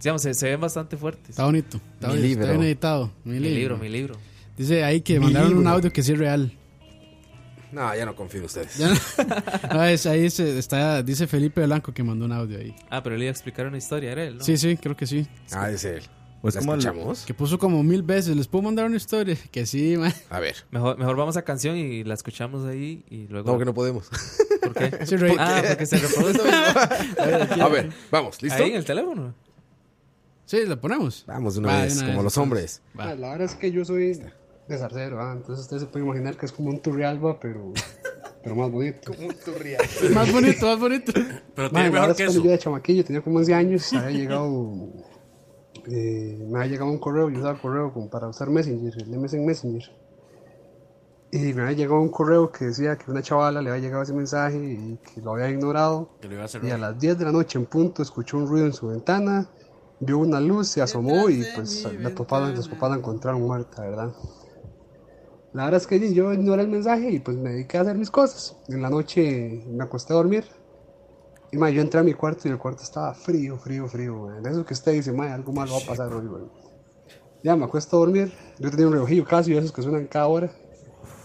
Speaker 3: digamos, se, se ven bastante fuertes.
Speaker 2: Está bonito. Está,
Speaker 3: Mi
Speaker 2: bien, está
Speaker 3: libro.
Speaker 2: bien editado. Mi,
Speaker 3: Mi libro, mi libro.
Speaker 2: Dice ahí que
Speaker 3: Mi
Speaker 2: mandaron un
Speaker 3: libro.
Speaker 2: audio que sí es real. [LAUGHS]
Speaker 1: No, ya no confío en ustedes.
Speaker 2: Ya no- No, Ah, es- ahí se- está, dice Felipe Blanco que mandó un audio ahí.
Speaker 3: Ah, pero le iba a explicar una historia, era él, ¿no?
Speaker 2: Sí, sí, creo que sí.
Speaker 1: Ah, es él.
Speaker 5: Pues
Speaker 1: ¿La
Speaker 5: como el-
Speaker 1: escuchamos?
Speaker 2: Que puso como mil veces. ¿Les puedo mandar una historia? Que sí, man.
Speaker 1: A ver.
Speaker 3: Mejor, mejor vamos a canción y la escuchamos ahí y luego...
Speaker 1: No, que no podemos.
Speaker 3: [LAUGHS] ¿Por
Speaker 1: [LAUGHS]
Speaker 3: qué?
Speaker 2: Sí, Rey.
Speaker 3: Ah, porque se reproduce. [LAUGHS]
Speaker 1: A ver, vamos, ¿listo?
Speaker 3: Ahí en el teléfono.
Speaker 2: Sí, la ponemos.
Speaker 1: Vamos de una vez, como los hombres.
Speaker 14: Ma, Ah, La verdad es que yo soy de Zarcero, ah, entonces ustedes se pueden imaginar que es como un Turrialba, pero, pero más bonito. Como un Turrialba.
Speaker 2: [LAUGHS] Más bonito, más bonito.
Speaker 14: Ma,
Speaker 6: Pero tiene
Speaker 14: la verdad
Speaker 6: mejor
Speaker 14: es que
Speaker 6: queso.
Speaker 14: Cuando yo era chamaquillo, tenía como 11 años, había llegado, eh, me había llegado un correo, yo usaba correo como para usar Messenger, el MSN Messenger. Y me había llegado un correo que decía que una chavala le había llegado ese mensaje y que lo había ignorado.
Speaker 6: Que lo iba a hacer.
Speaker 14: Y a las 10 de la noche en punto escuchó un ruido en su ventana, vio una luz, se asomó y pues la toparon, los papás la encontraron muerta, ¿verdad? La verdad es que sí, yo ignoré el mensaje y pues me dediqué a hacer mis cosas. En la noche me acosté a dormir. Y ma, yo entré a mi cuarto y el cuarto estaba frío, frío, frío, ma. De eso que usted dice, ma, algo malo va a pasar hoy, güey. Ya me acuesto a dormir. Yo tenía un reojillo casi de esos que suenan cada hora.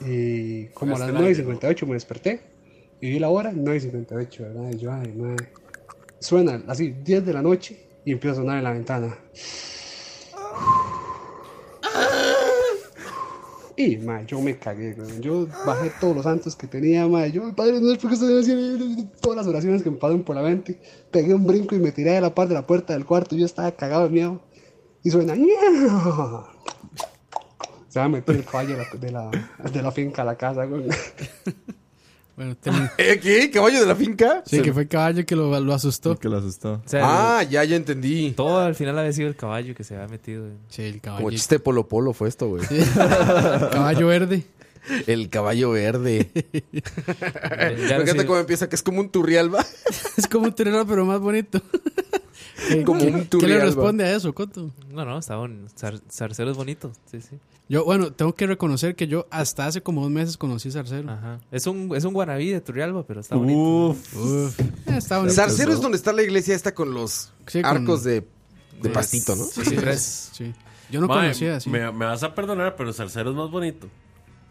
Speaker 14: Y como a las 9 y 58 me desperté. Y vi la hora, 9 y 58, ¿verdad? Y yo, ay, ma. Suena así, 10 de la noche y empieza a sonar en la ventana. Y, ma, yo me cagué, güey. Yo bajé todos los santos que tenía, ma. Yo, padre, no es porque estoy haciendo todas las oraciones que me pasan por la mente. Pegué un brinco y me tiré de la parte de la puerta del cuarto. Yo estaba cagado de miedo. Y suena, "Ña". Se había metido el caballo de la, de la, de la finca a la casa, güey.
Speaker 2: Bueno, termi-
Speaker 1: ¿Qué? ¿Caballo de la finca?
Speaker 2: Sí, que fue el caballo que lo, lo asustó.
Speaker 5: Que lo asustó.
Speaker 1: Ah, ya, ya entendí.
Speaker 3: Todo al final había sido el caballo que se había metido.
Speaker 2: Sí, el
Speaker 1: Como chiste polo polo fue esto, güey.
Speaker 2: [LAUGHS] caballo verde.
Speaker 1: El caballo
Speaker 2: [LAUGHS]
Speaker 1: verde. Me
Speaker 3: no
Speaker 1: encanta
Speaker 3: sé.
Speaker 1: eh, cómo empieza, que es como un turrialba.
Speaker 2: [LAUGHS]
Speaker 1: [LAUGHS]
Speaker 2: Es como un turrialba, pero más bonito. Eh,
Speaker 1: Como un
Speaker 2: ¿Qué le
Speaker 1: turrialba.
Speaker 2: responde a eso, Coto?
Speaker 3: No, no, está bon... zar- Zarcero es bonito. Sí, sí.
Speaker 2: Yo, bueno, tengo que reconocer que yo hasta hace como dos meses conocí Zarcero.
Speaker 3: Es un, es un guanabí de Turrialba, pero está bonito.
Speaker 5: Uf.
Speaker 2: Uf. Eh, está bonito.
Speaker 1: Zarcero Uh, es donde está la iglesia esta con los
Speaker 2: Sí, con-
Speaker 1: arcos de, de
Speaker 2: Sí.
Speaker 1: pastito, ¿no?
Speaker 2: Sí, sí, sí. Yo no
Speaker 6: Mae,
Speaker 2: conocía así.
Speaker 6: Me, me vas a perdonar, pero Salcero es más bonito.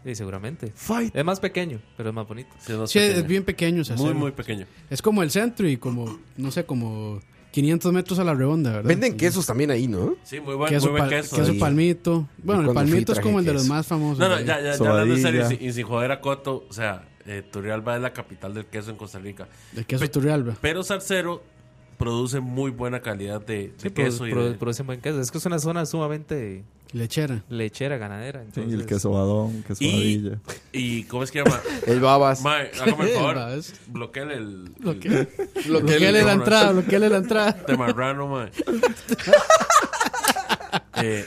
Speaker 3: Sí, seguramente. Es más pequeño, pero es más bonito.
Speaker 6: Sí, es, más
Speaker 2: Sí, es
Speaker 6: pequeño.
Speaker 2: bien pequeño Zarcero.
Speaker 6: Muy, muy pequeño.
Speaker 2: Es como el centro y como, no sé, como 500 metros a la redonda, ¿verdad?
Speaker 1: Venden quesos también ahí, ¿no?
Speaker 6: Sí, muy buen,
Speaker 2: queso,
Speaker 6: muy buen
Speaker 2: pal-
Speaker 6: queso.
Speaker 2: queso
Speaker 6: Sí.
Speaker 2: palmito.
Speaker 1: cuando
Speaker 2: Bueno, el
Speaker 1: fui
Speaker 2: palmito es
Speaker 1: traje
Speaker 2: como el de
Speaker 1: queso.
Speaker 2: los más famosos.
Speaker 6: No, no,
Speaker 2: de ahí.
Speaker 6: ya, ya, ya hablando en serio,
Speaker 5: Sobadilla.
Speaker 6: y sin- y sin joder a Coto, o sea, eh, Turrialba es la capital del queso en Costa Rica.
Speaker 2: El queso Turrialba.
Speaker 6: Pero Salcero produce muy buena calidad de, de
Speaker 3: Sí, produ-
Speaker 6: queso y
Speaker 3: produ-
Speaker 6: de-
Speaker 3: Pues producen buen queso. Es que es una zona sumamente
Speaker 2: Lechera.
Speaker 3: Lechera ganadera.
Speaker 5: Sí,
Speaker 3: Entonces,
Speaker 5: el queso badón, queso
Speaker 6: Y,
Speaker 5: badilla.
Speaker 6: y ¿cómo es que llama?
Speaker 5: [LAUGHS] El babas.
Speaker 6: Mae, hágame el favor.
Speaker 5: El
Speaker 6: Bloqueale el.
Speaker 2: Bloqueale. Bloqueale la entrada, bloqueale la entrada.
Speaker 6: [LAUGHS] De marrano,
Speaker 2: [LAUGHS]
Speaker 6: mae. Eh,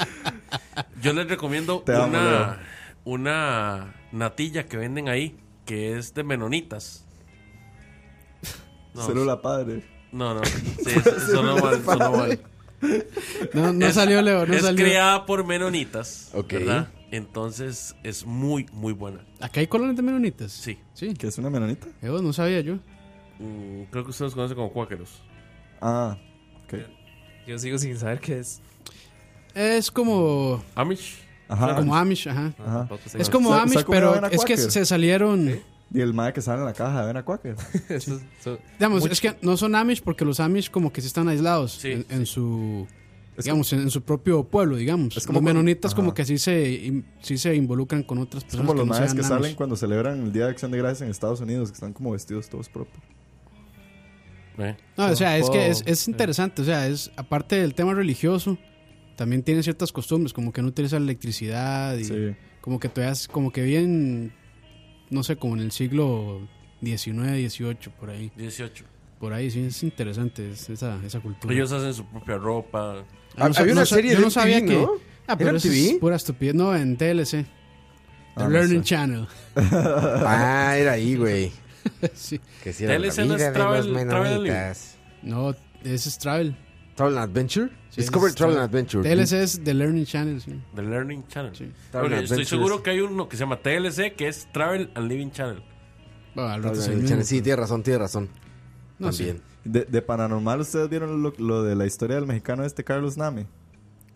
Speaker 6: yo les recomiendo
Speaker 5: Te amo, Leo.
Speaker 6: una, una natilla que venden ahí, que es de menonitas. No,
Speaker 5: Célula padre.
Speaker 1: [LAUGHS]
Speaker 6: No, no. Sí, sonó
Speaker 5: Célula
Speaker 6: mal, sonó
Speaker 5: padre.
Speaker 6: mal.
Speaker 2: No, no salió, Leo, no
Speaker 6: es
Speaker 2: salió.
Speaker 6: creada por menonitas.
Speaker 2: Ok.
Speaker 6: ¿verdad? Entonces es muy, muy buena.
Speaker 2: ¿Acá hay colonias de menonitas?
Speaker 6: Sí.
Speaker 2: Sí.
Speaker 5: ¿Qué es una menonita?
Speaker 2: Yo no sabía yo.
Speaker 6: Mm, creo que ustedes los conocen como cuáqueros.
Speaker 5: Ah, ok.
Speaker 3: Yo sigo sin saber qué es.
Speaker 2: Es como...
Speaker 6: Amish.
Speaker 5: Ajá.
Speaker 2: Como Amish, ajá.
Speaker 5: Ajá.
Speaker 3: tampoco sé
Speaker 2: Es
Speaker 3: cómo-
Speaker 2: como
Speaker 5: Sa-
Speaker 2: Amish,
Speaker 5: saca una
Speaker 2: pero
Speaker 5: avena
Speaker 2: es que
Speaker 5: Quaker.
Speaker 2: se salieron...
Speaker 5: Y el mae que sale en la caja de Avena Quaker.
Speaker 3: [LAUGHS]
Speaker 2: Digamos, es que no son Amish porque los Amish como que sí están aislados en, en su... digamos, en, en su propio pueblo, digamos.
Speaker 5: Es como
Speaker 2: los
Speaker 5: cuando-
Speaker 2: menonitas como
Speaker 5: ajá.
Speaker 2: que sí se, in- sí se involucran con otras
Speaker 5: Es
Speaker 2: personas
Speaker 5: como los
Speaker 2: que no
Speaker 5: maes
Speaker 2: sean
Speaker 5: que
Speaker 2: Amish.
Speaker 5: salen cuando celebran el Día de Acción de Gracias en Estados Unidos, que están como vestidos todos propios.
Speaker 2: No, o sea, es que es, es
Speaker 5: Sí.
Speaker 2: interesante, o sea, es aparte del tema religioso, también tiene ciertas costumbres, como que no utiliza la electricidad y
Speaker 5: Sí.
Speaker 2: como que todavía es- como que bien, no sé, como en el siglo XIX, XVIII, por ahí.
Speaker 6: 18.
Speaker 2: Por ahí, sí, es interesante es- esa, esa cultura.
Speaker 6: Ellos hacen su propia ropa.
Speaker 2: Ah, no sab- no sab- yo no sabía que... Ah, pero eso es
Speaker 6: TV?
Speaker 2: pura estupidez, no, en TLC.
Speaker 1: Ah,
Speaker 2: The
Speaker 1: no
Speaker 2: Learning
Speaker 1: sé.
Speaker 2: Channel.
Speaker 1: [LAUGHS] Ah, era ahí, güey.
Speaker 2: sí.
Speaker 1: Que sí era la
Speaker 2: TLC no es
Speaker 1: vida de los
Speaker 2: travel- travel
Speaker 1: menonitas.
Speaker 2: No, ese es Travel.
Speaker 1: ¿Travel and Adventure? Discover
Speaker 2: es
Speaker 1: Travel
Speaker 2: Travel.
Speaker 1: and Adventure. Mm.
Speaker 2: TLC es The Learning Channel, sí.
Speaker 6: The Learning Channel.
Speaker 1: Travel
Speaker 6: Porque estoy
Speaker 1: Adventures.
Speaker 6: seguro que hay uno que se llama TLC, que es Travel and Living
Speaker 2: [LAUGHS]
Speaker 6: Channel.
Speaker 2: Bueno, al
Speaker 1: Travel
Speaker 2: rato
Speaker 1: and
Speaker 2: es el
Speaker 1: Adventure.
Speaker 2: mismo.
Speaker 1: Sí, tiene razón, tiene razón.
Speaker 2: No, sí.
Speaker 1: También.
Speaker 5: De, de Paranormal, ¿ustedes vieron lo, lo de la historia del mexicano este Carlos Name?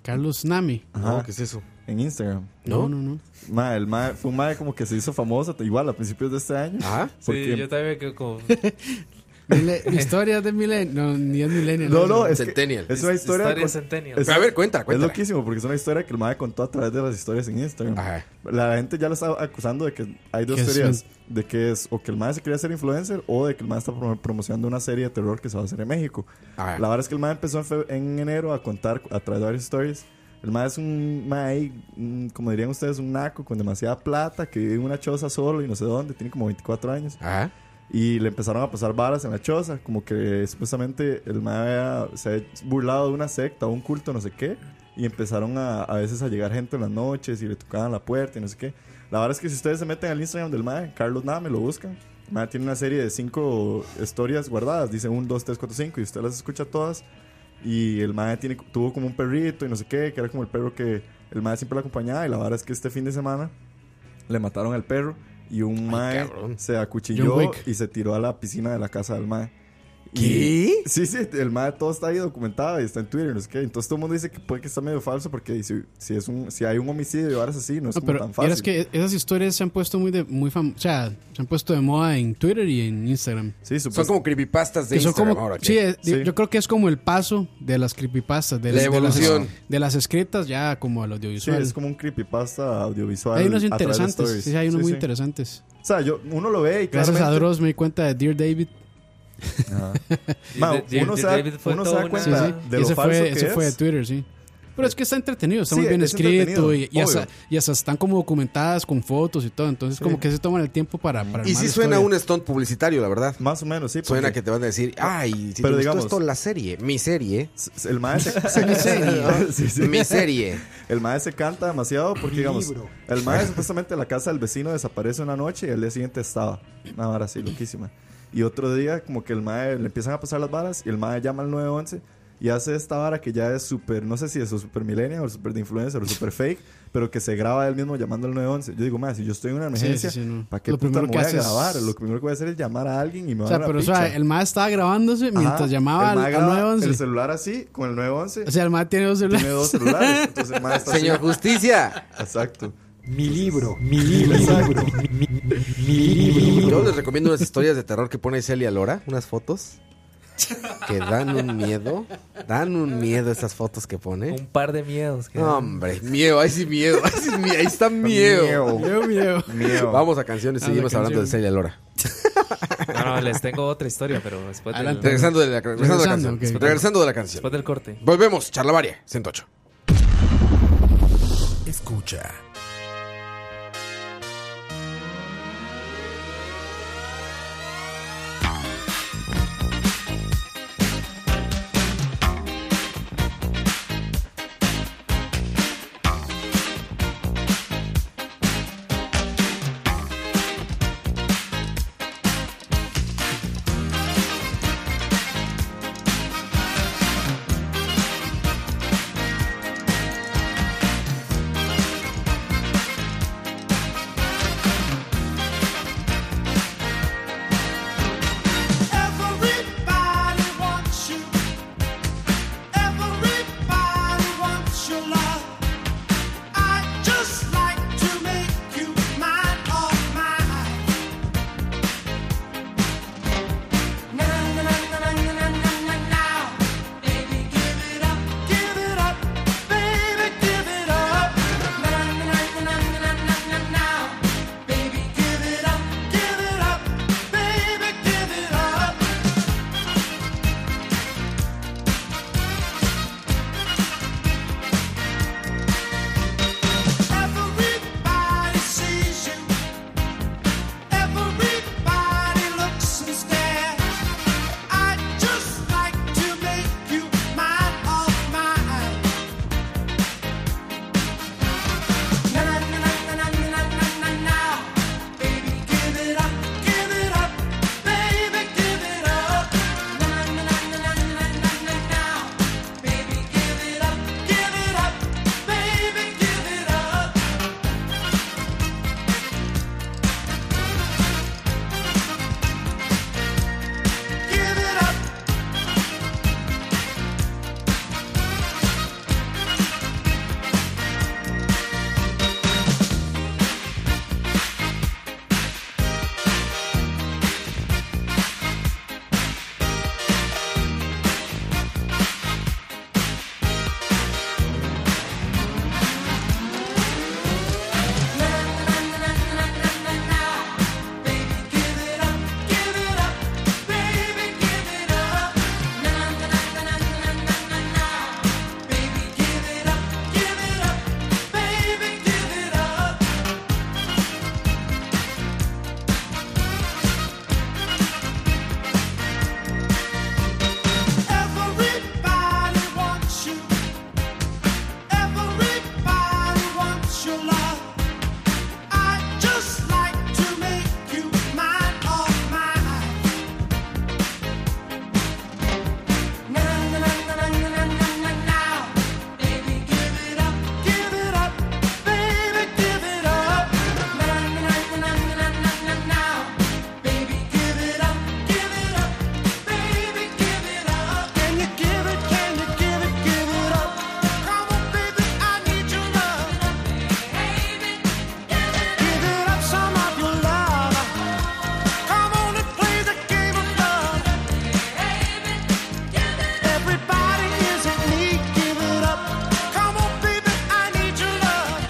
Speaker 2: Carlos Nami.
Speaker 5: Ajá.
Speaker 1: ¿qué es eso?
Speaker 5: En Instagram.
Speaker 2: No, no, no.
Speaker 5: Ma, el ma, fue un mae como que se hizo famoso, igual a principios de este año.
Speaker 3: Sí,
Speaker 5: Porque-
Speaker 3: yo también me quedo como.
Speaker 2: Mile- Historias de Milenio. No, ni es Milenio.
Speaker 5: No, no, es, que
Speaker 1: Centennial.
Speaker 5: es una historia.
Speaker 3: Historia
Speaker 5: con-
Speaker 3: Centennial.
Speaker 5: es-
Speaker 3: Pero a ver, cuenta,
Speaker 5: Es
Speaker 3: cuéntala.
Speaker 5: loquísimo porque es una historia que el mae contó a través de las historias en Instagram. La gente ya lo está acusando de que hay dos
Speaker 2: Que es
Speaker 5: teorías: de que es o que el mae se quería ser influencer o de que el mae está prom- promocionando una serie de terror que se va a hacer en México. La verdad es que el mae empezó en, fe- en enero a contar cu- a través de varias stories. El mae es un mae, ahí, mm, como dirían ustedes, un naco con demasiada plata que vive en una choza solo y no sé dónde, tiene como 24 años. Y le empezaron a pasar varas en la choza, como que supuestamente el mae había- se había burlado de una secta o un culto, no sé qué. Y empezaron a, a veces a llegar gente en las noches y le tocaban la puerta y no sé qué. La verdad es que si ustedes se meten al Instagram del mae, Carlos Name, lo buscan. El mae tiene una serie de cinco historias guardadas, dice 1, 2, 3, 4, 5 y usted las escucha todas. Y el mae tiene, tuvo como un perrito y no sé qué, que era como el perro que el mae siempre lo acompañaba. Y la verdad es que este fin de semana le mataron al perro y un mae se acuchilló
Speaker 2: John Wick.
Speaker 5: y se tiró a la piscina de la casa del mae. Y-
Speaker 1: ¿Qué?
Speaker 5: Sí, sí, el mae todo está ahí documentado y está en Twitter, no sé qué. Entonces todo el mundo dice que puede que está medio falso porque si, si es un, si hay un homicidio y varas así, no es
Speaker 2: No,
Speaker 5: como
Speaker 2: pero
Speaker 5: tan
Speaker 2: y
Speaker 5: fácil.
Speaker 2: es que e-, esas historias se han puesto muy de muy fam o sea, se han puesto de moda en Twitter y en Instagram.
Speaker 5: Sí,
Speaker 1: Son como creepypastas de
Speaker 2: Que son
Speaker 1: Instagram
Speaker 2: como-
Speaker 1: ahora.
Speaker 2: sí,
Speaker 1: ¿qué?
Speaker 2: es- yo- yo creo que es como el paso de las creepypastas, de
Speaker 1: La
Speaker 2: de las-
Speaker 1: evolución.
Speaker 2: de las, escritas ya como al
Speaker 5: Sí,
Speaker 2: audiovisual.
Speaker 5: es como un creepypasta audiovisual.
Speaker 2: hay unos
Speaker 5: a través de
Speaker 2: interesantes,
Speaker 5: stories.
Speaker 2: sí, hay unos
Speaker 5: Sí,
Speaker 2: muy
Speaker 5: sí.
Speaker 2: interesantes.
Speaker 5: O sea, yo, uno lo ve y
Speaker 2: Gracias a
Speaker 5: claramente- Ah.
Speaker 2: Dross me di cuenta de Dear David.
Speaker 5: Ma, uno se da- uno se da cuenta de lo
Speaker 2: ese
Speaker 5: falso que
Speaker 2: fue, ese fue de
Speaker 5: es.
Speaker 2: Twitter, sí. Pero es que está entretenido, está
Speaker 5: Sí,
Speaker 2: muy bien
Speaker 5: es
Speaker 2: escrito
Speaker 5: entretenido,
Speaker 2: y, y hasta,
Speaker 5: obvio.
Speaker 2: y hasta están como documentadas con fotos y todo. Entonces, como que se toman el tiempo para. para
Speaker 1: Y
Speaker 2: armar
Speaker 1: sí
Speaker 2: la
Speaker 1: suena
Speaker 2: historia.
Speaker 1: un stunt publicitario, la verdad.
Speaker 5: Más o menos, sí.
Speaker 1: Suena
Speaker 5: porque-
Speaker 1: que te van a decir, ay, si
Speaker 5: Pero
Speaker 1: te
Speaker 5: digamos-
Speaker 1: gustó esto la serie, mi serie. [LAUGHS]
Speaker 5: El
Speaker 2: [LAUGHS]
Speaker 5: maestro
Speaker 1: Mi
Speaker 5: [LAUGHS]
Speaker 1: serie. Mi serie.
Speaker 5: El maestro se canta demasiado porque, digamos,
Speaker 1: Libro.
Speaker 5: el maestro supuestamente la casa del vecino desaparece una noche y el día siguiente estaba. Una vara así, loquísima. Y otro día, como que el maestro le empiezan a pasar las varas y el maestro llama al 911 y hace esta vara que ya es súper, no sé si es o súper millennial o súper de influencer o súper fake, pero que se graba él mismo llamando al 911. Yo digo, más si yo estoy en una
Speaker 2: Sí, sí,
Speaker 5: emergencia,
Speaker 2: sí, no.
Speaker 5: ¿para qué
Speaker 2: Lo
Speaker 5: puta
Speaker 2: primero
Speaker 5: me
Speaker 2: que
Speaker 5: voy a
Speaker 2: haces-
Speaker 5: grabar? Lo primero que voy a hacer es llamar a alguien y me va
Speaker 2: O
Speaker 5: a
Speaker 2: sea,
Speaker 5: dar
Speaker 2: pero o
Speaker 5: una
Speaker 2: sea,
Speaker 5: picha.
Speaker 2: el MAE estaba grabándose mientras
Speaker 5: Ajá.
Speaker 2: llamaba
Speaker 5: El
Speaker 2: al,
Speaker 5: mae
Speaker 2: al
Speaker 5: graba El
Speaker 2: 911.
Speaker 5: celular así, con el 911.
Speaker 2: O sea, el MAE tiene dos celulares.
Speaker 5: Tiene dos
Speaker 2: [LAUGHS]
Speaker 5: celulares. Entonces, el mae está
Speaker 1: Señor
Speaker 5: así.
Speaker 1: Justicia.
Speaker 5: Exacto.
Speaker 13: Mi libro, mi libro, mi,
Speaker 1: Yo les recomiendo unas historias de terror que pone Celia Lora, unas fotos que dan un miedo. Dan un miedo esas fotos que pone.
Speaker 3: Un par de miedos. que-
Speaker 1: No, hombre, miedo, ahí sí miedo, ahí, sí miedo, ahí está miedo.
Speaker 2: Miedo, miedo.
Speaker 5: Miedo.
Speaker 1: Vamos a canciones,
Speaker 2: A la
Speaker 1: seguimos hablando de
Speaker 2: canción.
Speaker 1: Celia Lora.
Speaker 3: No, no, les tengo otra historia, pero después del-
Speaker 2: Adelante.
Speaker 1: Regresando de la, regresando de la
Speaker 2: Regresando,
Speaker 1: canción.
Speaker 2: ok.
Speaker 1: Regresando de la canción.
Speaker 3: Después del corte.
Speaker 1: Volvemos, Charlavaria, 108.
Speaker 11: escucha.
Speaker 8: Everybody wants you. Everybody wants your love. I just like to make you mine all my Na na na na na na na now, baby, give it up, give it up, baby, give it up. Na na na na na na now, baby, give it up, give it up, baby, give it up. Everybody sees you. Everybody looks and stares. I just like to make you mine, all mine. Na na na na na na na na now, baby, give it up, give it up, baby, give it up. Na na na na na na na now, baby, give it up, give it up, baby, give it up. Give it up. Give it up, baby, give it up. Na na na na na na na na. Baby, give it up, give it up, baby, give it up. Everybody wants you. Everybody wants your love. I just like to make you mine, all mine. Na na na na na na na na now, baby, give it up, give it up, baby, give it up. Na na na na na na na now, baby, give it up, give it up, baby, give it up. Can you give it? Can you give it? Give it up. Come on, baby, I need your love. Give it up some of your love. Come on and play the game of love. Everybody is in need. Give it up. Come on, baby, I need your love.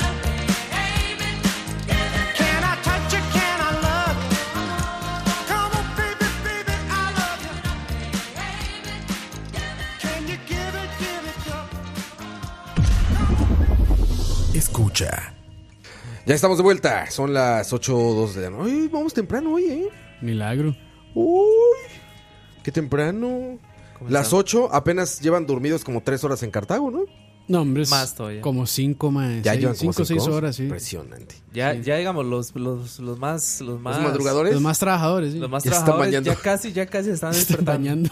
Speaker 8: Can I touch you? Can I love you? Come on, baby, baby, I love you. Can you give it, give it up?
Speaker 11: Escucha.
Speaker 1: Ya estamos de vuelta. Son las 8.02 de la noche. Ay, vamos temprano hoy, ¿eh?
Speaker 2: Milagro.
Speaker 1: Uy, qué temprano. Las 8 apenas llevan dormidos como 3 horas en Cartago, ¿no?
Speaker 2: No, hombre, es
Speaker 1: Más todavía.
Speaker 2: como 5 más.
Speaker 1: Ya llevan como
Speaker 2: 5 o 6
Speaker 1: cinco.
Speaker 2: horas, sí.
Speaker 1: Impresionante.
Speaker 3: Ya, ya digamos, los, los, los más... Los, más
Speaker 2: Los más trabajadores, sí.
Speaker 3: Los más
Speaker 1: Ya se están
Speaker 3: trabajadores
Speaker 1: bañando.
Speaker 3: ya casi, ya casi están
Speaker 2: [LAUGHS] Están
Speaker 3: despertando.
Speaker 2: bañando.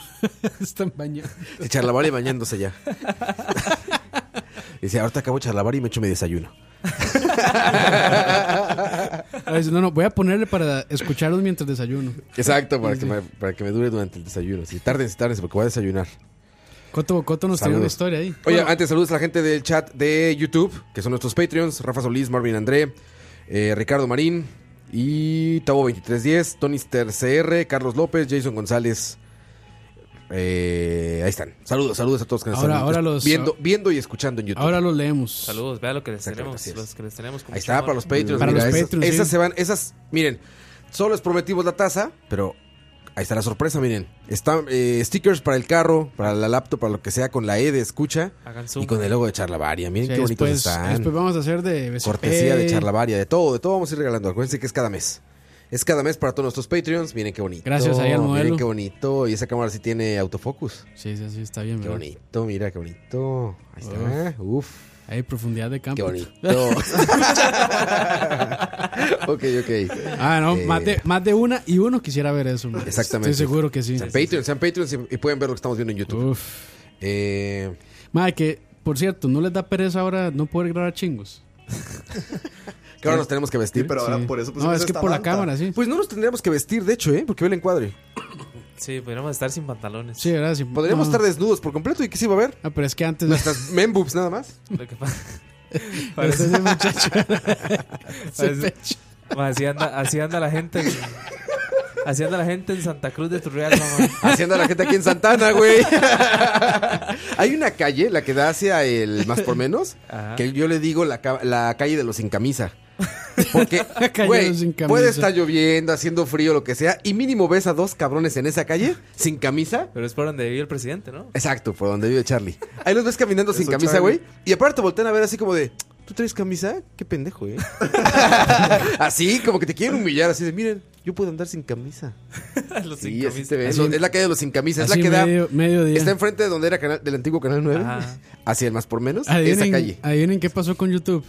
Speaker 2: Están bañando.
Speaker 1: De charlabar y bañándose ya. Dice, ahorita acabo de charlabar y me echo mi desayuno.
Speaker 2: A veces, no, no, voy a ponerle para escucharlos mientras desayuno.
Speaker 1: Exacto, para,
Speaker 2: Sí,
Speaker 1: que,
Speaker 2: sí.
Speaker 1: me, para que me dure durante el desayuno. Sí, tárdense, tárdense, porque voy a desayunar.
Speaker 2: Coto Bocoto nos trae una
Speaker 1: Saludos.
Speaker 2: historia ahí.
Speaker 1: Oye,
Speaker 2: Bueno,
Speaker 1: antes saludos a la gente del chat de YouTube, que son nuestros Patreons, Rafa Solís, Marvin André, eh, Ricardo Marín y Tavo 2310, Tony CR, Carlos López, Jason González. Eh, ahí están. Saludos, saludos a todos que nos
Speaker 2: Ahora-
Speaker 1: están
Speaker 2: ahora los-
Speaker 1: viendo, viendo y escuchando en YouTube.
Speaker 2: ahora los leemos.
Speaker 3: Saludos, vea lo que les
Speaker 1: Exactamente,
Speaker 3: tenemos.
Speaker 1: así es.
Speaker 3: Los que les tenemos con
Speaker 1: Ahí
Speaker 3: mucho
Speaker 1: está,
Speaker 3: amor.
Speaker 1: para los Patreons.
Speaker 2: Para
Speaker 1: mira,
Speaker 2: los
Speaker 1: esas,
Speaker 2: Patreons,
Speaker 1: esas
Speaker 2: sí.
Speaker 1: se van, esas, miren, solo les prometimos la taza, pero Ahí está la sorpresa, miren. Está, eh, stickers para el carro, para la laptop, para lo que sea, con la E de escucha.
Speaker 3: Hagan zoom.
Speaker 1: Y con el logo de Charlavaria. Miren
Speaker 2: Sí,
Speaker 1: qué bonitos
Speaker 2: después,
Speaker 1: están.
Speaker 2: después vamos a hacer de Eh, BCP.
Speaker 1: Cortesía de Charlavaria, de todo, de todo vamos a ir regalando. Acuérdense que es cada mes. Es cada mes para todos nuestros Patreons. Miren qué bonito.
Speaker 2: Gracias ahí al modelo.
Speaker 1: Miren qué bonito. Y esa cámara sí tiene autofocus.
Speaker 2: Sí, sí, sí, está bien.
Speaker 1: Qué
Speaker 2: ¿verdad?
Speaker 1: bonito, mira, qué bonito. Ahí está. Uf.
Speaker 2: Hay profundidad de campo.
Speaker 1: Qué [LAUGHS] bonito.
Speaker 2: [LAUGHS]
Speaker 1: ok, ok.
Speaker 2: Ah, no,
Speaker 1: Eh,
Speaker 2: más, de, más de una y uno quisiera ver eso. man.
Speaker 1: Exactamente.
Speaker 2: Estoy seguro que sí.
Speaker 1: Sean Patreons, sean Patreons y- y pueden ver lo que estamos viendo en YouTube. Eh,
Speaker 2: Madre, que por cierto, ¿no les da pereza ahora no poder grabar chingos?
Speaker 1: que ahora pues, nos tenemos que vestir.
Speaker 2: Sí, pero ahora Sí. por eso pusimos No, es que esta por la manta. cámara, sí.
Speaker 1: Pues no nos tendríamos que vestir, de hecho, ¿eh? Porque ve el encuadre.
Speaker 3: Sí, podríamos estar sin pantalones.
Speaker 2: Sí, ¿verdad? Sí,
Speaker 1: Podríamos
Speaker 2: no.
Speaker 1: estar desnudos por completo y que se iba a ver.
Speaker 2: Ah, pero es que antes. [LAUGHS]
Speaker 1: Nuestras men boobs nada más.
Speaker 3: Lo que pasa.
Speaker 1: [LAUGHS]
Speaker 2: Parece ese
Speaker 3: [LAUGHS]
Speaker 2: muchacho. Ese
Speaker 3: Parece- Ma, así, anda, así anda la gente. en- Así anda la gente en Santa Cruz de Turrialba, ma.
Speaker 1: Haciendo a la gente aquí en Santana, güey. Hay una calle, la que da hacia el más por
Speaker 2: [LAUGHS]
Speaker 1: menos,
Speaker 3: Ajá.
Speaker 1: que yo le digo la, ca- la calle de los sin camisa.
Speaker 2: [LAUGHS]
Speaker 1: Porque,
Speaker 2: Calle de los sin
Speaker 1: güey,
Speaker 2: camisa.
Speaker 1: puede estar lloviendo, haciendo frío, lo que sea, y mínimo ves a dos cabrones en esa
Speaker 2: [LAUGHS]
Speaker 1: calle, sin camisa.
Speaker 3: Pero es por donde vive el presidente, ¿no?
Speaker 1: Exacto, por donde vive Charlie. Ahí los ves caminando sin
Speaker 3: Eso,
Speaker 1: camisa,
Speaker 3: Charlie.
Speaker 1: güey. Y aparte te voltean a ver así como de, ¿tú traes camisa? Qué pendejo,
Speaker 2: [LAUGHS]
Speaker 1: eh. así, como que te quieren humillar, así de, miren, yo puedo andar sin camisa.
Speaker 3: [LAUGHS] Los
Speaker 1: Sí,
Speaker 3: sin
Speaker 1: así
Speaker 3: camisa.
Speaker 1: te ven.
Speaker 3: Así-
Speaker 1: Lo- es la calle de los sin camisa, es la
Speaker 2: Así
Speaker 1: que da.
Speaker 2: medio- mediodía.
Speaker 1: Está enfrente de donde era canal- del antiguo Canal 9, [LAUGHS]
Speaker 3: Ajá.
Speaker 1: hacia el más por menos, esa
Speaker 2: Adivinen,
Speaker 1: calle.
Speaker 2: adivinen qué pasó con YouTube.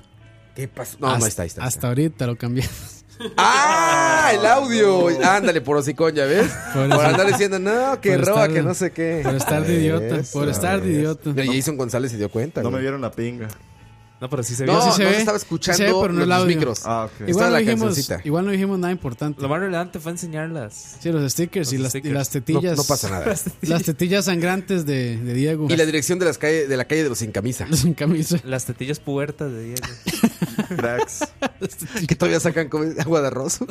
Speaker 1: ¿Qué pasó? No, no, ahí está, ahí está. ahí
Speaker 2: Hasta ahorita lo cambiamos.
Speaker 1: ¡Ah! El audio. Ándale, por hocicón, ya ves. Por,
Speaker 2: [LAUGHS] Por eso.
Speaker 1: andar diciendo, no, que
Speaker 2: Por
Speaker 1: roba,
Speaker 2: estar-
Speaker 1: que no sé qué.
Speaker 2: por estar de idiota, por estar de idiota.
Speaker 1: Mira, Jason González se dio cuenta.
Speaker 5: No
Speaker 1: güey.
Speaker 5: me vieron la pinga.
Speaker 3: No, pero sí se
Speaker 1: No,
Speaker 3: vio.
Speaker 1: no
Speaker 2: se
Speaker 1: se
Speaker 2: ve.
Speaker 1: estaba
Speaker 2: Sí se
Speaker 1: escuchando
Speaker 2: ve, pero no
Speaker 1: los
Speaker 2: el audio.
Speaker 1: micros.
Speaker 5: Ah, ok.
Speaker 1: Estaba
Speaker 2: Igual no,
Speaker 1: la
Speaker 2: dijimos,
Speaker 1: cancioncita.
Speaker 2: igual no dijimos nada importante.
Speaker 3: Lo más relevante fue enseñarlas.
Speaker 2: Sí, los stickers,
Speaker 3: Los
Speaker 2: y, las,
Speaker 3: stickers.
Speaker 2: y las tetillas.
Speaker 1: No- no pasa nada.
Speaker 3: [LAUGHS]
Speaker 2: Las tetillas, [LAUGHS] Las tetillas sangrantes de, de Diego.
Speaker 1: Y la dirección de, las calle, de la calle de los sin camisa.
Speaker 2: [LAUGHS] sin camisa.
Speaker 3: Las tetillas puertas de Diego.
Speaker 1: [LAUGHS]
Speaker 5: Cracks.
Speaker 1: que todavía sacan como agua de arroz.
Speaker 2: [LAUGHS]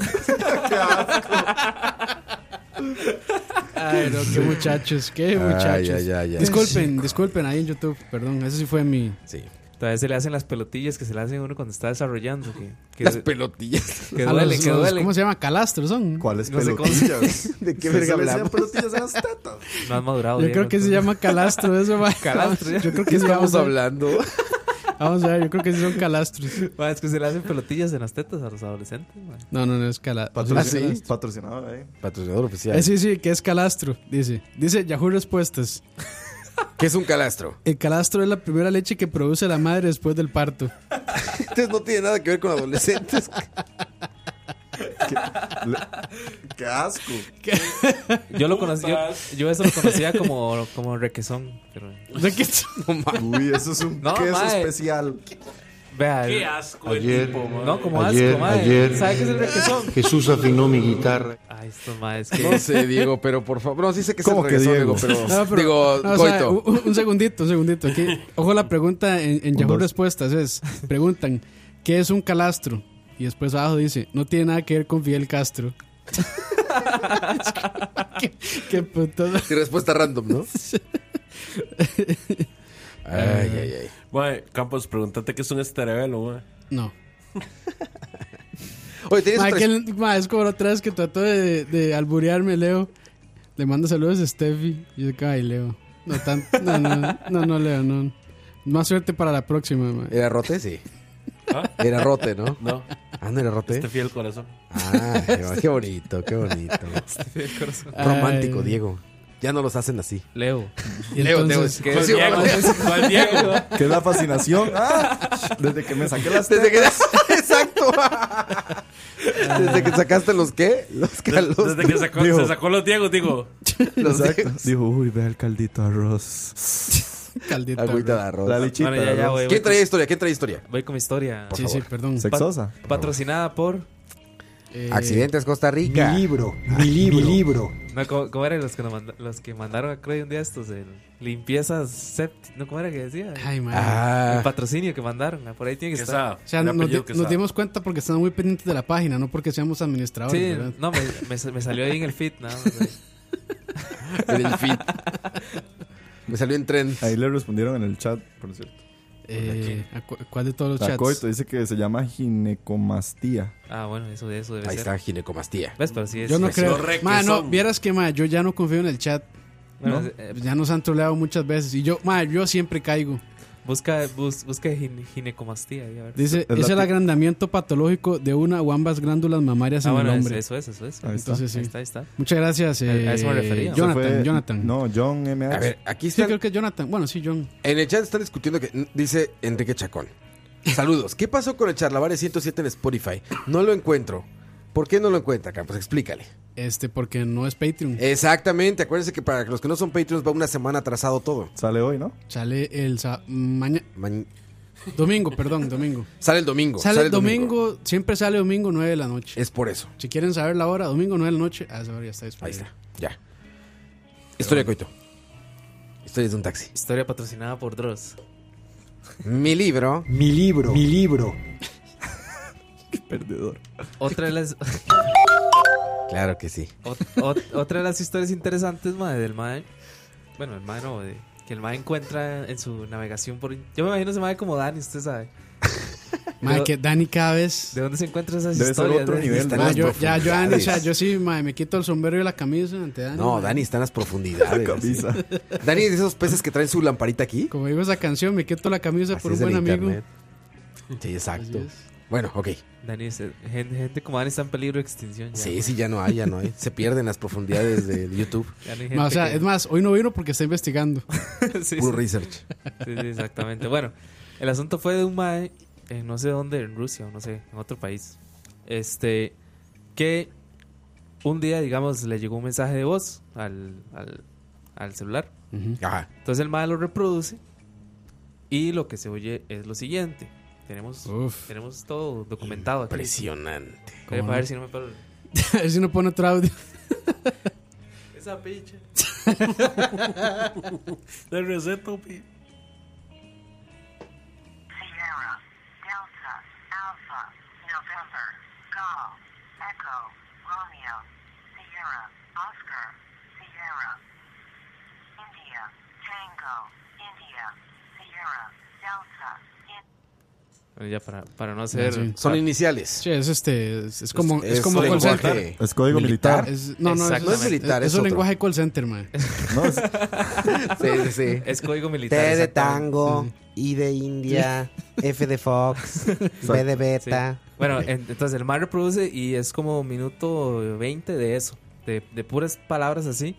Speaker 2: Ay, no, qué muchachos, qué
Speaker 1: Ay,
Speaker 2: muchachos.
Speaker 1: ay, ay, ay.
Speaker 2: disculpen, disculpen ahí en YouTube, perdón, ese sí fue mi.
Speaker 1: Sí.
Speaker 3: [LAUGHS] Todavía se le hacen las pelotillas que se le hacen a uno cuando está desarrollando. Que, que-
Speaker 1: Las pelotillas.
Speaker 3: que
Speaker 2: a
Speaker 3: duele,
Speaker 2: Ah, los-
Speaker 3: que
Speaker 2: los-
Speaker 3: duele.
Speaker 2: ¿Cómo se llama? Calastro son.
Speaker 5: ¿Cuáles
Speaker 3: No sé cómo se-
Speaker 5: pelotillas?
Speaker 1: ¿De qué verga
Speaker 5: Ustedes se le decían
Speaker 1: hablamos?
Speaker 5: pelotillas a las tetas.
Speaker 3: No has madurado.
Speaker 2: Yo
Speaker 3: Diego,
Speaker 2: creo que se
Speaker 3: entonces.
Speaker 2: llama calastro, eso va.
Speaker 3: Calastro, ya.
Speaker 2: Yo creo
Speaker 1: ¿Qué
Speaker 2: que sí,
Speaker 1: estamos
Speaker 2: vamos a ver.
Speaker 1: hablando?
Speaker 2: Vamos a ver, yo creo que sí son calastros.
Speaker 3: [LAUGHS] Ma, es que se le hacen pelotillas en las tetas a los adolescentes. ma.
Speaker 2: No, no, no es calastro.
Speaker 5: Patrocinador,
Speaker 1: ¿Ah, sí?
Speaker 5: patrocinador ahí.
Speaker 1: Patrocinador oficial. [LAUGHS]
Speaker 2: sí, sí, que es calastro, dice. Dice Yahoo Respuestas.
Speaker 1: ¿Qué es un calastro?
Speaker 2: El calastro es la primera leche que produce la madre después del parto.
Speaker 1: Entonces no tiene nada que ver con
Speaker 2: [LAUGHS]
Speaker 1: adolescentes.
Speaker 2: Ah,
Speaker 3: [LAUGHS]
Speaker 5: Qué asco.
Speaker 3: Yo lo conocí, yo, yo eso lo conocía como, como requesón. Pero...
Speaker 2: ¿De qué?
Speaker 3: [LAUGHS]
Speaker 5: Uy, eso es un
Speaker 3: No,
Speaker 5: queso
Speaker 3: mae.
Speaker 5: especial.
Speaker 3: Vea,
Speaker 6: Qué asco
Speaker 7: Ayer.
Speaker 6: el tipo, man.
Speaker 3: no, como
Speaker 7: Ayer,
Speaker 3: asco, madre.
Speaker 7: ayer.
Speaker 3: ¿Sabe qué es el requesón?
Speaker 7: Jesús afinó mi guitarra.
Speaker 3: Ay, esto, madre, es que.
Speaker 1: No sé, Diego, pero por favor. No, sí sé que es
Speaker 5: ¿Cómo
Speaker 1: el
Speaker 5: que
Speaker 1: reggaetón,
Speaker 5: Diego?
Speaker 1: Diego, pero,
Speaker 2: No, pero-
Speaker 1: digo,
Speaker 2: no, o sea,
Speaker 1: Goito.
Speaker 2: un, un segundito, un segundito. Aquí, ojo la pregunta en, en Yahoo
Speaker 5: dos.
Speaker 2: Respuestas es, preguntan, ¿qué es un calastro? Y después abajo dice, no tiene nada que ver con Fidel Castro. qué, qué putada.
Speaker 1: Y respuesta random, ¿no? ay, ay, ay.
Speaker 6: Mae, Campos, pregúntate qué es un esterebelo, mae.
Speaker 2: No.
Speaker 1: Oye, tenías
Speaker 2: Ma,
Speaker 1: otra-
Speaker 2: aquel- ma, es como la otra vez que trató de, de alburearme, Leo. Le mando saludos a Steffi. Y yo, ay, Leo. No, tan- no, no, no, no, Leo, no. Más suerte para la próxima, ma.
Speaker 1: ¿Era rote? Sí.
Speaker 6: ¿Ah?
Speaker 1: Era rote, ¿no?
Speaker 6: No,
Speaker 1: Ah, no era rote.
Speaker 6: te fiel el corazón. Este
Speaker 1: Ah, qué bonito, qué bonito. Romántico, Diego. Ya no los hacen así.
Speaker 3: Leo.
Speaker 2: Y
Speaker 1: Leo,
Speaker 2: entonces-
Speaker 1: Leo, es- Sí, vale.
Speaker 6: [LAUGHS]
Speaker 3: ¿Cuál Diego?
Speaker 5: ¿Qué es la fascinación? Ah, desde que me saqué las tetas.
Speaker 1: Desde que [LAUGHS] exacto. Desde que sacaste los qué? Los calos.
Speaker 6: Desde que sacó,
Speaker 5: Digo.
Speaker 6: se sacó los Diegos, digo.
Speaker 5: [LAUGHS]
Speaker 1: los
Speaker 5: Exacto.
Speaker 1: Diegos.
Speaker 5: Dijo, uy, ve al caldito arroz.
Speaker 1: [LAUGHS]
Speaker 2: Caldita,
Speaker 1: Agüita
Speaker 2: bro.
Speaker 1: de arroz.
Speaker 5: La lichita.
Speaker 3: Bueno, ya, ya,
Speaker 5: arroz.
Speaker 3: voy.
Speaker 1: ¿Quién
Speaker 3: Voy,
Speaker 1: trae historia? ¿Quién trae historia?
Speaker 3: con- voy con mi historia.
Speaker 1: Por
Speaker 2: Sí, sí,
Speaker 1: favor.
Speaker 2: perdón.
Speaker 5: Sexosa.
Speaker 3: Patrocinada por.
Speaker 2: Eh,
Speaker 1: Accidentes Costa Rica. Ah,
Speaker 13: Mi libro, mi libro, mi libro.
Speaker 3: No, ¿cómo, cómo eran los que, nos manda- los que mandaron a Craig un día estos? El limpiezas sépticas. ¿No, ¿Cómo era que decía?
Speaker 2: Ay, madre.
Speaker 3: El
Speaker 1: Ah,
Speaker 3: patrocinio que mandaron. ah, Por ahí tiene que estar.
Speaker 6: Quesada.
Speaker 2: O sea,
Speaker 6: De
Speaker 2: nos,
Speaker 6: apellido
Speaker 2: di-
Speaker 6: Quesada.
Speaker 2: nos dimos cuenta porque estamos muy pendientes de la página, no porque seamos administradores.
Speaker 3: Sí,
Speaker 2: ¿verdad?
Speaker 3: no, me, me- me salió ahí en el feed. nada más, ahí.
Speaker 1: [LAUGHS]
Speaker 5: [LAUGHS]
Speaker 1: en el feed. Me salió en tren.
Speaker 5: Ahí le respondieron en el chat, por cierto.
Speaker 2: Eh, ¿a cu- ¿Cuál de todos los
Speaker 5: Tacoito
Speaker 2: chats?
Speaker 5: dice que se llama ginecomastía.
Speaker 3: Ah, bueno, eso, eso debe
Speaker 1: Ahí
Speaker 3: ser.
Speaker 1: está, ginecomastía.
Speaker 3: ¿Ves? Pero sí es.
Speaker 2: Yo no
Speaker 3: es
Speaker 2: creo.
Speaker 3: correcto,
Speaker 2: Ma, no,
Speaker 3: son-
Speaker 2: vieras que ma, yo ya no confío en el chat.
Speaker 3: Bueno,
Speaker 2: ¿No?
Speaker 3: eh,
Speaker 2: ya nos han troleado muchas veces. Y yo, ma, yo siempre caigo.
Speaker 3: Busca, bus- busca gine- ginecomastía. ahí, a ver.
Speaker 2: Dice, es, el agrandamiento patológico de una o ambas glándulas mamarias
Speaker 3: Ah,
Speaker 2: en
Speaker 3: bueno,
Speaker 2: el
Speaker 3: es-
Speaker 2: hombre.
Speaker 3: eso es, eso es. Ahí está.
Speaker 2: Entonces, sí.
Speaker 3: Ahí está, ahí está.
Speaker 2: Muchas gracias,
Speaker 3: A- a eso me
Speaker 2: eh,
Speaker 3: refería.
Speaker 2: Jonathan.
Speaker 1: Fue-
Speaker 2: Jonathan.
Speaker 5: No, John M.
Speaker 1: A ver, aquí
Speaker 2: Sí,
Speaker 1: está.
Speaker 2: creo que es Jonathan. Bueno, sí, John.
Speaker 1: En el chat están discutiendo que dice Enrique Chacón. Saludos. ¿Qué pasó con el Charlavaria 107 en Spotify? No lo encuentro. ¿Por qué no lo encuentra, Campos? Explícale.
Speaker 2: Este, porque no es Patreon.
Speaker 1: Exactamente. Acuérdense que para los que no son Patreons va una semana atrasado todo.
Speaker 5: Sale hoy, ¿no?
Speaker 2: Sale el sa- maña- domingo, perdón, domingo.
Speaker 1: Sale el domingo.
Speaker 2: Sale, el domingo, siempre sale domingo 9 de la noche.
Speaker 1: Es por eso.
Speaker 2: Si quieren saber la hora, domingo 9 de la noche, a esa hora ya está disponible.
Speaker 1: Ahí Ya. Historia de coito. Historia de un taxi.
Speaker 3: Historia patrocinada por Dross.
Speaker 1: Mi libro.
Speaker 13: Mi libro. Mi libro.
Speaker 5: Perdedor.
Speaker 3: Otra de las.
Speaker 1: [LAUGHS] Claro que sí.
Speaker 3: Ot- ot- otra de las historias interesantes, madre, del mae. Bueno, el mae no, de- que el mae encuentra en su navegación por. in- Yo me imagino ese mae como Dani,
Speaker 1: [LAUGHS]
Speaker 3: usted sabe.
Speaker 2: Madre,
Speaker 3: Yo-
Speaker 2: que Dani cada vez...
Speaker 3: ¿De dónde se encuentran esas historias? eh? de-
Speaker 2: Ma, yo, ya, yo, Dani, o sea, yo sí, madre, me quito el sombrero y la camisa ante Dani.
Speaker 1: No,
Speaker 2: madre.
Speaker 1: Dani está en las profundidades.
Speaker 2: La camisa.
Speaker 1: [LAUGHS] Dani es de esos peces que traen su lamparita aquí.
Speaker 2: Como digo esa canción, me quito la camisa por un
Speaker 1: es el
Speaker 2: buen amigo.
Speaker 1: internet. Sí, exacto.
Speaker 2: Así
Speaker 1: Bueno, ok.
Speaker 3: Dani, se- gente, gente como Dani está en peligro de extinción. ya,
Speaker 1: Sí,
Speaker 3: mae.
Speaker 1: sí, ya no hay, ya no hay. Se pierden las profundidades
Speaker 2: [LAUGHS]
Speaker 1: de YouTube.
Speaker 3: Ya no hay
Speaker 2: Ma, o
Speaker 3: gente
Speaker 2: sea,
Speaker 3: que-
Speaker 2: es más, hoy no vino porque está investigando.
Speaker 3: [LAUGHS] Sí,
Speaker 1: Puro
Speaker 3: sí.
Speaker 1: research.
Speaker 3: Sí, sí, exactamente. Bueno, el asunto fue de un mae, eh, no sé dónde, en Rusia, o no sé, en otro país. Este, que un día, digamos, le llegó un mensaje de voz al, al, al celular.
Speaker 1: Ajá.
Speaker 3: Entonces el mae lo reproduce y lo que se oye es lo siguiente. Tenemos, tenemos todo documentado aquí.
Speaker 1: Impresionante.
Speaker 3: Voy a
Speaker 2: ¿Cómo
Speaker 3: ver
Speaker 2: no?
Speaker 3: si no me paro.
Speaker 2: [LAUGHS] A ver si no pone otro audio.
Speaker 3: Esa picha.
Speaker 6: [LAUGHS] Del receto, pi.
Speaker 3: Bueno, ya para, para no ser.
Speaker 2: Sí.
Speaker 1: Son iniciales.
Speaker 2: Sí, es este, es, es como, es,
Speaker 1: Es
Speaker 2: como call
Speaker 1: lenguaje-
Speaker 2: center.
Speaker 5: es código militar.
Speaker 2: Es- no, no,
Speaker 3: Exactamente.
Speaker 2: no es militar, es, un
Speaker 1: otro.
Speaker 2: lenguaje call
Speaker 3: [LAUGHS]
Speaker 2: center, man.
Speaker 1: Sí, sí, sí.
Speaker 3: Es código militar.
Speaker 1: T de
Speaker 3: exactamente.
Speaker 1: tango, I de India, F de Fox, [LAUGHS] B de Beta.
Speaker 3: Sí. Bueno, en- entonces el Mario produce y es como minuto 20 de eso, de, de puras palabras así.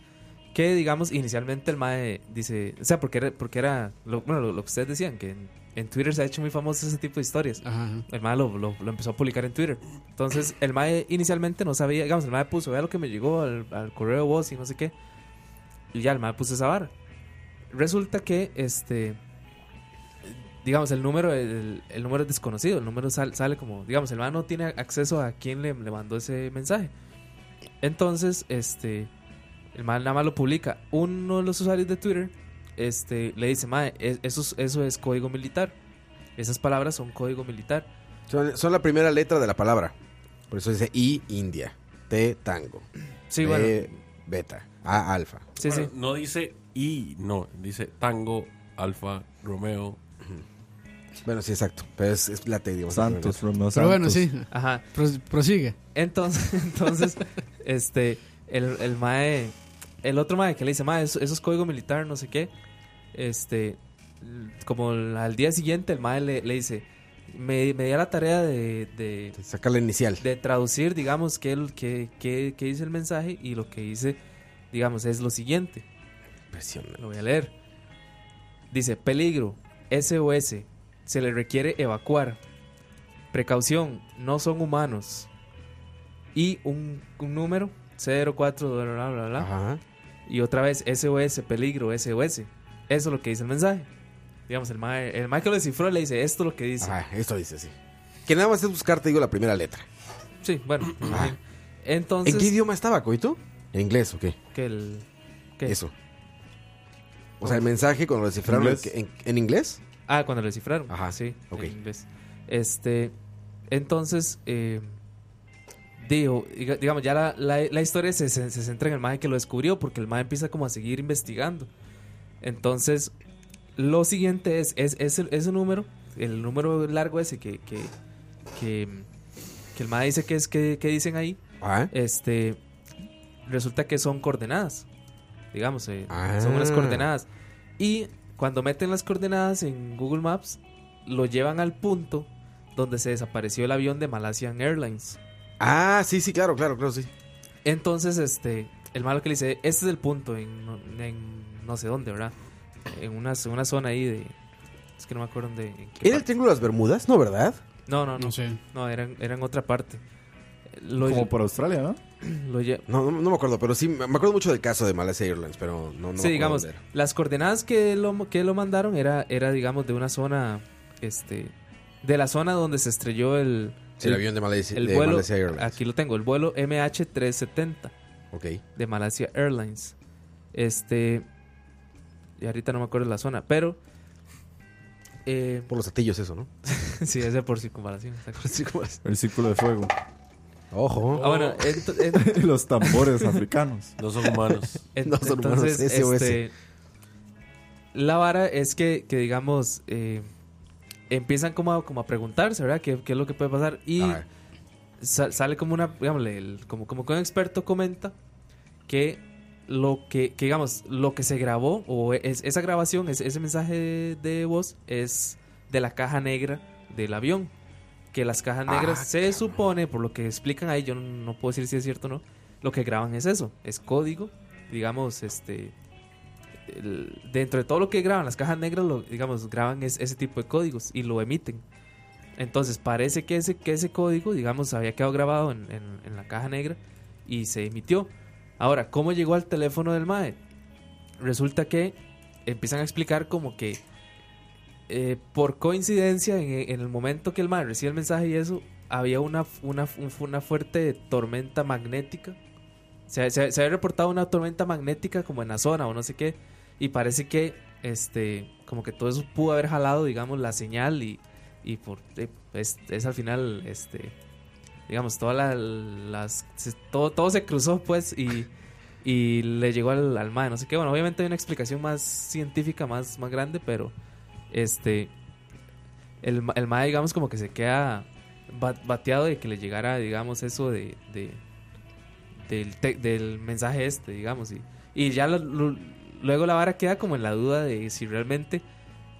Speaker 3: Que digamos, inicialmente el Mae dice, o sea, porque era, porque era lo, bueno, lo, lo que ustedes decían, que en, en Twitter se ha hecho muy famoso ese tipo de historias. El Mae lo, lo- lo empezó a publicar en Twitter. Entonces el Mae inicialmente no sabía, digamos, el Mae puso, vea lo que me llegó al, al correo de voz y no sé qué. Y ya el Mae puso esa vara. Resulta que este digamos, el número, el, el número es desconocido, el número sal- sale como, digamos, el man no tiene acceso a quién le, le mandó ese mensaje. Entonces, este, el man nada más lo publica. Uno de los usuarios de Twitter, este, le dice, mae, e- eso, es- eso es código militar. Esas palabras son código militar.
Speaker 1: Son, son la primera letra de la palabra. Por eso dice I, India. T, tango.
Speaker 3: Sí,
Speaker 1: B,
Speaker 3: bueno.
Speaker 1: Beta. A, alfa.
Speaker 6: Bueno, No dice I, no. Dice tango, alfa, Romeo.
Speaker 1: Bueno, sí, exacto. Pero es, es la T, digamos.
Speaker 5: Santos, Romeo
Speaker 2: Pero bueno, sí.
Speaker 3: Ajá.
Speaker 2: Pros- prosigue.
Speaker 3: Entonces, [LAUGHS] entonces este, el, el mae, el otro mae que le dice, mae, eso, eso es código militar, no sé qué. Este, l- como el- al día siguiente, el mae le, le dice, me, me di a la tarea de, de,
Speaker 1: Sacar la inicial.
Speaker 3: de traducir, digamos, qué, el- qué, qué- qué dice el mensaje y lo que dice, digamos, es lo siguiente.
Speaker 1: Impresionante.
Speaker 3: Lo voy a leer. Dice, peligro, SOS, se le requiere evacuar. Precaución, no son humanos. Y un, un número, 04, bla, bla, bla, bla. Y otra vez, SOS, peligro, SOS. Eso es lo que dice el mensaje. Digamos, el mae, el mae que lo descifró le dice, esto es lo que dice.
Speaker 1: Ajá, Ah, esto dice así. Que nada más es buscar, te digo, la primera letra.
Speaker 3: Sí,
Speaker 1: [CLEARS THROAT]
Speaker 3: bueno. me
Speaker 1: Ajá.
Speaker 3: imagino. Entonces...
Speaker 1: Ah. ¿En qué idioma estaba, Coito? ¿En inglés o qué?
Speaker 3: Que el, que-
Speaker 1: Eso. O sea, el mensaje cuando lo descifraron
Speaker 3: ¿Inglés?
Speaker 1: ¿en, en inglés.
Speaker 3: Ah, cuando lo descifraron.
Speaker 1: Ajá,
Speaker 3: sí.
Speaker 1: ok.
Speaker 3: En inglés. Este, entonces, eh, digo, diga- digamos, ya la, la- la historia se, se- se centra en el mae que lo descubrió, porque el mae empieza como a seguir investigando. Entonces, Lo siguiente es, es, es el- ese número, el número largo ese que, que, que, que el MAE dice que es que, que dicen ahí. Este resulta que son coordenadas. Digamos, eh, son unas
Speaker 1: Ah.
Speaker 3: coordenadas. Y cuando meten las coordenadas en Google Maps, lo llevan al punto donde se desapareció el avión de Malaysian Airlines.
Speaker 1: Ah, sí, sí, claro, claro, claro, sí.
Speaker 3: Entonces, este, el malo que le dice, este es el punto en, no- en no sé dónde, ¿verdad? En una, en una zona ahí de... Es que no me acuerdo dónde... en qué
Speaker 1: ¿Era el Triángulo de las Bermudas? No, ¿verdad?
Speaker 3: no, no, no.
Speaker 2: No sé.
Speaker 3: No, eran, eran otra parte.
Speaker 1: Como
Speaker 3: por [CLEARS THROAT]
Speaker 5: Australia, ¿no?
Speaker 1: No, no, no me acuerdo, pero sí, me me acuerdo mucho del caso de Malaysia Airlines, pero no, no me
Speaker 3: sí,
Speaker 1: acuerdo
Speaker 3: digamos,
Speaker 1: dónde era.
Speaker 3: las coordenadas que lo, que lo mandaron era, era, digamos, de una zona, este, de la zona donde se estrelló el...
Speaker 1: Sí, el avión de Malaysia-
Speaker 3: el
Speaker 1: de
Speaker 3: vuelo,
Speaker 1: Malaysia Airlines.
Speaker 3: Aquí lo tengo, el vuelo MH370.
Speaker 1: Ok.
Speaker 3: De Malaysia Airlines. Este... Y ahorita no me acuerdo la zona, pero... eh,
Speaker 1: Por los atillos eso, ¿no?
Speaker 3: [LAUGHS] sí, ese por circunvalación.
Speaker 5: El círculo de fuego.
Speaker 1: Ojo.
Speaker 3: Ah, bueno, [LAUGHS] ento- ent-
Speaker 5: los
Speaker 3: [LAUGHS]
Speaker 5: tambores africanos.
Speaker 6: No son humanos.
Speaker 3: En-
Speaker 1: No son humanos,
Speaker 3: entonces,
Speaker 1: SOS.
Speaker 3: este, la vara es que, que digamos, eh, empiezan como a, como a preguntarse, ¿verdad? ¿Qué, qué es lo que puede pasar? Y sa- sale como una, digamos, el- como, como que un experto comenta que lo que, que digamos, lo que se grabó o es, esa grabación, es, ese mensaje de voz es de la caja negra del avión. Que las cajas negras se supone, por lo que explican ahí, yo no, no puedo decir si es cierto o no, lo que graban es eso, es código, digamos, este... el- dentro de todo lo que graban, las cajas negras, lo, digamos, graban es, ese tipo de códigos y lo emiten. Entonces parece que ese, que ese código, digamos, había quedado grabado en, en- en la caja negra y se emitió. Ahora, ¿cómo llegó al teléfono del MAE? Resulta que empiezan a explicar como que eh, por coincidencia en, en el momento que el MAE recibe el mensaje y eso, había una, una, un- una fuerte tormenta magnética. Se, se- se había reportado una tormenta magnética como en la zona o no sé qué. Y parece que este como que todo eso pudo haber jalado, digamos, la señal y, y por eh, es, es al final este digamos todas la- las se- todo todo se cruzó pues y y le llegó al, al mae, no sé qué bueno obviamente hay una explicación más científica más más grande pero este el, ma- el mae digamos como que se queda ba- bateado de que le llegara digamos eso de, de- del, te- del mensaje este digamos y, y ya lo- lo- luego la vara queda como en la duda de si realmente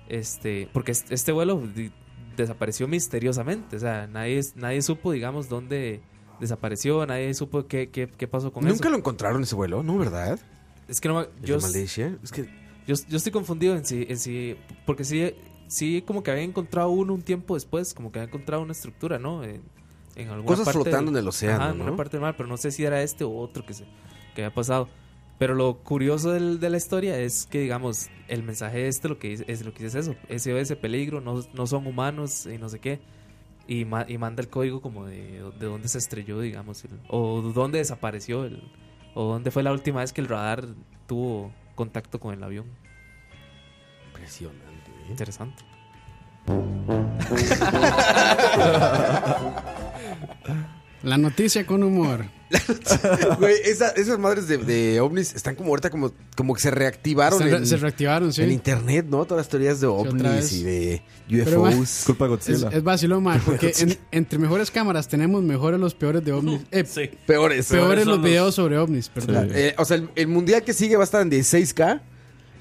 Speaker 3: este porque es- este vuelo di- desapareció misteriosamente o sea nadie nadie supo digamos dónde desapareció nadie supo qué, qué, qué pasó con
Speaker 1: ¿Nunca
Speaker 3: eso
Speaker 1: lo encontraron ese vuelo? ¿No, verdad?
Speaker 3: es que no me-
Speaker 1: ¿El
Speaker 3: yo,
Speaker 1: de Malaysia? Es que
Speaker 3: yo, yo estoy confundido en si, en si porque sí, sí como que había encontrado uno un tiempo después, como que había encontrado una estructura, ¿no? En, en alguna
Speaker 1: Cosas
Speaker 3: parte
Speaker 1: flotando
Speaker 3: del-
Speaker 1: en el océano,
Speaker 3: Ajá, en
Speaker 1: ¿no?
Speaker 3: una parte del mar, pero no sé si era este o otro que se que había pasado. Pero lo curioso del- de la historia es que, digamos, el mensaje este lo que dice es, lo que dice es eso, SOS, peligro, no, no son humanos y no sé qué. Y, ma- y manda el código como de, de dónde se estrelló, digamos, el- o dónde desapareció, el, o dónde fue la última vez que el radar tuvo contacto con el avión.
Speaker 1: Impresionante. ¿eh?
Speaker 3: Interesante. [LAUGHS]
Speaker 1: [LAUGHS]
Speaker 2: La noticia con humor.
Speaker 1: [LAUGHS] Güey, esa- esas madres de, de ovnis están como ahorita como, como que se reactivaron.
Speaker 2: Se re- se reactivaron, sí.
Speaker 1: En internet, ¿no? Todas las teorías de
Speaker 2: otra
Speaker 1: ovnis
Speaker 2: vez.
Speaker 1: y de
Speaker 2: Pero, ma,
Speaker 1: UFOs. Culpa
Speaker 2: Es, es vacilón, ma, [LAUGHS] porque en- entre mejores cámaras tenemos mejores los peores de ovnis. Eh,
Speaker 1: Peores.
Speaker 2: Peores los videos sobre ovnis, perdón.
Speaker 1: Eh, o sea, el, el mundial que sigue va a estar en 16K.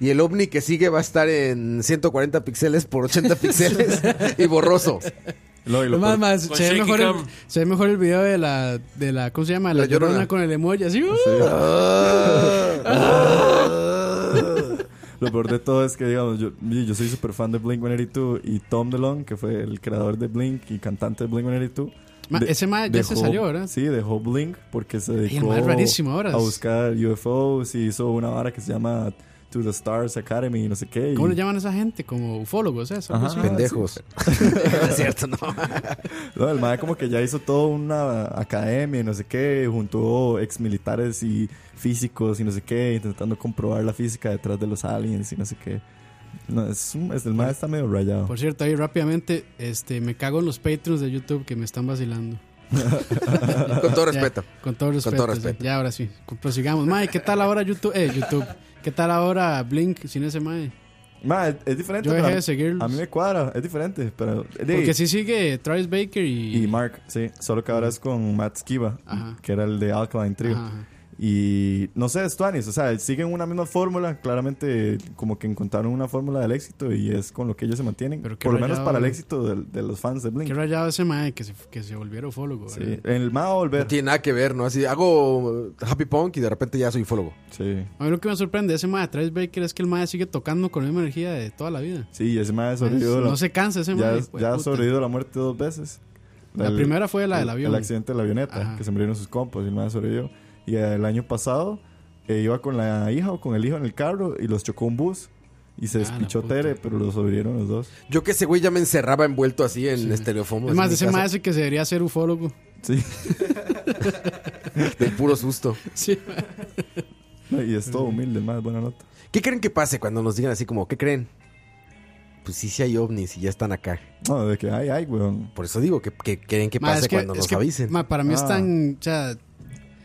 Speaker 1: Y el ovni que sigue va a estar en 140 píxeles por 80 píxeles
Speaker 2: [LAUGHS]
Speaker 1: y borroso.
Speaker 2: Es más, más,
Speaker 1: Con
Speaker 2: se, ve
Speaker 1: shaky
Speaker 2: mejor el,
Speaker 1: cam.
Speaker 2: se ve mejor el video de la, de la, ¿cómo se llama? La,
Speaker 1: La
Speaker 2: llorona.
Speaker 1: Llorona.
Speaker 2: con el emoji, así. ¡uh!
Speaker 5: [LAUGHS] Lo peor de todo es que, digamos, yo, yo soy súper fan de Blink 182 y Tom DeLonge, que fue el creador de Blink y cantante de Blink 182.
Speaker 2: Ma, ese ma ya se salió, ¿verdad?
Speaker 5: Sí, dejó Blink porque se dedicó
Speaker 2: ma es rarísimo ahora.
Speaker 5: a buscar UFOs y hizo una vara que se llama To the Stars Academy y no sé qué. y-
Speaker 2: ¿Cómo le llaman a esa gente? Como ufólogos, eso. algo
Speaker 5: Ajá,
Speaker 2: Pues así. [LAUGHS]
Speaker 5: sí. [LAUGHS] No, el MAE como que ya hizo toda una academia y no sé qué, junto ex militares y físicos y no sé qué, intentando comprobar la física detrás de los aliens y no sé qué. No, es, un- es- el MAE está medio rayado.
Speaker 2: Por cierto, ahí rápidamente, este, me cago en los patrons de YouTube que me están vacilando.
Speaker 1: [LAUGHS] Con todo respeto.
Speaker 2: Ya, con
Speaker 1: Con todo
Speaker 2: todo respeto. sí.
Speaker 1: respeto.
Speaker 2: Ya, ahora sí. Prosigamos. Mae, ¿qué tal ahora YouTube? Eh, YouTube. ¿Qué tal ahora Blink sin ese mae?
Speaker 5: Ma, es, es diferente.
Speaker 2: Yo
Speaker 5: pero
Speaker 2: dejé
Speaker 5: a-
Speaker 2: de seguirlos.
Speaker 5: A mí me cuadra, es diferente. Pero,
Speaker 2: Porque sí sigue Travis Baker y.
Speaker 5: Y Mark, sí. Solo que ahora es con Matt Skiba, que era el de Alkaline Trio.
Speaker 2: Ajá, ajá.
Speaker 5: Y no sé, Stuanis, o sea, siguen una misma fórmula. Claramente, como que encontraron una fórmula del éxito y es con lo que ellos se mantienen.
Speaker 2: qué
Speaker 5: Por lo menos
Speaker 2: rayado,
Speaker 5: para el
Speaker 2: güey.
Speaker 5: éxito del- de, los fans de Blink.
Speaker 2: Qué rayado ese mae que se, que se volviera ufólogo.
Speaker 5: Sí, el más volver.
Speaker 1: No tiene nada que ver, ¿no? Así hago eh, happy punk y de repente ya soy ufólogo.
Speaker 5: Sí.
Speaker 2: A mí lo que me sorprende de ese mae de Travis Baker es que el mae sigue tocando con la misma energía de toda la vida.
Speaker 5: Sí, ese mae ha
Speaker 2: Es-
Speaker 5: sobrevivido. la-
Speaker 2: Pues, no se cansa ese
Speaker 5: Ya,
Speaker 2: mae, hijo de
Speaker 5: ya ha
Speaker 2: puta.
Speaker 5: sobrevivido la muerte dos veces.
Speaker 2: La primera fue la del
Speaker 5: el-
Speaker 2: avión.
Speaker 5: El accidente de la avioneta, que se murieron sus compas y el mae sobrevivió. Y el año pasado eh, iba con la hija o con el hijo en el carro y los chocó un bus. Y
Speaker 2: Ah,
Speaker 5: se despichó Tere, pero los sobrevivieron los dos.
Speaker 1: Yo que ese güey ya me encerraba envuelto así en estereofomo.
Speaker 2: Es más,
Speaker 1: así
Speaker 2: de ese
Speaker 1: en mi
Speaker 2: mae
Speaker 1: casa,
Speaker 2: ese que se debería ser ufólogo.
Speaker 5: Sí.
Speaker 1: [LAUGHS] Del puro susto.
Speaker 2: Sí.
Speaker 5: [LAUGHS] No, y es todo humilde, más buena nota.
Speaker 1: ¿Qué creen que pase cuando nos digan así como, ¿qué creen? Pues sí, sí hay ovnis y ya están acá.
Speaker 5: No, de que hay, hay, weón.
Speaker 1: Por eso digo, ¿qué, qué creen que
Speaker 2: Ma,
Speaker 1: pase
Speaker 2: es que-
Speaker 1: cuando
Speaker 2: es
Speaker 1: nos
Speaker 2: que,
Speaker 1: avisen?
Speaker 2: ma, para mí es tan. O sea,
Speaker 3: Ah.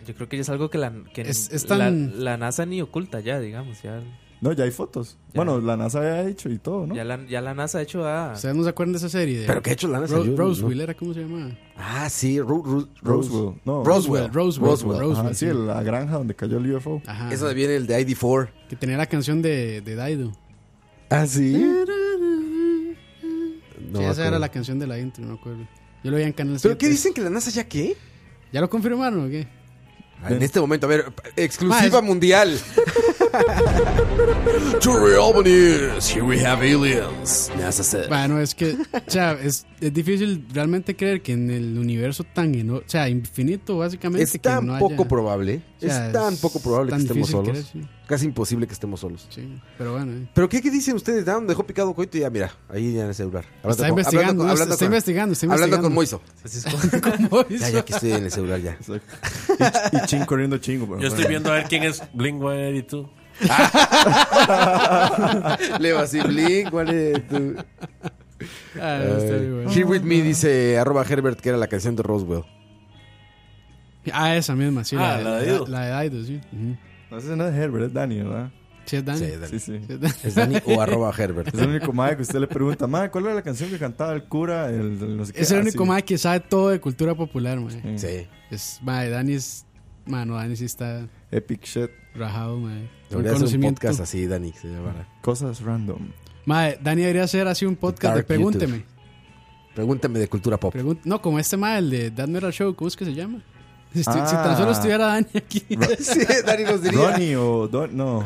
Speaker 3: Yo creo que ya es algo que la, que
Speaker 2: Es- es
Speaker 3: la,
Speaker 2: tan-
Speaker 3: la NASA ni oculta ya, digamos. Ya,
Speaker 5: No, ya hay fotos. Bueno, la NASA había hecho y todo, ¿no?
Speaker 3: ya, la, ya la NASA ha hecho a...
Speaker 2: ¿Ustedes no se acuerdan de esa serie? De
Speaker 1: ¿Pero qué ha hecho la NASA?
Speaker 2: Ro-
Speaker 1: Yo no-
Speaker 2: Roswell era, ¿cómo se llamaba?
Speaker 1: Ah, sí, Ru- Ru- Rose-
Speaker 5: Roswell. No.
Speaker 1: Roswell.
Speaker 2: Roswell, Roswell,
Speaker 5: Ajá,
Speaker 2: Roswell,
Speaker 5: sí,
Speaker 2: sí.
Speaker 5: la granja donde cayó el UFO.
Speaker 2: Ajá.
Speaker 1: Eso viene el de ID4.
Speaker 2: Ah. Que tenía la canción de, de Daido.
Speaker 5: Ah, sí.
Speaker 1: No
Speaker 2: sí,
Speaker 1: me
Speaker 2: esa era
Speaker 1: acuerdo.
Speaker 2: la canción de la intro, no me acuerdo. Yo lo veía en Canal
Speaker 1: ¿Pero
Speaker 2: 7.
Speaker 1: qué dicen que la NASA ya qué?
Speaker 2: ¿Ya lo confirmaron o qué?
Speaker 1: En este momento, a ver, exclusiva
Speaker 2: Ma, es-
Speaker 1: mundial.
Speaker 15: Jury Albanies, here we have aliens. NASA said.
Speaker 2: Bueno, es que, o
Speaker 1: [LAUGHS]
Speaker 2: sea, es, es difícil realmente creer que en el universo tan, eno- o sea, infinito, básicamente.
Speaker 1: Es tan
Speaker 2: que no haya-
Speaker 1: poco probable.
Speaker 2: O sea,
Speaker 1: es tan
Speaker 2: es
Speaker 1: poco probable
Speaker 2: tan
Speaker 1: que estemos
Speaker 2: difícil
Speaker 1: solos.
Speaker 2: creer, sí.
Speaker 1: Casi imposible que estemos solos.
Speaker 2: Sí, pero bueno. eh.
Speaker 1: ¿Pero qué, qué dicen ustedes? Ya dejó picado coito y ya, mira, ahí ya en el celular.
Speaker 2: Está
Speaker 1: con-
Speaker 2: investigando,
Speaker 1: con-
Speaker 2: está- está investigando, está
Speaker 1: Hablando con Moiso.
Speaker 2: investigando. [LAUGHS] Con Moiso.
Speaker 1: Ya, ya que estoy en el celular ya.
Speaker 5: Y Chin corriendo chingo.
Speaker 6: Yo estoy viendo a ver quién es Blink 182.
Speaker 1: [LAUGHS]
Speaker 2: eh.
Speaker 1: Le va así, Blink, ¿cuál es tu?
Speaker 2: Ah, está
Speaker 1: Ay.
Speaker 2: bien, bueno.
Speaker 1: Here With Me dice arroba Herbert que era la canción de Roswell.
Speaker 2: Ah, esa misma, sí.
Speaker 5: Ah, la de
Speaker 2: la,
Speaker 5: Daido.
Speaker 2: la de Daido, sí. Ujú.
Speaker 5: No sé si no es Herbert, es Dani, ¿verdad?
Speaker 2: Sí, es Dani.
Speaker 5: Sí, sí.
Speaker 2: Sí, es Dani.
Speaker 1: Es Dani o arroba Herbert.
Speaker 5: Es el único mae que usted le pregunta, mae, ¿cuál era la canción que cantaba el cura? El, el no sé qué?
Speaker 2: Es el
Speaker 5: Ah,
Speaker 2: único
Speaker 5: sí.
Speaker 2: mae que sabe todo de cultura popular, mae.
Speaker 1: Sí.
Speaker 2: Es, mae, Dani es. Mano, Dani sí está
Speaker 5: Epic shit.
Speaker 2: rajado, mae.
Speaker 1: Debería hacer un podcast así, Dani. que Se llamara.
Speaker 5: Cosas random.
Speaker 2: Mae, Dani debería hacer así un podcast de
Speaker 1: Dark
Speaker 2: Pregúnteme.
Speaker 1: Pregúntame de cultura pop.
Speaker 2: Pregun- no, como este mae, el de That Metal Show, ¿cómo es que se llama? [LAUGHS] Si, estu-
Speaker 5: Ah.
Speaker 2: si tan solo estuviera Dani
Speaker 1: [LAUGHS]
Speaker 2: aquí. [LAUGHS]
Speaker 1: sí, Dani nos
Speaker 5: Ronnie o Don, no.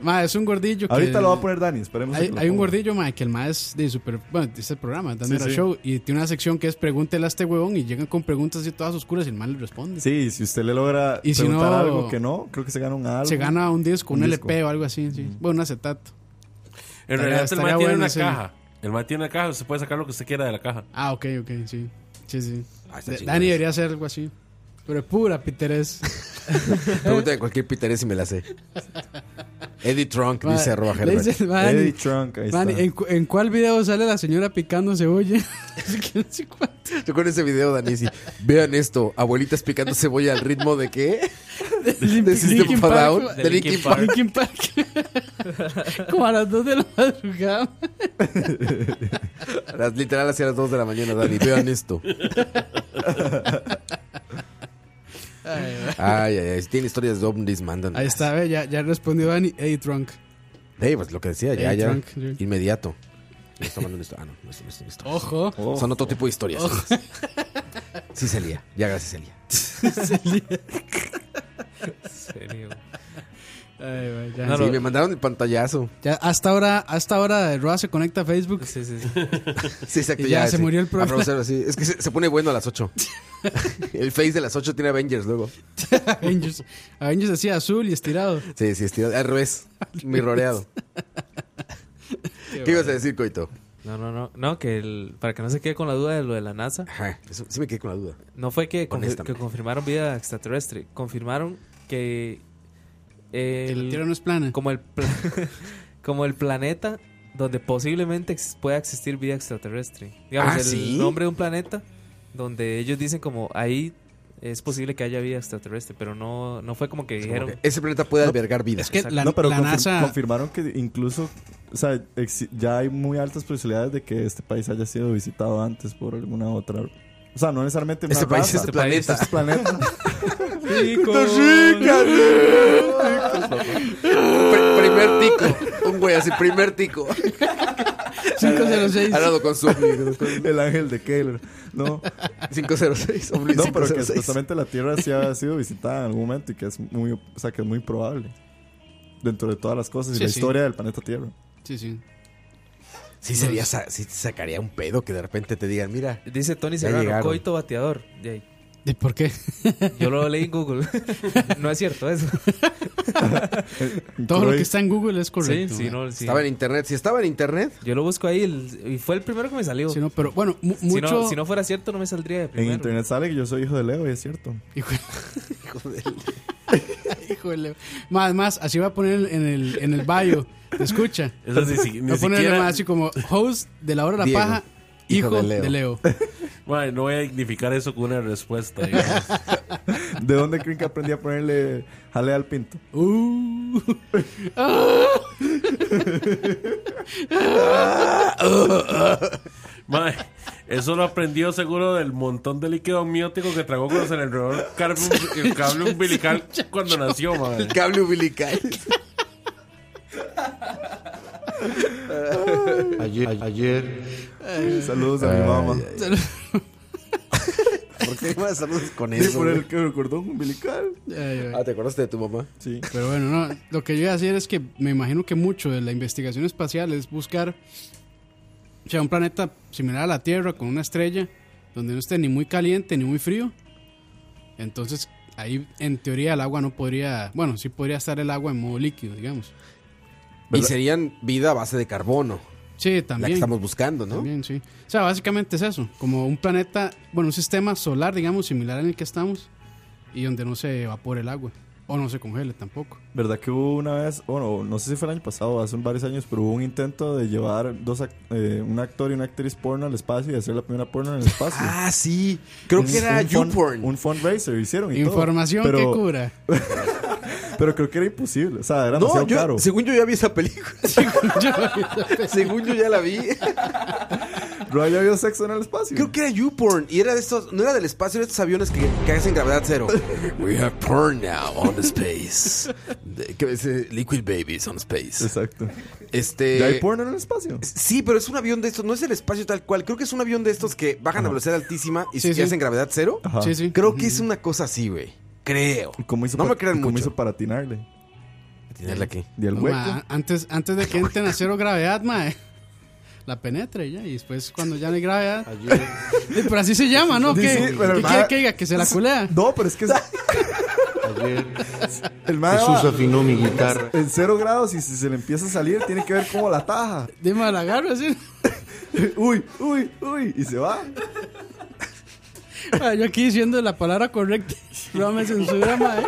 Speaker 2: Mae, es un gordillo que-
Speaker 5: Ahorita lo va a poner Dani, esperemos.
Speaker 2: Hay, hay un gordillo, mae, que el mae es de super... Bueno, dice el programa, That
Speaker 5: Sí,
Speaker 2: Metal
Speaker 5: sí.
Speaker 2: Show, y tiene una sección que es Pregúntele a este huevón, y llegan con preguntas así todas oscuras y el mae les responde.
Speaker 5: Sí, si usted le logra
Speaker 2: Y si
Speaker 5: preguntar
Speaker 2: no-
Speaker 5: algo que no, creo que se gana un álbum.
Speaker 2: Se gana un disco, un,
Speaker 5: Un disco. Mm.
Speaker 2: LP o algo así, sí. Bueno, un acetato.
Speaker 6: En
Speaker 2: Estaría-
Speaker 6: realidad el
Speaker 2: estaría
Speaker 6: man tiene
Speaker 2: bueno
Speaker 6: una
Speaker 2: ese-
Speaker 6: caja. El man tiene una caja, se puede sacar lo que usted quiera de la caja.
Speaker 2: Ah, ok, ok, sí. Sí, sí.
Speaker 1: Ah, está
Speaker 2: Da-
Speaker 1: chingón
Speaker 2: Dani
Speaker 1: eso.
Speaker 2: debería hacer algo así. Pero
Speaker 1: [LAUGHS]
Speaker 2: pura piterés.
Speaker 1: Pregúntame cualquier piterés y me
Speaker 2: [LAUGHS]
Speaker 1: la sé. Eddie Trunk
Speaker 2: Ma-
Speaker 1: dice arroba
Speaker 2: le
Speaker 1: Herbert.
Speaker 2: dice el Dani,
Speaker 5: Eddie Trunk, ahí
Speaker 2: Dani,
Speaker 5: está.
Speaker 2: ¿en, cu- en cuál video sale la señora picando cebolla? [LAUGHS] Es que no sé cuál.
Speaker 1: [LAUGHS] Yo con ese video, Dani, sí. Vean esto, abuelitas picando cebolla al ritmo de qué? [LAUGHS] De System
Speaker 2: Linkin
Speaker 1: of a
Speaker 2: Park,
Speaker 1: Down,
Speaker 2: güey.
Speaker 1: de Linkin Park.
Speaker 2: Linkin Park. [LAUGHS] Como a las 2 de la madrugada.
Speaker 1: Las- Literal hacia las 2 de la mañana, Dani. Vean esto. Ay, ay, ay. Si tiene historias de ovnis, mandan.
Speaker 2: Ahí está, ve, ya, ya respondió Dani. Hey, drunk.
Speaker 1: Ey, pues lo que decía, ya,
Speaker 2: Ey,
Speaker 1: ya.
Speaker 2: Trunk, sí.
Speaker 1: Inmediato. Me está mandando esto. Ah, no, no es, no es- no es-
Speaker 2: Ojo.
Speaker 1: Son otro tipo de historias. [LAUGHS] Sí salía, ya gracias salía.
Speaker 2: [LAUGHS]
Speaker 1: [LAUGHS]
Speaker 3: Serio.
Speaker 2: Ay, güey, ya.
Speaker 1: sí, me mandaron el pantallazo.
Speaker 2: Ya hasta ahora, hasta ahora Roa se conecta a Facebook.
Speaker 3: Sí, sí,
Speaker 1: Sí, exacto.
Speaker 2: Y ya se
Speaker 1: sí.
Speaker 2: murió el
Speaker 1: Ah,
Speaker 2: programa.
Speaker 1: pero, o sea, sí. Es que se, se pone bueno a las
Speaker 2: [LAUGHS]
Speaker 1: 8. el face de las 8 tiene Avengers luego.
Speaker 2: [LAUGHS] Avengers. Avengers así azul y estirado.
Speaker 1: Sí, sí, estirado. Al revés. Mi roreado. ¿Qué, ibas a decir, Coito?
Speaker 3: No, no, no. No, que el- para que no se quede con la duda de lo de la NASA.
Speaker 1: Ajá, eso- sí me quedé con la duda.
Speaker 3: No fue que, confi-
Speaker 1: Honestamente.
Speaker 3: que confirmaron vida extraterrestre. Confirmaron que.
Speaker 2: Que
Speaker 3: El,
Speaker 2: la Tierra no es plana.
Speaker 3: Como el, pla- [LAUGHS] como el planeta donde posiblemente ex- pueda existir vida extraterrestre. Digamos,
Speaker 1: Ah,
Speaker 3: el
Speaker 1: ¿sí?
Speaker 3: nombre de un planeta donde ellos dicen como ahí es posible que haya vida extraterrestre, pero no, no fue como que
Speaker 1: como
Speaker 3: dijeron.
Speaker 1: que ese planeta puede albergar vida. Es que la-
Speaker 5: no, pero
Speaker 1: la
Speaker 5: confir-
Speaker 1: NASA-
Speaker 5: confirmaron que incluso o sea, exi- ya hay muy altas posibilidades de que este país haya sido visitado antes por alguna otra. O sea, no necesariamente una
Speaker 1: Este país,
Speaker 5: raza.
Speaker 1: este planeta.
Speaker 5: Este planeta.
Speaker 1: [LAUGHS] Pri- primer tico. Un güey así, primer tico.
Speaker 5: 506.
Speaker 1: Al lado con su.
Speaker 5: El ángel de Keylor. No.
Speaker 1: 506. hombre,
Speaker 5: No, pero que
Speaker 1: 506.
Speaker 5: supuestamente la Tierra sí ha sido visitada en algún momento y que es muy, o sea, que es muy probable. Dentro de todas las cosas y
Speaker 2: Sí,
Speaker 5: la
Speaker 2: sí.
Speaker 5: historia del planeta Tierra.
Speaker 2: Sí, sí.
Speaker 1: Sí, sería, sa- sí te sacaría un pedo que de repente te digan, mira.
Speaker 3: Dice Tony
Speaker 1: ya
Speaker 3: Serrano,
Speaker 1: llegaron.
Speaker 3: coito bateador. De ahí.
Speaker 2: ¿Y por qué?
Speaker 3: [LAUGHS] Yo lo leí en Google. [LAUGHS] no es cierto eso.
Speaker 2: [LAUGHS] Todo lo que está en Google es correcto.
Speaker 3: Sí, sí, no, sí.
Speaker 1: Estaba en internet. Si estaba en internet.
Speaker 3: Yo lo busco ahí el- y fue el primero que me salió.
Speaker 2: Sí, no, pero bueno, mu-
Speaker 3: Si no- Si
Speaker 2: mucho-
Speaker 3: no, fuera cierto, no me saldría de
Speaker 5: En
Speaker 1: [LAUGHS]
Speaker 3: primero.
Speaker 5: internet sale que yo soy hijo de Leo y es cierto.
Speaker 2: Híjole. Más, más, así va a poner en el, en el bio. Te escucha.
Speaker 6: Eso ni si- ni
Speaker 2: va a poner
Speaker 6: siquiera-
Speaker 2: más así como host de la hora de la
Speaker 6: Diego,
Speaker 2: paja, hijo, de Leo.
Speaker 6: [LAUGHS] Mae, no voy a dignificar eso con una respuesta. digamos. [LAUGHS]
Speaker 5: ¿De dónde creen que aprendí a ponerle jale al pinto?
Speaker 1: Uh.
Speaker 6: Mae, eso lo aprendió seguro del montón de líquido amniótico que tragó cuando se le enredó el, car- el cable [LAUGHS] umbilical cuando nació, mae.
Speaker 1: El cable umbilical.
Speaker 5: Ah.
Speaker 7: Ayer, ayer.
Speaker 5: Saludos a mi [LAUGHS] mamá.
Speaker 1: ¿Por qué más saludos con
Speaker 5: Sí,
Speaker 1: eso?
Speaker 5: por
Speaker 1: güey?
Speaker 5: el que- el cordón umbilical.
Speaker 1: Ah, ¿te acordaste de tu mamá?
Speaker 5: Sí.
Speaker 2: Pero bueno, no, lo que yo iba a decir es que me imagino que mucho de la investigación espacial es buscar o sea, un planeta similar a la Tierra con una estrella donde no esté ni muy caliente ni muy frío. Entonces, ahí en teoría el agua no podría, bueno, sí podría estar el agua en modo líquido, digamos.
Speaker 1: Y serían vida a base de carbono.
Speaker 2: Sí,
Speaker 1: La
Speaker 2: también.
Speaker 1: que estamos buscando, ¿no?
Speaker 2: También, sí. O sea, básicamente es eso, como un planeta, bueno, un sistema solar, digamos, similar en el que estamos y donde no se evapore el agua o no se congele tampoco.
Speaker 5: ¿Verdad que hubo una vez, bueno, no sé si fue el año pasado, hace varios años, pero hubo un intento de llevar dos ac- eh, un actor y una actriz porno al espacio y hacer la primera porno en el espacio?
Speaker 1: Ah, sí. Creo que era
Speaker 5: fund-
Speaker 1: YouPorn.
Speaker 5: Un fundraiser hicieron y todo.
Speaker 2: Información
Speaker 5: Pero-
Speaker 2: que cura.
Speaker 5: Pero creo que era imposible, o sea, era
Speaker 1: No,
Speaker 5: demasiado
Speaker 1: yo-
Speaker 5: caro.
Speaker 1: según yo ya vi esa película. [LAUGHS] Según yo ya la vi.
Speaker 5: ¿No ya había sexo en el espacio?
Speaker 1: Creo que era YouPorn. Y era de estos, no era del espacio, era de estos aviones que, que hacen gravedad cero. [LAUGHS] We have porn now on space. De- ¿Qué es? Eh, Liquid Babies on space.
Speaker 5: Exacto.
Speaker 1: Este,
Speaker 5: ¿Ya hay porno en el espacio?
Speaker 1: Sí, pero es un avión de estos, no es el espacio tal cual. Creo que es un avión de estos que bajan a velocidad altísima y,
Speaker 5: Sí,
Speaker 1: y
Speaker 5: sí.
Speaker 1: hacen gravedad cero.
Speaker 5: Ajá. Sí, sí.
Speaker 1: Creo que es una cosa así, güey. Creo.
Speaker 5: ¿Cómo hizo
Speaker 1: No
Speaker 5: pa-
Speaker 1: me crean
Speaker 5: ¿Cómo
Speaker 1: mucho.
Speaker 5: hizo para atinarle?
Speaker 1: ¿Atinarle a qué?
Speaker 5: ¿Y al
Speaker 2: No,
Speaker 5: hueco?
Speaker 2: ma, antes, antes de que entren a cero gravedad, mae. La penetra y ya, y después cuando ya no hay gravedad. [LAUGHS] Sí, Eh, pero así se llama, ¿no?
Speaker 5: Sí,
Speaker 2: ¿Qué,
Speaker 5: sí, pero
Speaker 2: qué
Speaker 5: el
Speaker 2: quiere
Speaker 5: ma-
Speaker 2: que diga? Que se la culea.
Speaker 5: No, pero es que. El mae
Speaker 7: Jesús
Speaker 5: va-
Speaker 7: afinó mi guitarra.
Speaker 5: En cero grados y si se le empieza a salir, tiene que ver cómo la taja.
Speaker 2: Dime la agarro así.
Speaker 5: [LAUGHS] uy, uy, uy. Y se va.
Speaker 2: Ah, Yo aquí diciendo la palabra correcta. [LAUGHS] No me censura, mae.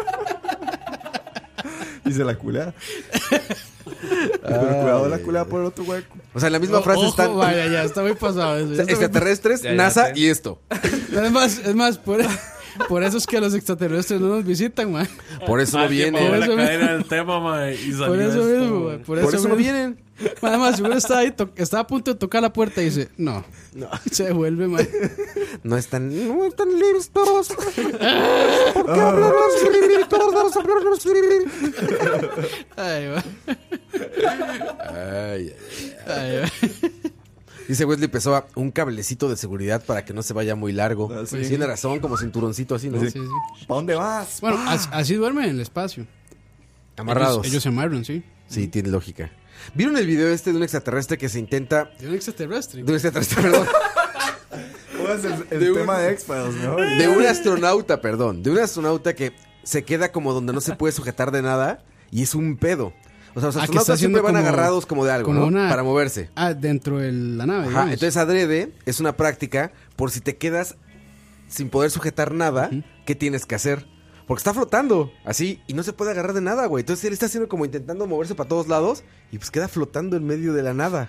Speaker 5: Y se la culea. Pero cuidado, la
Speaker 1: Ay,
Speaker 5: culea Ah, por el otro hueco.
Speaker 1: O sea, en la misma frase
Speaker 2: Ojo,
Speaker 1: están
Speaker 2: Vaya, ya, está muy pasado. eso,
Speaker 1: o
Speaker 2: ya
Speaker 1: sea,
Speaker 2: está muy-
Speaker 1: extraterrestres, NASA y esto.
Speaker 2: Es más, es más por, por eso es que los extraterrestres no nos visitan, mae.
Speaker 1: Por eso no
Speaker 6: Alguien
Speaker 1: viene.
Speaker 6: movió
Speaker 2: Por
Speaker 6: la
Speaker 2: eso
Speaker 6: cadena
Speaker 2: mismo.
Speaker 6: del tema, mae, y salió
Speaker 2: Por eso
Speaker 6: esto,
Speaker 2: mismo,
Speaker 6: mae.
Speaker 2: mae, Por eso, mismo. Nada más, seguro está ahí, to- está a punto de tocar la puerta y dice, no. No. Se devuelve, mae.
Speaker 1: No están, no están listos. ¿Por qué hablar los Todos vamos a hablar los
Speaker 2: Ay, va.
Speaker 1: Ay,
Speaker 2: Ay, va.
Speaker 1: Dice Wesley Pessoa, un cablecito de seguridad para que no se vaya muy largo.
Speaker 2: Ah, sí.
Speaker 1: Tiene razón, como cinturoncito así, ¿no?
Speaker 2: Sí, sí.
Speaker 5: ¿Para dónde vas?
Speaker 2: Bueno, as- así duermen en el espacio.
Speaker 1: Amarrados.
Speaker 2: Ellos, ellos se amarran, sí.
Speaker 1: Sí, tiene lógica. ¿Vieron el video este de un extraterrestre que se intenta...
Speaker 2: De un extraterrestre.
Speaker 1: De un extraterrestre, [LAUGHS] perdón.
Speaker 5: Pues el,
Speaker 1: [LAUGHS]
Speaker 5: el
Speaker 1: De un-
Speaker 5: tema de X-Files, mejor.
Speaker 1: De un
Speaker 2: Ah,
Speaker 1: astronauta, perdón. De un astronauta que se queda como donde no se puede sujetar de nada y es un pedo. O sea, los
Speaker 2: Ah, que está
Speaker 1: astronautas siempre
Speaker 2: haciendo
Speaker 1: van
Speaker 2: como-
Speaker 1: agarrados como de algo,
Speaker 2: como
Speaker 1: ¿no?
Speaker 2: una-
Speaker 1: Para moverse.
Speaker 2: Ah, dentro de la nave.
Speaker 1: Ajá,
Speaker 2: digamos.
Speaker 1: entonces adrede es una práctica por si te quedas sin poder sujetar nada, ¿qué tienes que hacer? Porque está flotando así y no se puede agarrar de nada, güey. Entonces él está haciendo como intentando moverse para todos lados y pues queda flotando en medio de la nada.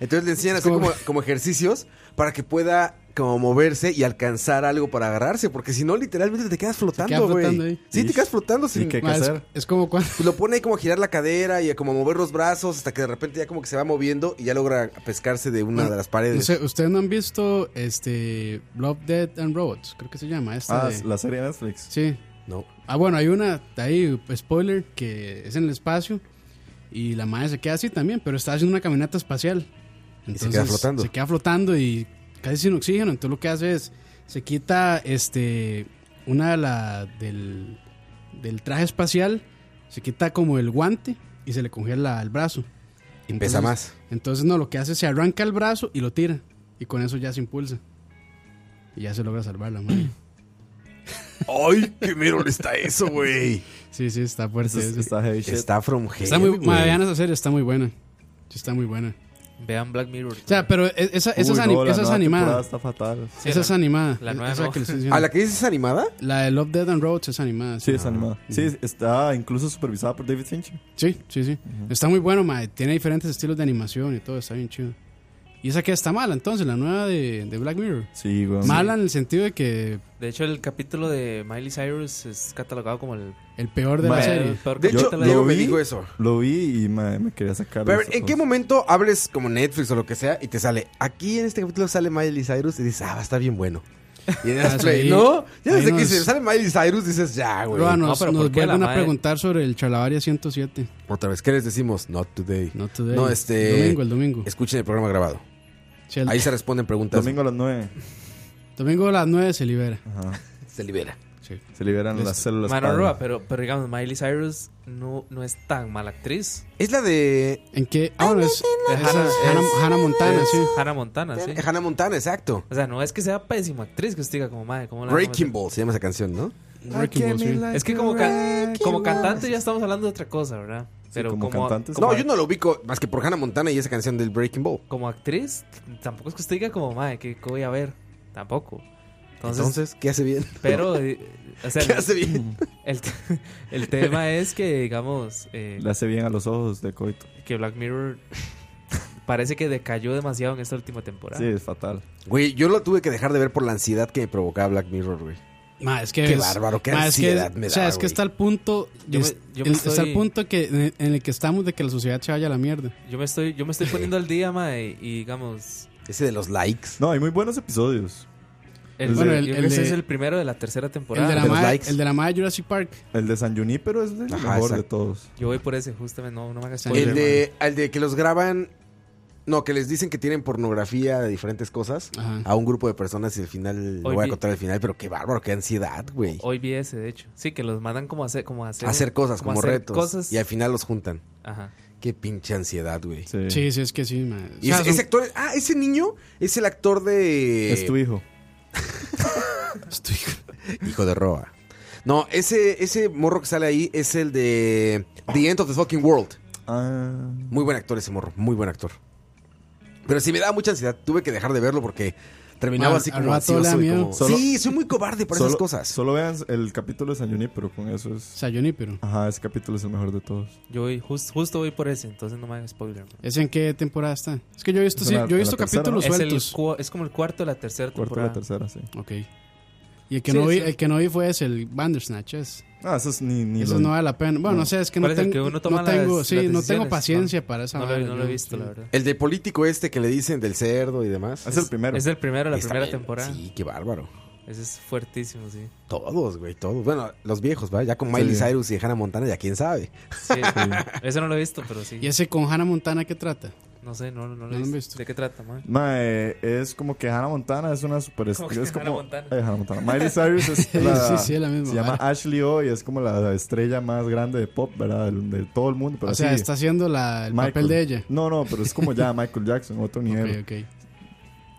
Speaker 1: Entonces le enseñan a hacer como, como ejercicios para que pueda como moverse y alcanzar algo para agarrarse, porque si no, literalmente te quedas flotando,
Speaker 2: flotando
Speaker 1: güey.
Speaker 2: ahí.
Speaker 1: Sí, te quedas flotando sin
Speaker 2: Ma, es- Pues, Es, como cuando.
Speaker 1: Pues lo pone ahí como a girar la cadera y a como mover los brazos hasta que de repente ya como que se va moviendo y ya logra pescarse de una de las paredes.
Speaker 2: No sé, ustedes no han visto este Love, Dead and Robots, creo que se llama. Esta
Speaker 5: Ah,
Speaker 2: de-
Speaker 5: la serie de Netflix.
Speaker 2: Sí.
Speaker 1: No.
Speaker 2: Ah, bueno, hay una ahí, spoiler, que es en el espacio y la madre se queda así también, pero está haciendo una caminata espacial.
Speaker 1: Y se queda flotando.
Speaker 2: Se queda flotando y casi sin oxígeno. Entonces lo que hace es, se quita este una de la, del, del traje espacial, se quita como el guante y se le congela el brazo.
Speaker 1: Y pesa más.
Speaker 2: Entonces no, lo que hace es se arranca el brazo y lo tira. Y con eso ya se impulsa. Y ya se logra salvar la madre.
Speaker 1: ¡Ay, qué mero está eso, güey!
Speaker 2: Sí, sí, está fuerte.
Speaker 1: Eso es-
Speaker 2: sí.
Speaker 1: está heavy shit. Está from
Speaker 2: Está muy,
Speaker 1: hell,
Speaker 2: ma,
Speaker 1: güey.
Speaker 2: vean esa serie, está muy buena. Sí, está muy buena.
Speaker 3: Vean Black Mirror.
Speaker 2: O sea, pero e- esa, esa
Speaker 3: Uy,
Speaker 2: es, ani-
Speaker 3: no, la
Speaker 2: esa es
Speaker 3: nueva
Speaker 2: animada.
Speaker 3: temporada está fatal. Sí,
Speaker 2: esa
Speaker 3: la-
Speaker 2: es animada.
Speaker 3: la nueva
Speaker 2: Esa
Speaker 3: no.
Speaker 2: que les estoy
Speaker 5: ¿A
Speaker 1: la que dices es animada?
Speaker 2: La de Love, Dead and Roads es animada.
Speaker 5: Sí, es animada. Sí, está ah, incluso supervisada por David Fincher.
Speaker 2: Sí, sí, sí. Está muy bueno, ma, tiene diferentes estilos de animación y todo, está bien chido. Y esa que está mala, entonces, la nueva de, de Black Mirror.
Speaker 5: Sí, güey.
Speaker 2: Mala en el sentido de que
Speaker 3: [LAUGHS] De hecho, el capítulo de Miley Cyrus es catalogado como el,
Speaker 2: el peor de la
Speaker 3: Mae,
Speaker 2: serie.
Speaker 3: el peor
Speaker 1: De hecho,
Speaker 3: capítulo
Speaker 1: Diego
Speaker 3: la-
Speaker 1: me dijo eso.
Speaker 5: Lo vi y me, me quería sacar.
Speaker 1: Pero a ver,
Speaker 5: los
Speaker 1: ¿en qué
Speaker 5: ojos.
Speaker 1: momento hables como Netflix o lo que sea y te sale? Aquí en este capítulo sale Miley Cyrus y dices, ah, va a estar bien bueno. Y en
Speaker 2: [LAUGHS] Ah, sí.
Speaker 1: play, ¿no? Ya
Speaker 2: Ahí
Speaker 1: desde que
Speaker 2: nos-
Speaker 1: se sale Miley Cyrus dices, ya, güey.
Speaker 2: Roa, nos,
Speaker 1: pero
Speaker 2: nos
Speaker 1: ¿por qué la
Speaker 2: vuelven a
Speaker 1: madre?
Speaker 2: preguntar sobre el Chalabaria 107.
Speaker 1: Otra vez, ¿qué les decimos? Not today.
Speaker 2: today.
Speaker 1: No, este.
Speaker 2: El domingo, el domingo.
Speaker 1: Escuchen el programa grabado.
Speaker 2: Sí, el-
Speaker 1: Ahí se responden preguntas.
Speaker 5: Domingo a las 9.
Speaker 2: Domingo a las 9 se libera.
Speaker 1: Se libera.
Speaker 2: Sí.
Speaker 5: Se liberan
Speaker 2: Listo.
Speaker 5: las células.
Speaker 3: Mano
Speaker 5: padre.
Speaker 3: Roa, pero, pero digamos, Miley Cyrus no, no es tan mala actriz.
Speaker 1: Es la de.
Speaker 2: ¿En qué? Ah, bueno, es,
Speaker 3: De
Speaker 2: es-
Speaker 3: Hannah-
Speaker 2: es Hannah,
Speaker 3: es-
Speaker 2: Hannah Montana,
Speaker 3: es
Speaker 2: sí.
Speaker 3: Hannah Montana, sí.
Speaker 1: Hannah Montana, exacto.
Speaker 3: O sea, no es que sea pésima actriz, que usted diga como madre, como la
Speaker 1: Breaking Ball se llama esa canción, ¿no?
Speaker 2: Breaking Ball, sí.
Speaker 3: Es que como, ca- como cantante ya estamos hablando de otra cosa, ¿verdad? Pero como, como-
Speaker 1: No, yo no lo ubico más que por Hannah Montana y esa canción del Breaking Ball.
Speaker 3: como actriz, tampoco es que usted diga como madre, que que voy a ver? Tampoco. Entonces,
Speaker 1: Entonces, ¿qué hace bien?
Speaker 5: [LAUGHS]
Speaker 1: [LAUGHS]
Speaker 3: pero, eh, o sea, Mm,
Speaker 1: ¿Qué hace bien?
Speaker 3: El, [LAUGHS] t- el tema es que, digamos, eh,
Speaker 5: Le hace bien a los ojos de coito.
Speaker 3: que Black Mirror parece que decayó demasiado en esta última temporada.
Speaker 5: Sí, es fatal.
Speaker 1: Güey, yo lo tuve que dejar de ver por la ansiedad que me provocaba Black Mirror, güey.
Speaker 2: Ma, es que
Speaker 1: Qué
Speaker 2: es-
Speaker 1: bárbaro, qué
Speaker 2: ma,
Speaker 1: ansiedad
Speaker 2: es que,
Speaker 1: me
Speaker 2: O sea,
Speaker 1: da,
Speaker 2: es que
Speaker 1: güey.
Speaker 2: está el punto.
Speaker 3: Yo me-
Speaker 2: es-
Speaker 3: yo me
Speaker 2: el- Está
Speaker 3: estoy-
Speaker 2: el punto que, en, en el que estamos de que la sociedad se vaya a la mierda.
Speaker 3: Yo me estoy, yo me estoy poniendo al día, mae, y digamos.
Speaker 1: Ese de los likes.
Speaker 5: No, hay muy buenos episodios.
Speaker 3: El,
Speaker 2: Bueno, el-
Speaker 3: yo creo
Speaker 2: el
Speaker 3: que ese
Speaker 2: de-
Speaker 3: es el primero de la tercera temporada.
Speaker 2: el, de la ma- el de la madre Jurassic Park.
Speaker 5: El de San Junípero es el
Speaker 1: Ajá,
Speaker 5: mejor
Speaker 1: exacto.
Speaker 5: de todos.
Speaker 3: Yo voy por ese, justamente. No, no me hagas spoiler,
Speaker 1: El de, al de que los graban. No, que les dicen que tienen pornografía de diferentes cosas
Speaker 3: Ajá.
Speaker 1: a un grupo de personas y al final. Lo
Speaker 3: Hoy
Speaker 1: voy a
Speaker 3: vi-
Speaker 1: contar al final, pero qué bárbaro, qué ansiedad, güey.
Speaker 3: mae. Hoy vi ese, de hecho. Sí, que los mandan como a hacer, como a hacer,
Speaker 1: Hacer cosas como,
Speaker 3: hacer
Speaker 1: retos.
Speaker 3: cosas.
Speaker 1: Y al final los juntan.
Speaker 3: Ajá.
Speaker 1: Qué pinche ansiedad, güey.
Speaker 5: Sí.
Speaker 2: Sí, sí, es que sí, ma. O
Speaker 1: Y
Speaker 2: sea,
Speaker 1: ese, ese actor. Ah, ese niño es el actor de.
Speaker 5: Es
Speaker 1: [LAUGHS]
Speaker 5: tu hijo.
Speaker 1: Hijo de Roa. No, ese, ese morro que sale ahí es el de The End of the Fucking World.
Speaker 5: Ah.
Speaker 1: Muy buen actor ese morro, muy buen actor. Pero sí me daba mucha ansiedad, tuve que dejar de verlo porque terminaba
Speaker 2: Bueno,
Speaker 1: así
Speaker 2: al
Speaker 1: como
Speaker 2: rato le da
Speaker 1: ansioso y
Speaker 2: miedo.
Speaker 1: como-
Speaker 5: Solo-
Speaker 1: Sí, soy muy cobarde por esas
Speaker 5: Solo-
Speaker 1: cosas.
Speaker 5: Solo vean el capítulo de San Junípero, con eso es.
Speaker 2: San Junípero.
Speaker 5: Ajá, ese capítulo es el mejor de todos.
Speaker 3: Yo voy, just- justo voy por ese, entonces no me hagas spoiler. mae.
Speaker 2: ¿Ese en qué temporada está? Es que yo he visto,
Speaker 5: Es
Speaker 2: sí,
Speaker 5: en la-
Speaker 2: yo he
Speaker 5: en
Speaker 2: visto
Speaker 5: la tercera,
Speaker 2: capítulos
Speaker 3: Es, el
Speaker 2: sueltos.
Speaker 3: cua- es como el cuarto de la tercera
Speaker 5: Cuarto de
Speaker 3: temporada.
Speaker 5: la tercera, sí.
Speaker 2: Ok. Y el que,
Speaker 3: Sí,
Speaker 2: no vi,
Speaker 3: sí.
Speaker 2: el que no vi fue ese, el Bandersnatch. Es.
Speaker 5: Ah, eso es ni. ni
Speaker 2: Eso
Speaker 5: lo-
Speaker 2: no vale la pena. Bueno,
Speaker 5: No.
Speaker 2: no sé, es que no
Speaker 3: ¿Cuál es el
Speaker 2: tengo,
Speaker 3: que uno
Speaker 2: no
Speaker 3: toma
Speaker 2: tengo,
Speaker 3: las-
Speaker 2: sí,
Speaker 3: las
Speaker 2: no tengo
Speaker 3: decisiones?
Speaker 2: paciencia para esa
Speaker 3: No lo,
Speaker 2: madre,
Speaker 3: no lo he
Speaker 2: no,
Speaker 3: visto,
Speaker 2: sí.
Speaker 3: la verdad.
Speaker 1: El de político este que le dicen del cerdo y demás.
Speaker 5: Es el primero.
Speaker 3: Es el primero, la
Speaker 1: Está
Speaker 3: primera
Speaker 1: bien,
Speaker 3: temporada.
Speaker 1: Sí, qué bárbaro.
Speaker 3: Ese es fuertísimo,
Speaker 2: [LAUGHS]
Speaker 3: sí.
Speaker 1: Todos, güey, todos. Bueno, los viejos, ¿verdad? Ya con Miley
Speaker 5: Sí.
Speaker 1: Cyrus y Hannah Montana, ya quién sabe.
Speaker 3: Sí, Ese no lo he visto, pero sí.
Speaker 2: ¿Y ese con Hannah Montana qué trata?
Speaker 3: No sé, no, no, lo
Speaker 2: lo
Speaker 3: he
Speaker 2: han
Speaker 3: visto.
Speaker 2: visto.
Speaker 3: ¿De qué trata, man?
Speaker 5: Mae, eh, es como que Hannah Montana es una super
Speaker 3: Como que
Speaker 5: es como
Speaker 3: Hannah Montana.
Speaker 5: Eh, Hannah Montana.
Speaker 3: [LAUGHS]
Speaker 5: Miley Cyrus es la,
Speaker 2: Sí, sí, es la misma
Speaker 5: se llama Ashley O y es como la estrella más grande de pop, ¿verdad? Del- De, todo el mundo, pero
Speaker 2: o sea,
Speaker 5: sí,
Speaker 2: está haciendo la, el
Speaker 5: Michael.
Speaker 2: papel de ella.
Speaker 5: No, no, pero es como
Speaker 2: [LAUGHS]
Speaker 5: ya Michael Jackson, otro nivel.
Speaker 2: Ok, ok.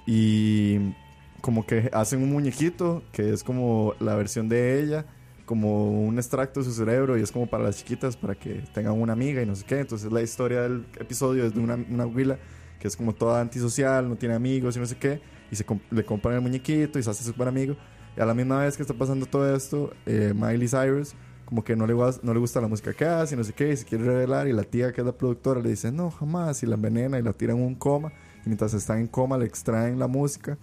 Speaker 5: Y como que hacen un muñequito que es como la versión de ella, como un extracto de su cerebro y es como para las chiquitas, para que tengan una amiga y no sé qué. Entonces la historia del episodio es de una, una huila que es como toda antisocial, no tiene amigos y no sé qué, y se comp- le compran el muñequito y se hace súper amigo. Y a la misma vez que está pasando todo esto, eh, Miley Cyrus como que no le, guas- no le gusta la música que hace y no sé qué, y se quiere revelar y la tía que es la productora le dice, no, jamás, y la envenena y la tira en un coma. Y mientras está en coma le extraen la música.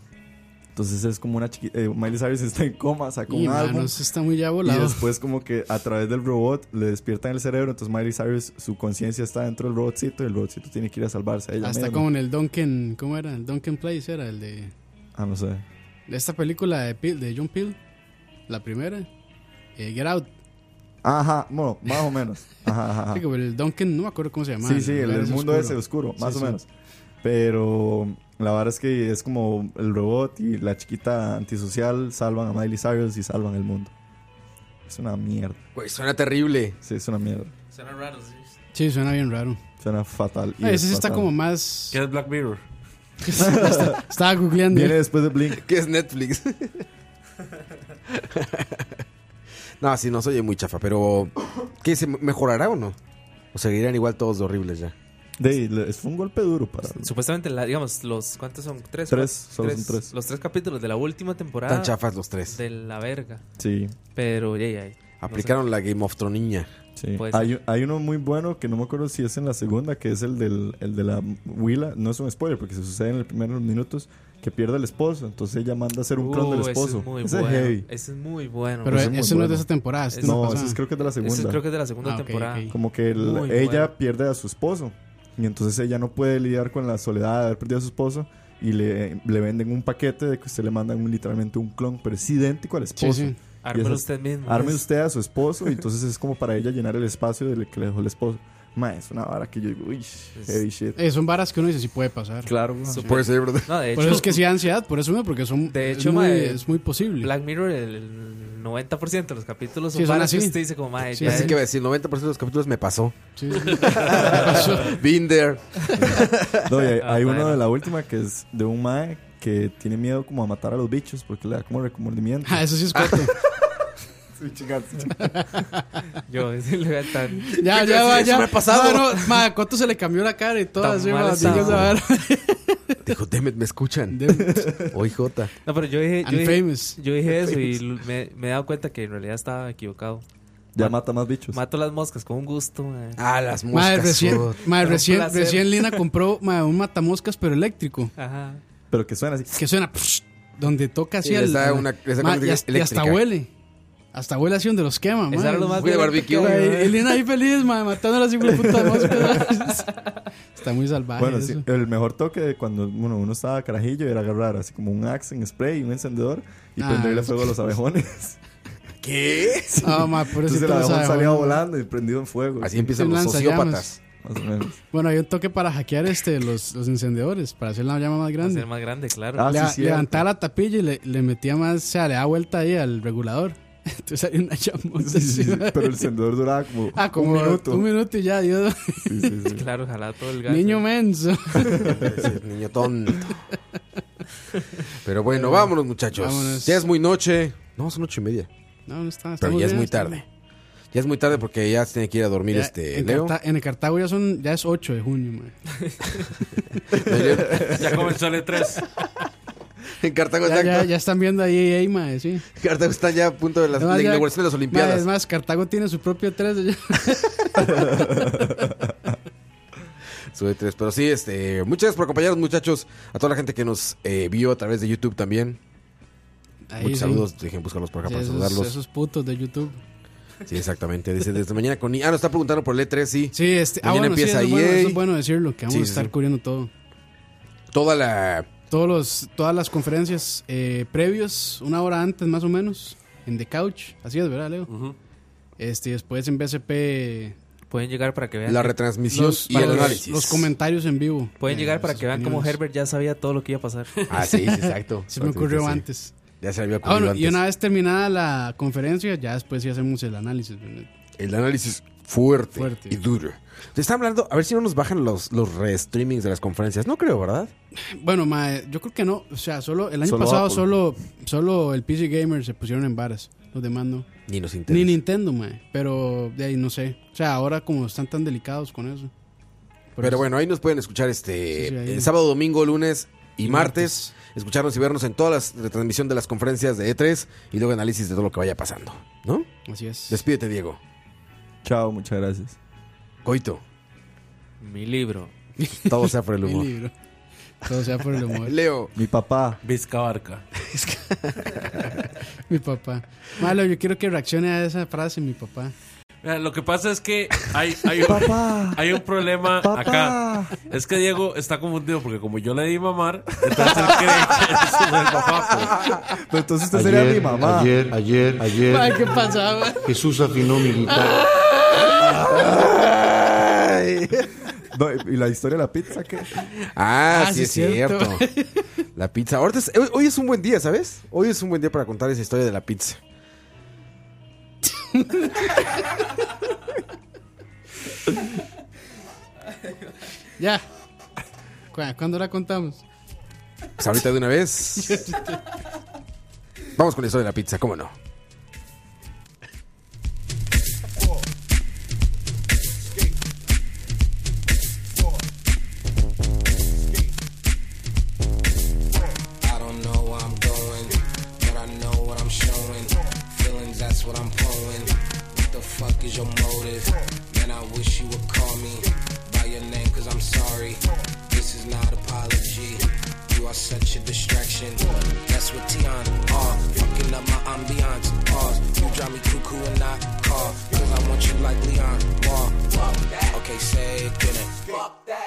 Speaker 5: Entonces es como una chiquita. Miley Cyrus está en coma, saca
Speaker 2: Y,
Speaker 5: un
Speaker 2: mano,
Speaker 5: álbum.
Speaker 2: eso está muy ya
Speaker 5: Y
Speaker 2: volado.
Speaker 5: después como que a través del robot le despiertan el cerebro, entonces Miley Cyrus, su conciencia está dentro del robotcito y el robotcito tiene que ir a salvarse a ella
Speaker 2: Hasta
Speaker 5: misma.
Speaker 2: como en el Duncan, ¿cómo era? El Duncan Place era el de
Speaker 5: Ah, no sé.
Speaker 2: de esta película de, Peel- de John Peel, la primera, eh, Get Out.
Speaker 5: Ajá, bueno, más o menos. Ajá, ajá, ajá.
Speaker 2: Sí, como el Duncan, no me acuerdo cómo se llamaba.
Speaker 5: Ah. Sí, sí, el,
Speaker 2: lugar
Speaker 5: del mundo ese oscuro, más
Speaker 2: Sí,
Speaker 5: o
Speaker 2: sí.
Speaker 5: menos. Pero la verdad es que es como el robot y la chiquita antisocial salvan a Miley Cyrus y salvan el mundo. Es una mierda.
Speaker 1: Güey, suena terrible.
Speaker 5: Sí, es una mierda.
Speaker 6: Suena raro, sí.
Speaker 2: Sí, suena bien raro.
Speaker 5: Suena fatal. y
Speaker 2: Ah,
Speaker 5: es
Speaker 2: ese sí está
Speaker 5: fatal.
Speaker 2: como más.
Speaker 6: ¿Qué es Black Mirror?
Speaker 2: Está- [LAUGHS] Estaba googleando.
Speaker 5: Viene después de Blink.
Speaker 1: ¿Qué es Netflix? no, sí, no se oye muy chafa, pero ¿qué se mejorará o no? ¿O seguirán igual todos de horribles ya?
Speaker 5: De, le- es- fue un golpe duro para.
Speaker 3: Supuestamente, la- digamos, los. ¿Cuántos son? ¿Tres?
Speaker 5: Tres,
Speaker 3: cuatro,
Speaker 5: solo son tres.
Speaker 3: Los tres capítulos de la última temporada.
Speaker 1: Tan chafas los tres.
Speaker 3: De la verga.
Speaker 5: Sí.
Speaker 3: Pero, ya, ya.
Speaker 1: Aplicaron la Game of Troniña.
Speaker 5: Sí.
Speaker 3: Puede
Speaker 5: Hay, hay uno muy bueno que no me acuerdo si es en la segunda, que es el, del, el de la Willa. No es un spoiler porque se sucede en los primeros minutos que pierde el esposo. Entonces ella manda a hacer un clon del esposo.
Speaker 3: Uh, Ese es muy
Speaker 5: Ese
Speaker 3: bueno.
Speaker 5: heavy.
Speaker 3: Ese es muy bueno.
Speaker 2: Pero
Speaker 5: Ese
Speaker 2: ese
Speaker 5: muy
Speaker 2: no es de esa temporada, este es de la
Speaker 5: no,
Speaker 2: pasada.
Speaker 5: ese es- creo que es de la
Speaker 3: Ese
Speaker 5: segunda.
Speaker 3: creo que es de la segunda Ah, ok, temporada. ok.
Speaker 5: Como que el-
Speaker 3: Muy
Speaker 5: ella pierde a su esposo. Y entonces ella no puede lidiar con la soledad de haber perdido a su esposo. Y le, le venden un paquete de que usted le manda un- literalmente un clon, pero es idéntico al esposo.
Speaker 3: sí.
Speaker 5: Y
Speaker 3: Ármelo
Speaker 5: esa-
Speaker 3: usted mismo.
Speaker 5: Arme
Speaker 3: Es-
Speaker 5: usted a su esposo. Y entonces es como para ella llenar el espacio del que le dejó el esposo. Ma, es una vara que yo digo, uy, heavy shit.
Speaker 2: [LAUGHS] Eh, son varas que uno dice si puede pasar.
Speaker 5: Claro, güey. Sí, puede ser, ¿verdad? No, de
Speaker 2: por
Speaker 5: hecho-
Speaker 2: eso es que sí da ansiedad, por eso no, porque son.
Speaker 3: De
Speaker 2: es
Speaker 3: hecho,
Speaker 2: muy-
Speaker 3: mae,
Speaker 2: es muy posible.
Speaker 3: Black Mirror, el 90% de los capítulos
Speaker 2: Sí, son
Speaker 3: varas que
Speaker 2: así.
Speaker 3: usted dice como, mae,
Speaker 1: Sí,
Speaker 3: ya-
Speaker 1: así que va a decir, 90% de los capítulos me pasó.
Speaker 2: Sí,
Speaker 3: Me pasó.
Speaker 1: [LAUGHS] Been there.
Speaker 5: [LAUGHS] No, y hay,
Speaker 2: Ah,
Speaker 3: Ah,
Speaker 5: hay uno de la última que es de un mae que tiene miedo como a matar a los bichos porque le da como recomordimiento.
Speaker 2: Ah, eso sí
Speaker 5: [LAUGHS]
Speaker 2: es corto.
Speaker 5: sí, chicas.
Speaker 3: [LAUGHS] Yo, ese le veo tan-
Speaker 2: Ya, ya,
Speaker 3: Sí,
Speaker 2: va,
Speaker 3: eso
Speaker 2: ya.
Speaker 3: me ha pasado.
Speaker 2: No, no, ma, Coto se le cambió la cara y todo
Speaker 3: Tan
Speaker 2: así,
Speaker 3: mal
Speaker 2: ma,
Speaker 3: estaba.
Speaker 2: digo, esa vara.
Speaker 1: [LAUGHS] Dijo, Demet, me escuchan. [LAUGHS] Oye, Jota.
Speaker 3: No, pero yo dije, yo
Speaker 1: And
Speaker 3: dije,
Speaker 1: famous.
Speaker 3: yo dije
Speaker 1: And
Speaker 3: eso y me, me he dado cuenta que en realidad estaba equivocado.
Speaker 5: Ya mata más bichos.
Speaker 3: Mato las moscas con un gusto. mae.
Speaker 1: Ah, las
Speaker 2: Madre, recién, madre,
Speaker 3: Con
Speaker 2: recién,
Speaker 3: placer. [LAUGHS]
Speaker 2: recién Lina compró ma, un matamoscas, pero eléctrico.
Speaker 3: Ajá.
Speaker 5: Pero que suena así.
Speaker 2: Que suena. psh, donde toca así
Speaker 1: Sí,
Speaker 2: el.
Speaker 1: les da una- les da
Speaker 2: ma,
Speaker 1: como
Speaker 2: y,
Speaker 1: que
Speaker 2: hasta- y
Speaker 1: eléctrica.
Speaker 2: hasta huele. Hasta huele así donde los quema,
Speaker 3: Esa
Speaker 2: ma.
Speaker 3: era lo más
Speaker 1: Huele
Speaker 3: violento que
Speaker 1: barbecue.
Speaker 3: había, mae.
Speaker 2: Y Lina ahí feliz, ma, matando a las hijas de puta moscas. Está muy salvaje.
Speaker 5: Bueno,
Speaker 2: eso.
Speaker 5: sí, el mejor toque de cuando uno, uno estaba carajillo era agarrar así como un axe, un spray, un encendedor y
Speaker 2: Ah,
Speaker 5: prenderle
Speaker 2: es-
Speaker 5: fuego a los abejones.
Speaker 1: ¿Qué?
Speaker 2: Ah, ma, por eso
Speaker 5: Entonces el
Speaker 2: todos
Speaker 5: abejón salía
Speaker 2: abejones.
Speaker 5: volando y prendido en fuego.
Speaker 1: Así empiezan
Speaker 2: Un
Speaker 1: los
Speaker 2: lanzallamas.
Speaker 1: sociópatas.
Speaker 5: Más o menos.
Speaker 2: [LAUGHS] Bueno, hay un toque para hackear este los, los encendedores, para hacer la llama más grande.
Speaker 3: Ser más grande, claro.
Speaker 5: Ah,
Speaker 2: Le-
Speaker 1: Ah,
Speaker 2: levantaba la tapilla y le, le metía más, o sea, le daba vuelta ahí al regulador. [LAUGHS] Entonces salía una llamota.
Speaker 5: [LAUGHS] Sí, sí,
Speaker 2: así,
Speaker 5: sí,
Speaker 2: ma.
Speaker 5: pero el encendedor duraba como,
Speaker 2: [LAUGHS] Ah, como
Speaker 5: un minuto.
Speaker 2: Un minuto y ya, [LAUGHS] Dios.
Speaker 3: Claro, ojalá todo el gas.
Speaker 1: [LAUGHS]
Speaker 2: Niño menso.
Speaker 1: Niño
Speaker 2: [LAUGHS]
Speaker 1: tonto. Pero bueno, vámonos, muchachos.
Speaker 2: Vámonos.
Speaker 1: Ya es muy noche. No, son ocho y media.
Speaker 2: No, no está.
Speaker 1: Pero
Speaker 2: estamos
Speaker 1: ya es
Speaker 2: bien,
Speaker 1: muy
Speaker 2: estamos
Speaker 1: tarde. Ya es muy tarde porque ya se tiene que ir a dormir
Speaker 2: Ya,
Speaker 1: este
Speaker 2: en,
Speaker 1: Leo.
Speaker 2: Carta- en el Cartago ya, son, ya es 8 de junio, man.
Speaker 1: [LAUGHS]
Speaker 6: Ya comenzó el E3.
Speaker 1: En Cartago
Speaker 2: ya,
Speaker 1: están,
Speaker 2: ya, ya están viendo ahí, ahí, mae, sí.
Speaker 1: Cartago está ya a punto de las-
Speaker 2: Además,
Speaker 1: la
Speaker 2: ya-
Speaker 1: inauguración de las
Speaker 2: mae,
Speaker 1: Olimpiadas.
Speaker 2: es más, Cartago tiene su
Speaker 1: [LAUGHS]
Speaker 2: propio 3.
Speaker 1: Sube tres. Pero sí, este, muchas gracias por acompañarnos, muchachos. A toda la gente que nos eh, vio a través de YouTube también.
Speaker 2: Ahí,
Speaker 1: Muchos
Speaker 2: sí.
Speaker 1: saludos. Dejen buscarlos por acá para
Speaker 2: esos,
Speaker 1: saludarlos.
Speaker 2: esos putos de YouTube.
Speaker 1: Sí, exactamente. Dice desde mañana con. Ah, nos está preguntando por el E3, sí.
Speaker 2: Sí, este.
Speaker 1: Mañana
Speaker 2: ah, bueno, sí,
Speaker 1: empieza E
Speaker 2: eso es bueno,
Speaker 1: EA.
Speaker 2: eso es bueno decirlo, que vamos
Speaker 1: Sí,
Speaker 2: a
Speaker 1: sí, Ah.
Speaker 2: estar
Speaker 1: sí.
Speaker 2: cubriendo todo.
Speaker 1: Toda la.
Speaker 2: Todos los, todas las conferencias eh, previos, una hora antes más o menos, en The Couch. Así es, ¿verdad, Leo? Este, después en BCP.
Speaker 3: Pueden llegar para que vean.
Speaker 1: La retransmisión
Speaker 2: Los-
Speaker 1: y
Speaker 2: para
Speaker 1: el
Speaker 2: los-
Speaker 1: análisis.
Speaker 2: Los comentarios en vivo.
Speaker 3: Pueden
Speaker 2: Eh,
Speaker 3: llegar para
Speaker 2: sus
Speaker 3: que vean cómo
Speaker 2: opiniones.
Speaker 3: Herbert ya sabía todo lo que iba a pasar.
Speaker 1: Ah,
Speaker 2: [LAUGHS]
Speaker 1: sí, sí, exacto.
Speaker 2: Se me ocurrió
Speaker 1: Sí.
Speaker 2: antes.
Speaker 1: Ya se había
Speaker 2: Ah,
Speaker 1: ocurrido
Speaker 2: bueno,
Speaker 1: antes.
Speaker 2: y una vez terminada la conferencia, ya después sí hacemos el análisis. ¿verdad?
Speaker 1: El análisis fuerte,
Speaker 2: Fuerte.
Speaker 1: y duro. Te están hablando, a ver si no nos bajan los, los re-streamings de las conferencias. No creo, ¿verdad?
Speaker 2: Bueno, mae, yo creo que no. O sea, solo el año
Speaker 1: Solo
Speaker 2: pasado
Speaker 1: Apple.
Speaker 2: solo, solo el PC Gamer se pusieron en varas. Los demás no.
Speaker 1: Ni nos interesa.
Speaker 2: Ni Nintendo, mae. Pero de ahí no sé. O sea, ahora como están tan delicados con eso. Por
Speaker 1: Pero
Speaker 2: eso-
Speaker 1: bueno, ahí nos pueden escuchar este
Speaker 2: Sí, sí, ahí.
Speaker 1: eh, sábado, domingo, lunes y, martes. Escucharnos y vernos en todas las retransmisión de las conferencias de E3 y luego análisis de todo lo que vaya pasando, ¿no?
Speaker 2: Así es.
Speaker 1: Despídete, Diego.
Speaker 5: Chao, muchas gracias.
Speaker 1: Coito.
Speaker 3: Mi libro.
Speaker 1: Todo sea por el
Speaker 2: Mi
Speaker 1: humor.
Speaker 2: libro. Todo sea por el
Speaker 1: [LAUGHS]
Speaker 2: humor.
Speaker 1: Leo.
Speaker 5: Mi papá.
Speaker 2: [LAUGHS]
Speaker 6: Vizcabarca.
Speaker 2: mi papá. Malo, yo quiero que reaccione a esa frase, mi papá.
Speaker 6: Mira, Lo que pasa es que
Speaker 2: [LAUGHS]
Speaker 6: hay, hay, un,
Speaker 2: Papá.
Speaker 6: hay un problema
Speaker 2: Papá.
Speaker 6: acá. Es que Diego está confundido porque como yo le di mamar, entonces él cree que es su papá. pues.
Speaker 5: Pero entonces usted sería mi mamá.
Speaker 7: Ayer, ayer, ayer.
Speaker 2: Ay, ¿qué pasaba?
Speaker 7: Jesús afinó mi guitarra.
Speaker 5: No, y y la historia de la pizza, ¿qué?
Speaker 1: Ah,
Speaker 5: Ah,
Speaker 1: sí,
Speaker 5: sí,
Speaker 1: es cierto.
Speaker 5: [LAUGHS]
Speaker 1: la pizza. Ahorita es- hoy, hoy es un buen día, ¿sabes? Hoy es un buen día para contar esa historia de la
Speaker 5: [LAUGHS]
Speaker 1: pizza. Pues
Speaker 2: [LAUGHS] Ya. ¿Cu- ¿Cuándo la contamos?
Speaker 1: Pues ahorita de una vez. Vamos con la historia de la pizza, ¿cómo no?
Speaker 16: I don't know where I'm going, but I know what I'm showing. Feelings, that's what I'm pulling. What the fuck is your motive? Man, I wish you would call me by your name, cause I'm sorry. This is not apology. You are such a distraction. That's what Tion are. Fucking up my ambiance. Pause. You drive me cuckoo and I call. Cause I want you like Leon. Wall. Okay, say it, get it.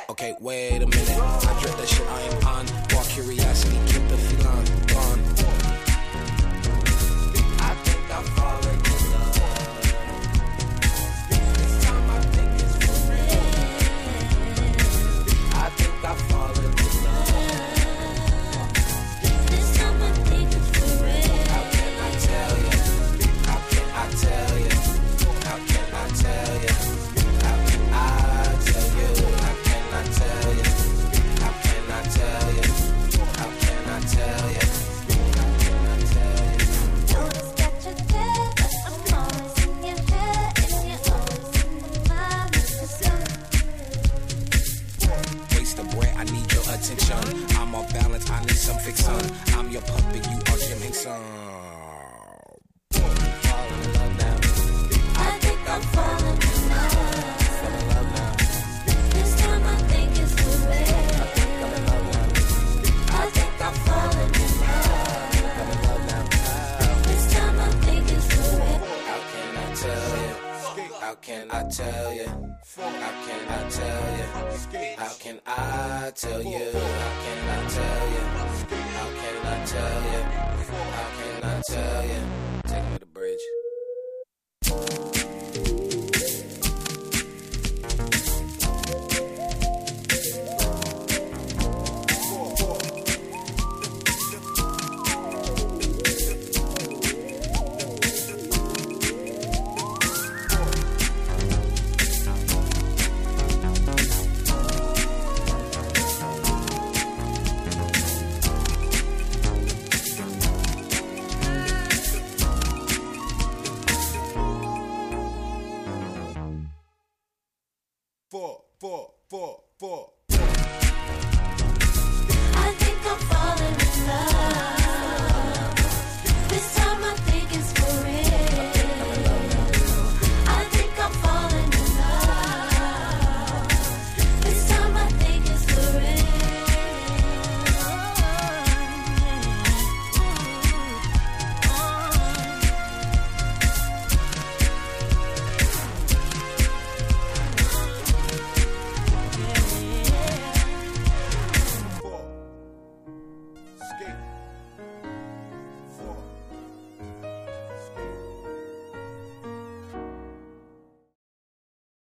Speaker 16: Okay, wait a minute. I dread that shit I am on. Raw curiosity, keep the feline gone. I think I'm falling in love. This time I think it's for real. I think I'm falling in love. This time I think it's for real. How can I tell ya? How can I tell ya? How can I tell ya? How can I tell you? How can I tell ya? How can I tell ya? How can I tell ya? How can I tell ya? waste of bread. I need your attention. I'm off balance. I need some fixin'. I'm your puppet. You are Jim Henson. Falling in love now. I think I'm falling in love. Fall in love now. This time I think it's for real. I think I'm in love now. I think I'm falling in love. I think I'm in love now. This time I think it's for real. How can I tell you? How can I tell you? How can I tell you? How can I tell you? How can I tell you? How can I tell you? How can I tell you? Take me to the bridge. Four, four, four, four. I think I'm falling in love. This time I think it's for real. I think I'm falling in love. This time I think it's for real. Skate.